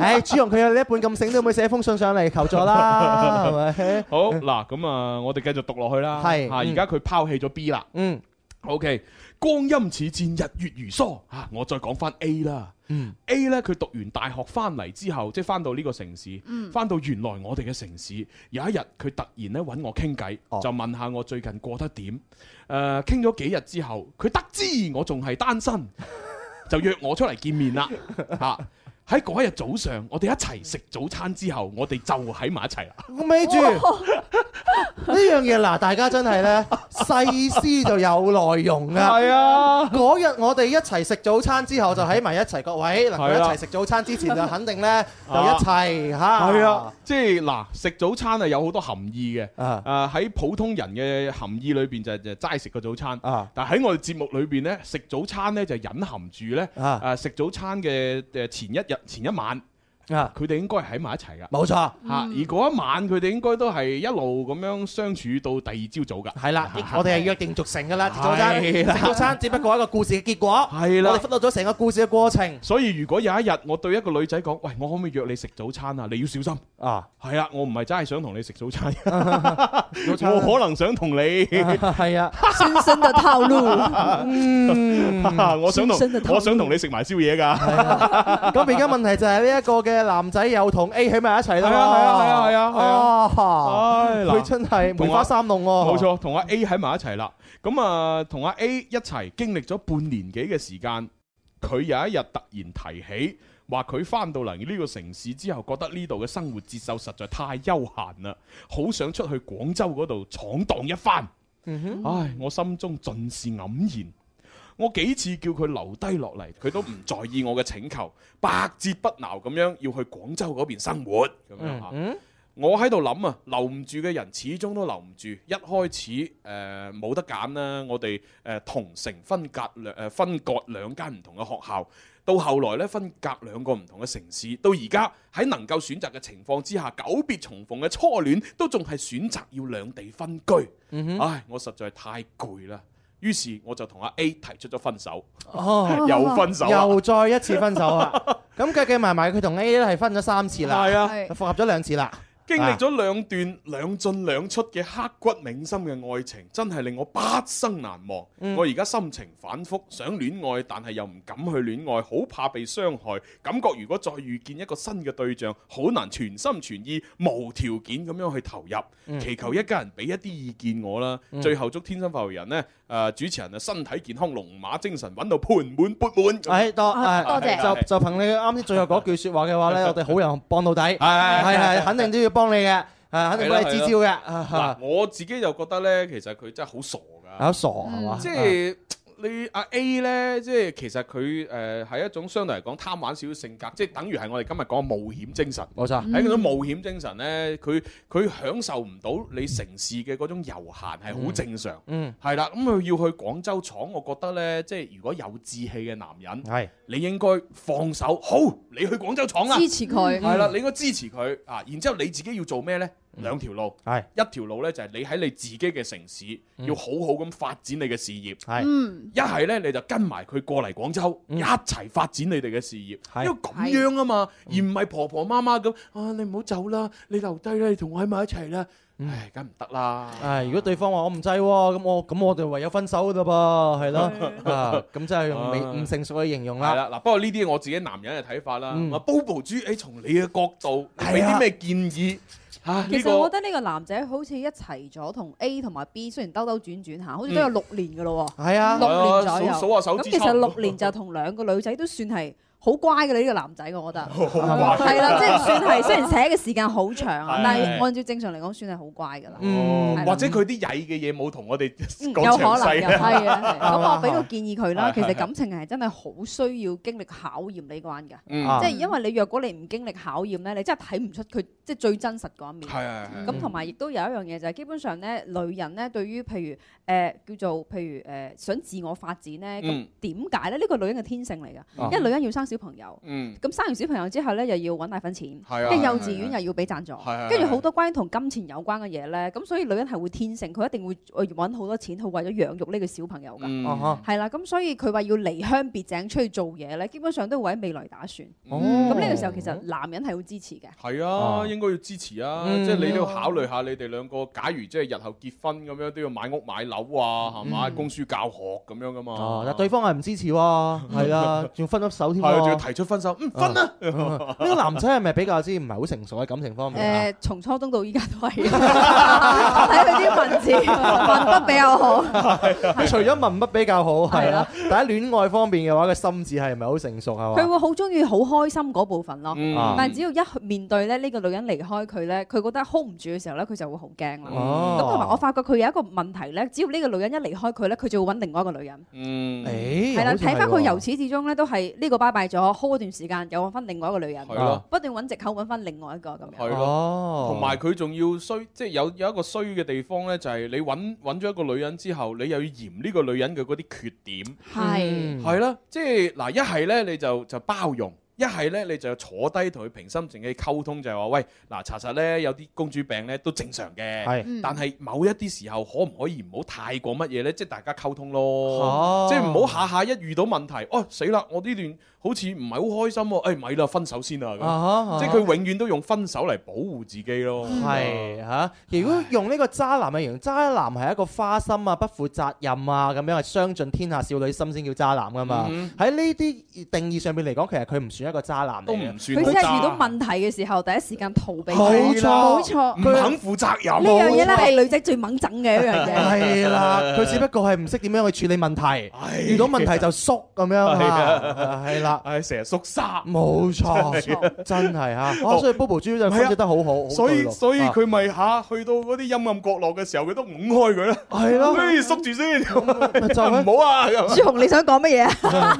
唉，朱紅佢有你一半咁醒，都會寫封信上嚟求助 啦，係咪？
好嗱，咁啊，我哋繼續讀落去啦。
係
啊，而家佢拋棄咗 B 啦。
嗯。
OK，光陰似箭，日月如梭。啊，我再講翻 A 啦。
嗯
A 呢，佢讀完大學翻嚟之後，即係翻到呢個城市
嗯，
翻到原來我哋嘅城市，有一日佢突然咧揾我傾偈，就問下我最近過得點。誒、傾咗幾日之後，佢得知我仲係單身，就約我出嚟見面啦。 嚇、喺嗰一日早上，我哋一齊食早餐之後，我哋就喺埋一齊啦。
我咪住呢樣嘢嗱，大家真係咧細思就有內容啊！
係啊，
嗰日我哋一齊食早餐之後就喺埋一齊，各位能夠一
係啊
齊食早餐之前就肯定咧就一齊嚇。
係啊，即係嗱，食早餐啊有好多含義嘅。誒啊喺普通人嘅含義裏邊就就齋食個早餐。但喺我哋節目裏邊咧，食早餐咧就隱含住咧
啊
誒食早餐嘅誒前一日前一晚。
啊！
佢哋應該係喺埋一齊噶，
冇錯
嚇。
嗯
而嗰一晚佢哋應該都係一路咁樣相處到第二朝早噶。
係啦，我哋係約定俗成噶啦，食早餐
係啦
食早餐只不過係一個故事嘅結果。
係啦
我哋忽略咗成個故事嘅過程。
所以如果有一日我對一個女仔講，喂，我可唔可以約你食早餐啊？你要小心
啊！
係啦，我唔係真係想同你食早 餐，
餐啊
我可能想同你
係啊，
酸身嘅套 路。
嗯
我想同
酸身嘅套路
我想同你食埋宵夜
啊
㗎。
咁而家問題就係呢一個嘅男仔又同 A 喺埋一齊啦。
係啊係啊係啊
係啊
唉嗱
佢真係梅花三弄喎。
冇錯，同阿 A 喺埋一齊啦。咁啊，同阿 A 一齊經歷咗半年幾嘅時間，佢有一日突然提起，話佢翻到嚟呢個城市之後，覺得呢度嘅生活節奏實在太悠閒啦，好想出去廣州嗰度闖蕩一番。
嗯哼
唉，我心中盡是黯然。我幾次叫佢留低落嚟，佢都唔在意我嘅請求，百折不撓咁樣要去廣州嗰邊生活咁樣嚇。
嗯
我喺度諗啊，留唔住嘅人始終都留唔住。一開始誒冇、得揀啦，我哋誒、呃同城分隔兩誒、呃分割兩間唔同嘅學校，到後來咧分隔兩個唔同嘅城市，到而家喺能夠選擇嘅情況之下，久別重逢嘅初戀都仲係選擇要兩地分居。唉，我實在太攰啦，於是我就同阿 A 提出咗分手。
哦
又分手啊啦
又再一次分 手啊！咁計計埋埋，佢同 A 咧係分咗三次啦，
係啊係
複合咗兩次啦。
經歷咗兩段兩進兩出嘅刻骨銘心嘅愛情，真係令我畢生難忘。
嗯
我而家心情反覆，想戀愛，但係又唔敢去戀愛，好怕被傷害。感覺如果再遇見一個新嘅對象，好難全心全意、無條件咁樣去投入。
嗯
祈求一家人俾一啲意見我啦。
嗯
最後祝天生發育人呢，誒、主持人啊身體健康，龍馬精神，揾到盆滿缽滿。
誒哎多誒，
啊多謝
就就憑你啱先最後嗰句説話嘅話咧，我哋好人幫到底，係
係係
係肯定都要幫你嘅，誒肯定幫你支招嘅，啊
嗱，我自己就覺得呢，其實佢真係好傻㗎。
好傻啊係嘛？
即係你阿 A 呢，即係其實佢誒係一種相對嚟講貪玩少少性格，即係等於係我哋今日講嘅冒險精神。
冇錯
喺嗰種冒險精神呢，佢佢享受唔到你城市嘅嗰種悠閒係好正常。
嗯
係啦，咁佢要去廣州闖，我覺得呢，即係如果有志氣嘅男人，
係
你應該放手，好，你去廣州闖啦，
支持佢
係啦，你應該支持佢啊，然之後你自己要做咩呢？兩條路，
嗯係
一條路呢，就係你喺你自己嘅城市
嗯
要好好咁發展你嘅事業，
係
嗯
一係呢，你就跟埋佢過嚟廣州，
嗯
一齊發展你哋嘅事業，因為咁
嗯
樣啊嘛，而唔係婆婆媽媽咁啊，你唔好走啦，你留低啦，你同我喺埋一齊啦。
嗯
唉，梗唔得啦。
啊！如果對方話我唔制喎，咁我咁我哋唯有分手噶噃，係咯
係
啊！咁真 係用未
啊
唔成熟去形容
係
啦。
啦，嗱，不過呢啲我自己男人嘅睇法啦。
嗯
啊，Bobo 豬，誒，從你嘅角度，俾啲咩建議嚇？
啊其
呢
實我
個
覺得呢個男仔好似一齊咗，同 A 同埋 B 雖然兜兜轉轉下，好
嗯
似都有六年噶咯喎。
係啊
六年
係啊
左右。
數數下手指
咁其實
差唔多
六年就同兩個女仔都算係好乖嘅啦，呢個男仔 我覺得。
好
乖
係啦，即係算 係雖然寫嘅時間好長啊
係，
但係按照正常嚟講，算係好乖噶啦。
哦
嗯係啦
或者佢啲曳嘅嘢冇同我哋
嗯
講
有可
詳
能
細
嘅，係啊。係咁我俾 個
個
建議佢啦，其
係係
實
係
感情係真係好需要經歷考驗呢關嘅，
嗯
即係因為你若果你唔經歷考驗咧，你真係睇唔出佢即係最真實嗰一面。
係係係
咁同埋亦都有一樣嘢就係基本上咧，女人咧對於譬如誒叫做譬如誒想自我發展咧，咁
嗯
點解咧？呢個女人嘅天性嚟
啊
㗎，因為女人要生小朋友。
嗯
咁生完小朋友之後咧，又要揾奶粉錢，
係啊
跟住
係啊
幼稚園
係啊
又要俾贊助
係啊，
跟住
係啊
好多關於同金錢有關嘅嘢咧，咁所以女人係會天性，佢一定會呃揾好多錢去為咗養育呢個小朋友
嗯
㗎。
啊哈
係啦，咁所以佢話要離鄉別井出去做嘢咧，基本上都會喺未來打算。
哦
咁呢個時候其
哦
實男人係會支持嘅。
係啊，應該要支持啊！
嗯
即係你都要考慮下你哋兩個，假如即係日後結婚咁樣，都要買屋買樓啊，係嘛？
嗯
供書教學咁樣噶嘛。
哦，但對方係唔支持 喎，係啦，仲分咗手添
係啊
喎，
仲要提出分手，嗯，分啦。
呢個男仔係咪比較之唔係好成熟喺感情方面啊？
誒，從初中到依家都係， 睇佢啲文字文筆比較
哦
好。
佢除咗文筆比較好，係啦，但喺戀愛方面嘅話，佢心智係唔係好成熟係
佢
嘛？
會好中意好開心嗰部分咯，
嗯
但係只要一面對咧呢個女人離開佢咧，佢覺得 hold 唔住嘅時候咧，佢就會好驚啦。
哦
咁同埋我發覺佢有一個問題咧，只要呢個女人一離開佢咧，佢就會揾另外一個女人。
嗯，
誒
係啦，
好似係
睇翻佢
喎
由始至終咧都係呢個拜拜咗，hold 一段時間，又揾翻另外一個女人
係
啊
咯，
不斷揾藉口揾翻另外一個咁樣。
係咯，同埋佢仲要衰，即係有有一個衰嘅地方呢，就係你揾揾咗一個女人之後，你又要嫌呢個女人嘅嗰啲缺點，
嗯
係
係啦，即係嗱，一係呢，你就就包容。一係呢，你就坐低同佢平心靜氣溝通，就係話喂，嗱，查實呢，有啲公主病呢都正常嘅
係嗯，
但係某一啲時候可唔可以唔好太過乜嘢呢？即係大家溝通
哦
咯，即係唔好下下一遇到問題，哦死啦，我呢段好似唔係好開心喎，誒哎咪啦，分手先啦咁
啊哈
即係佢永遠都用分手嚟保護自己咯。
係嚇，如果用呢個渣男嚟形容，渣男係一個花心啊、不負責任啊咁樣，係傷盡天下少女心先叫渣男噶嘛。喺呢啲定義上面嚟講，其實佢唔算一個渣男嚟嘅，都唔
算
佢只係遇到問題嘅時候，第一時間逃避佢。
冇錯
冇錯，嗯
唔肯負責任。
呢樣嘢咧係女仔最猛整嘅一樣嘢。
係啦，佢只不過係唔識點樣去處理問題，遇到問題就縮咁樣嚇，係啦，
係成日縮沙，
冇錯
真係，
真係啊哦嚇。哇，所以 Bobo 豬就分析得好好，啊
所以所以
佢。
佢咪吓去到嗰啲陰暗角落嘅時候，佢都拱開佢啦。
係咯
誒縮住先，
就係
唔好啊。咁
朱紅，你想講乜嘢啊？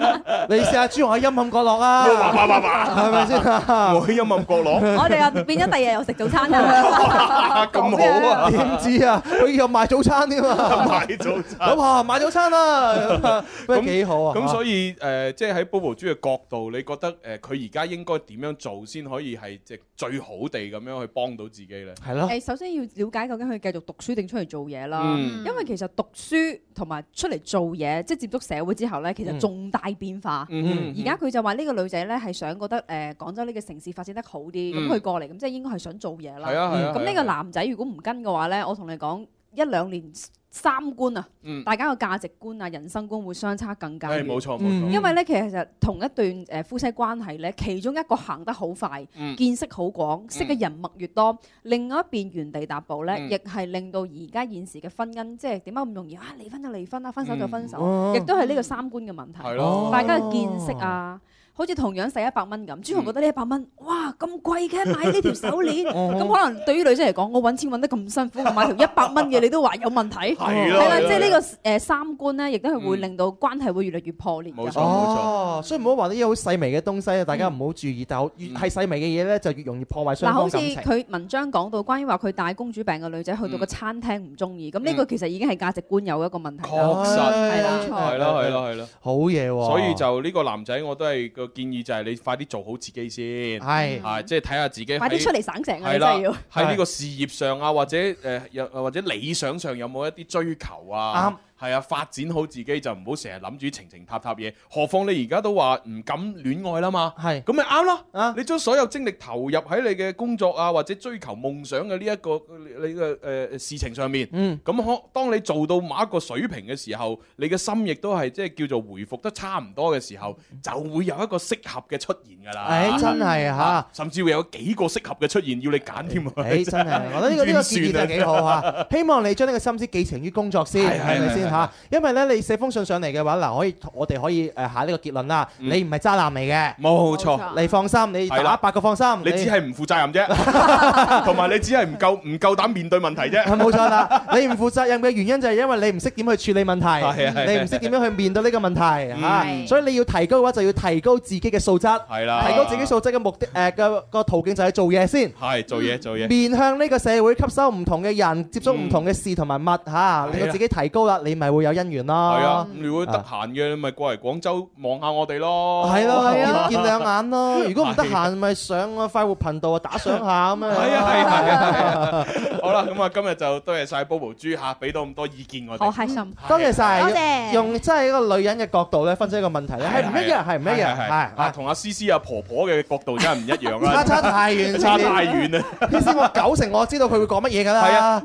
你試下朱紅喺陰暗角落啊，
哇哇哇哇
係咪先啊？
我喺陰暗角落，
我哋又變咗第二日又食早餐啊 啦。
咁好啊！
點知啊？佢又賣早餐添啊！
買早餐
咁啊，買早餐啦，喂，幾好啊！
咁所以誒，即係喺 Bobo 豬嘅角度，你覺得誒佢而家應該點樣做先可以係即係最好地咁樣去幫到自己咧？
啊係
誒，首先要了解究竟佢繼續讀書定出嚟做嘢啦。
嗯
因為其實讀書同埋出嚟做嘢，即係接觸社會之後咧，其實重大變化。
嗯嗯
而家佢就話呢個女仔咧係想覺得誒廣州呢個城市發展得好啲，咁
嗯
佢過嚟咁即係應該係想做嘢啦。
係啊係啊
咁
係
呢
啊
個男仔如果唔跟嘅話咧，我同你講一兩年三觀啊
嗯，
大家嘅價值觀啊、人生觀會相差更加
係
遠。
冇錯冇錯
因為咧，其實同一段誒夫妻關係咧，其中一個行得好快，
嗯
見識好廣，識嘅人脈越多，另外一邊原地踏步咧，
嗯
亦係令到而家現時嘅婚姻，即係點解咁容易啊？離婚就離婚啦，分手就分
嗯
手
哦，
亦都係呢個三觀嘅問題
係咯，
大家嘅見識
哦
啊。好似同樣使一百蚊咁，朱紅覺得呢一百蚊，哇咁貴嘅買呢條手 鏈，
嗯
咁可能對於女仔嚟講，我揾錢揾得咁辛苦，我買條 一百蚊嘅，你都話有問題，
係啦
啦，
係
即
啦
係呢個誒呃三觀咧，亦都係會
嗯
令到關係會越嚟越破裂㗎。
冇錯嗯
哦，所以唔好話啲嘢好細微嘅東西啊，大家唔好注意。但係越係細微嘅嘢咧，就越容易破壞
嗱，
雙
好
方
似
感情。
佢文章講到關於話佢帶公主病嘅女仔去到個餐廳唔中意，咁呢
嗯
個其實已經係價值觀有一個問題啦。
確實
係啦，
係啦係啦係啦。
好嘢喎！
所以就呢個男仔，我都係個建議就係你快啲做好自己先，
係
啊，即係睇下自己喺
嗯快啲出嚟省城啊！
係
你真
啦
係要。，
呃喺呢個事業上啊，或者誒有或者理想上有冇一啲追求啊？
啱
係啊，發展好自己就唔好成日諗住情情塔塔嘢。何況你而家都話唔敢戀愛啦
嗯
嘛，
係啊
咁咪啱咯。你將所有精力投入喺你嘅工作啊，或者追求夢想嘅呢一個你嘅誒事情上面。
嗯，
咁可當你做到某一個水平嘅時候，你嘅心亦都係即係叫做回復得差唔多嘅時候，就會有一個適合嘅出現㗎啦。
誒哎真係嚇
啊甚至會有幾個適合嘅出現要你揀添啊！
誒哎真 係，我覺得呢個呢個建議真係幾好
啊！
嚇。希望你將呢個心思寄情於工作先，
係係
係咪
係
先嚇？因為咧，你寫封信上嚟嘅話，嗱，可以我哋可以誒下呢個結論啦。
嗯
你唔係渣男嚟嘅，
冇錯
你放心，你
係啦
打八個放心，
你只係唔負責任 啫，同埋你只係唔夠唔夠膽面對問題啫。
係 冇錯啦，你唔負責任嘅原因就係因為你唔識點去處理 問
係係
題，你唔識點樣去面對呢個問題嚇，
嗯啊
所以你要提高嘅話就要提高自己嘅素質，
係啦
提高自己素質嘅目的誒嘅個途徑就係做嘢先。
係做
嗯
嘢做嘢。
面向呢個社會吸收唔同嘅人，接觸唔同嘅事同埋物嚇，令到自己提高啦，你咪會有姻緣咯。
啊係啊，咁如果得閒嘅，你咪過嚟廣州望下我哋咯。
係咯，
係
見見兩眼咯。如果唔得閒，咪上個快活頻道啊，打賞下咁啊。
啊係啊係啊係啊！ 好啦，咁啊，今日就多謝晒 Bobo 豬嚇，俾到咁多意見我哋。
心，多謝晒。
多謝
用用真係一個女人嘅角度咧，分析一個問題咧，係唔一樣，係唔一樣，
啊係
係。
啊，同阿思思啊婆婆嘅角度真係唔一樣啦。
差差 太遠，
差太遠啦。
你知我九成我知道佢會講乜嘢㗎啦。
係啊，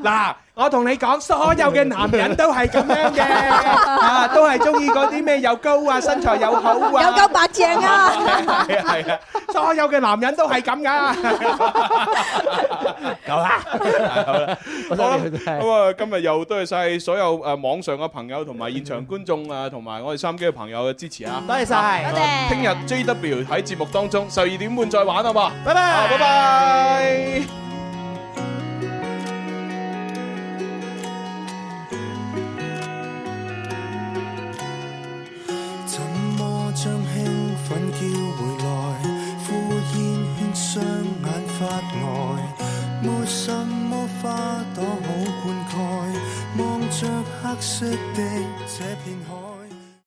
嗱，我同你講，所有嘅男人都係咁樣嘅，啊，都係中意嗰啲咩又高啊，身材又好啊，
有夠白淨啊
係啊係啊，所有嘅男人都係咁 噶。夠啦，好啦，好啦，咁啊，今日又多謝晒所有誒網上嘅朋友同埋現場觀眾啊，同埋我哋三機嘅朋友嘅支持啊，
多謝晒多謝
聽日 JW 喺節目當中十二點半再玩啊嘛，
拜拜
好拜拜。
怎麼將興奮叫回來？敷衍圈雙眼發呆，沒什麼花朵好灌溉，望着黑色的這片海。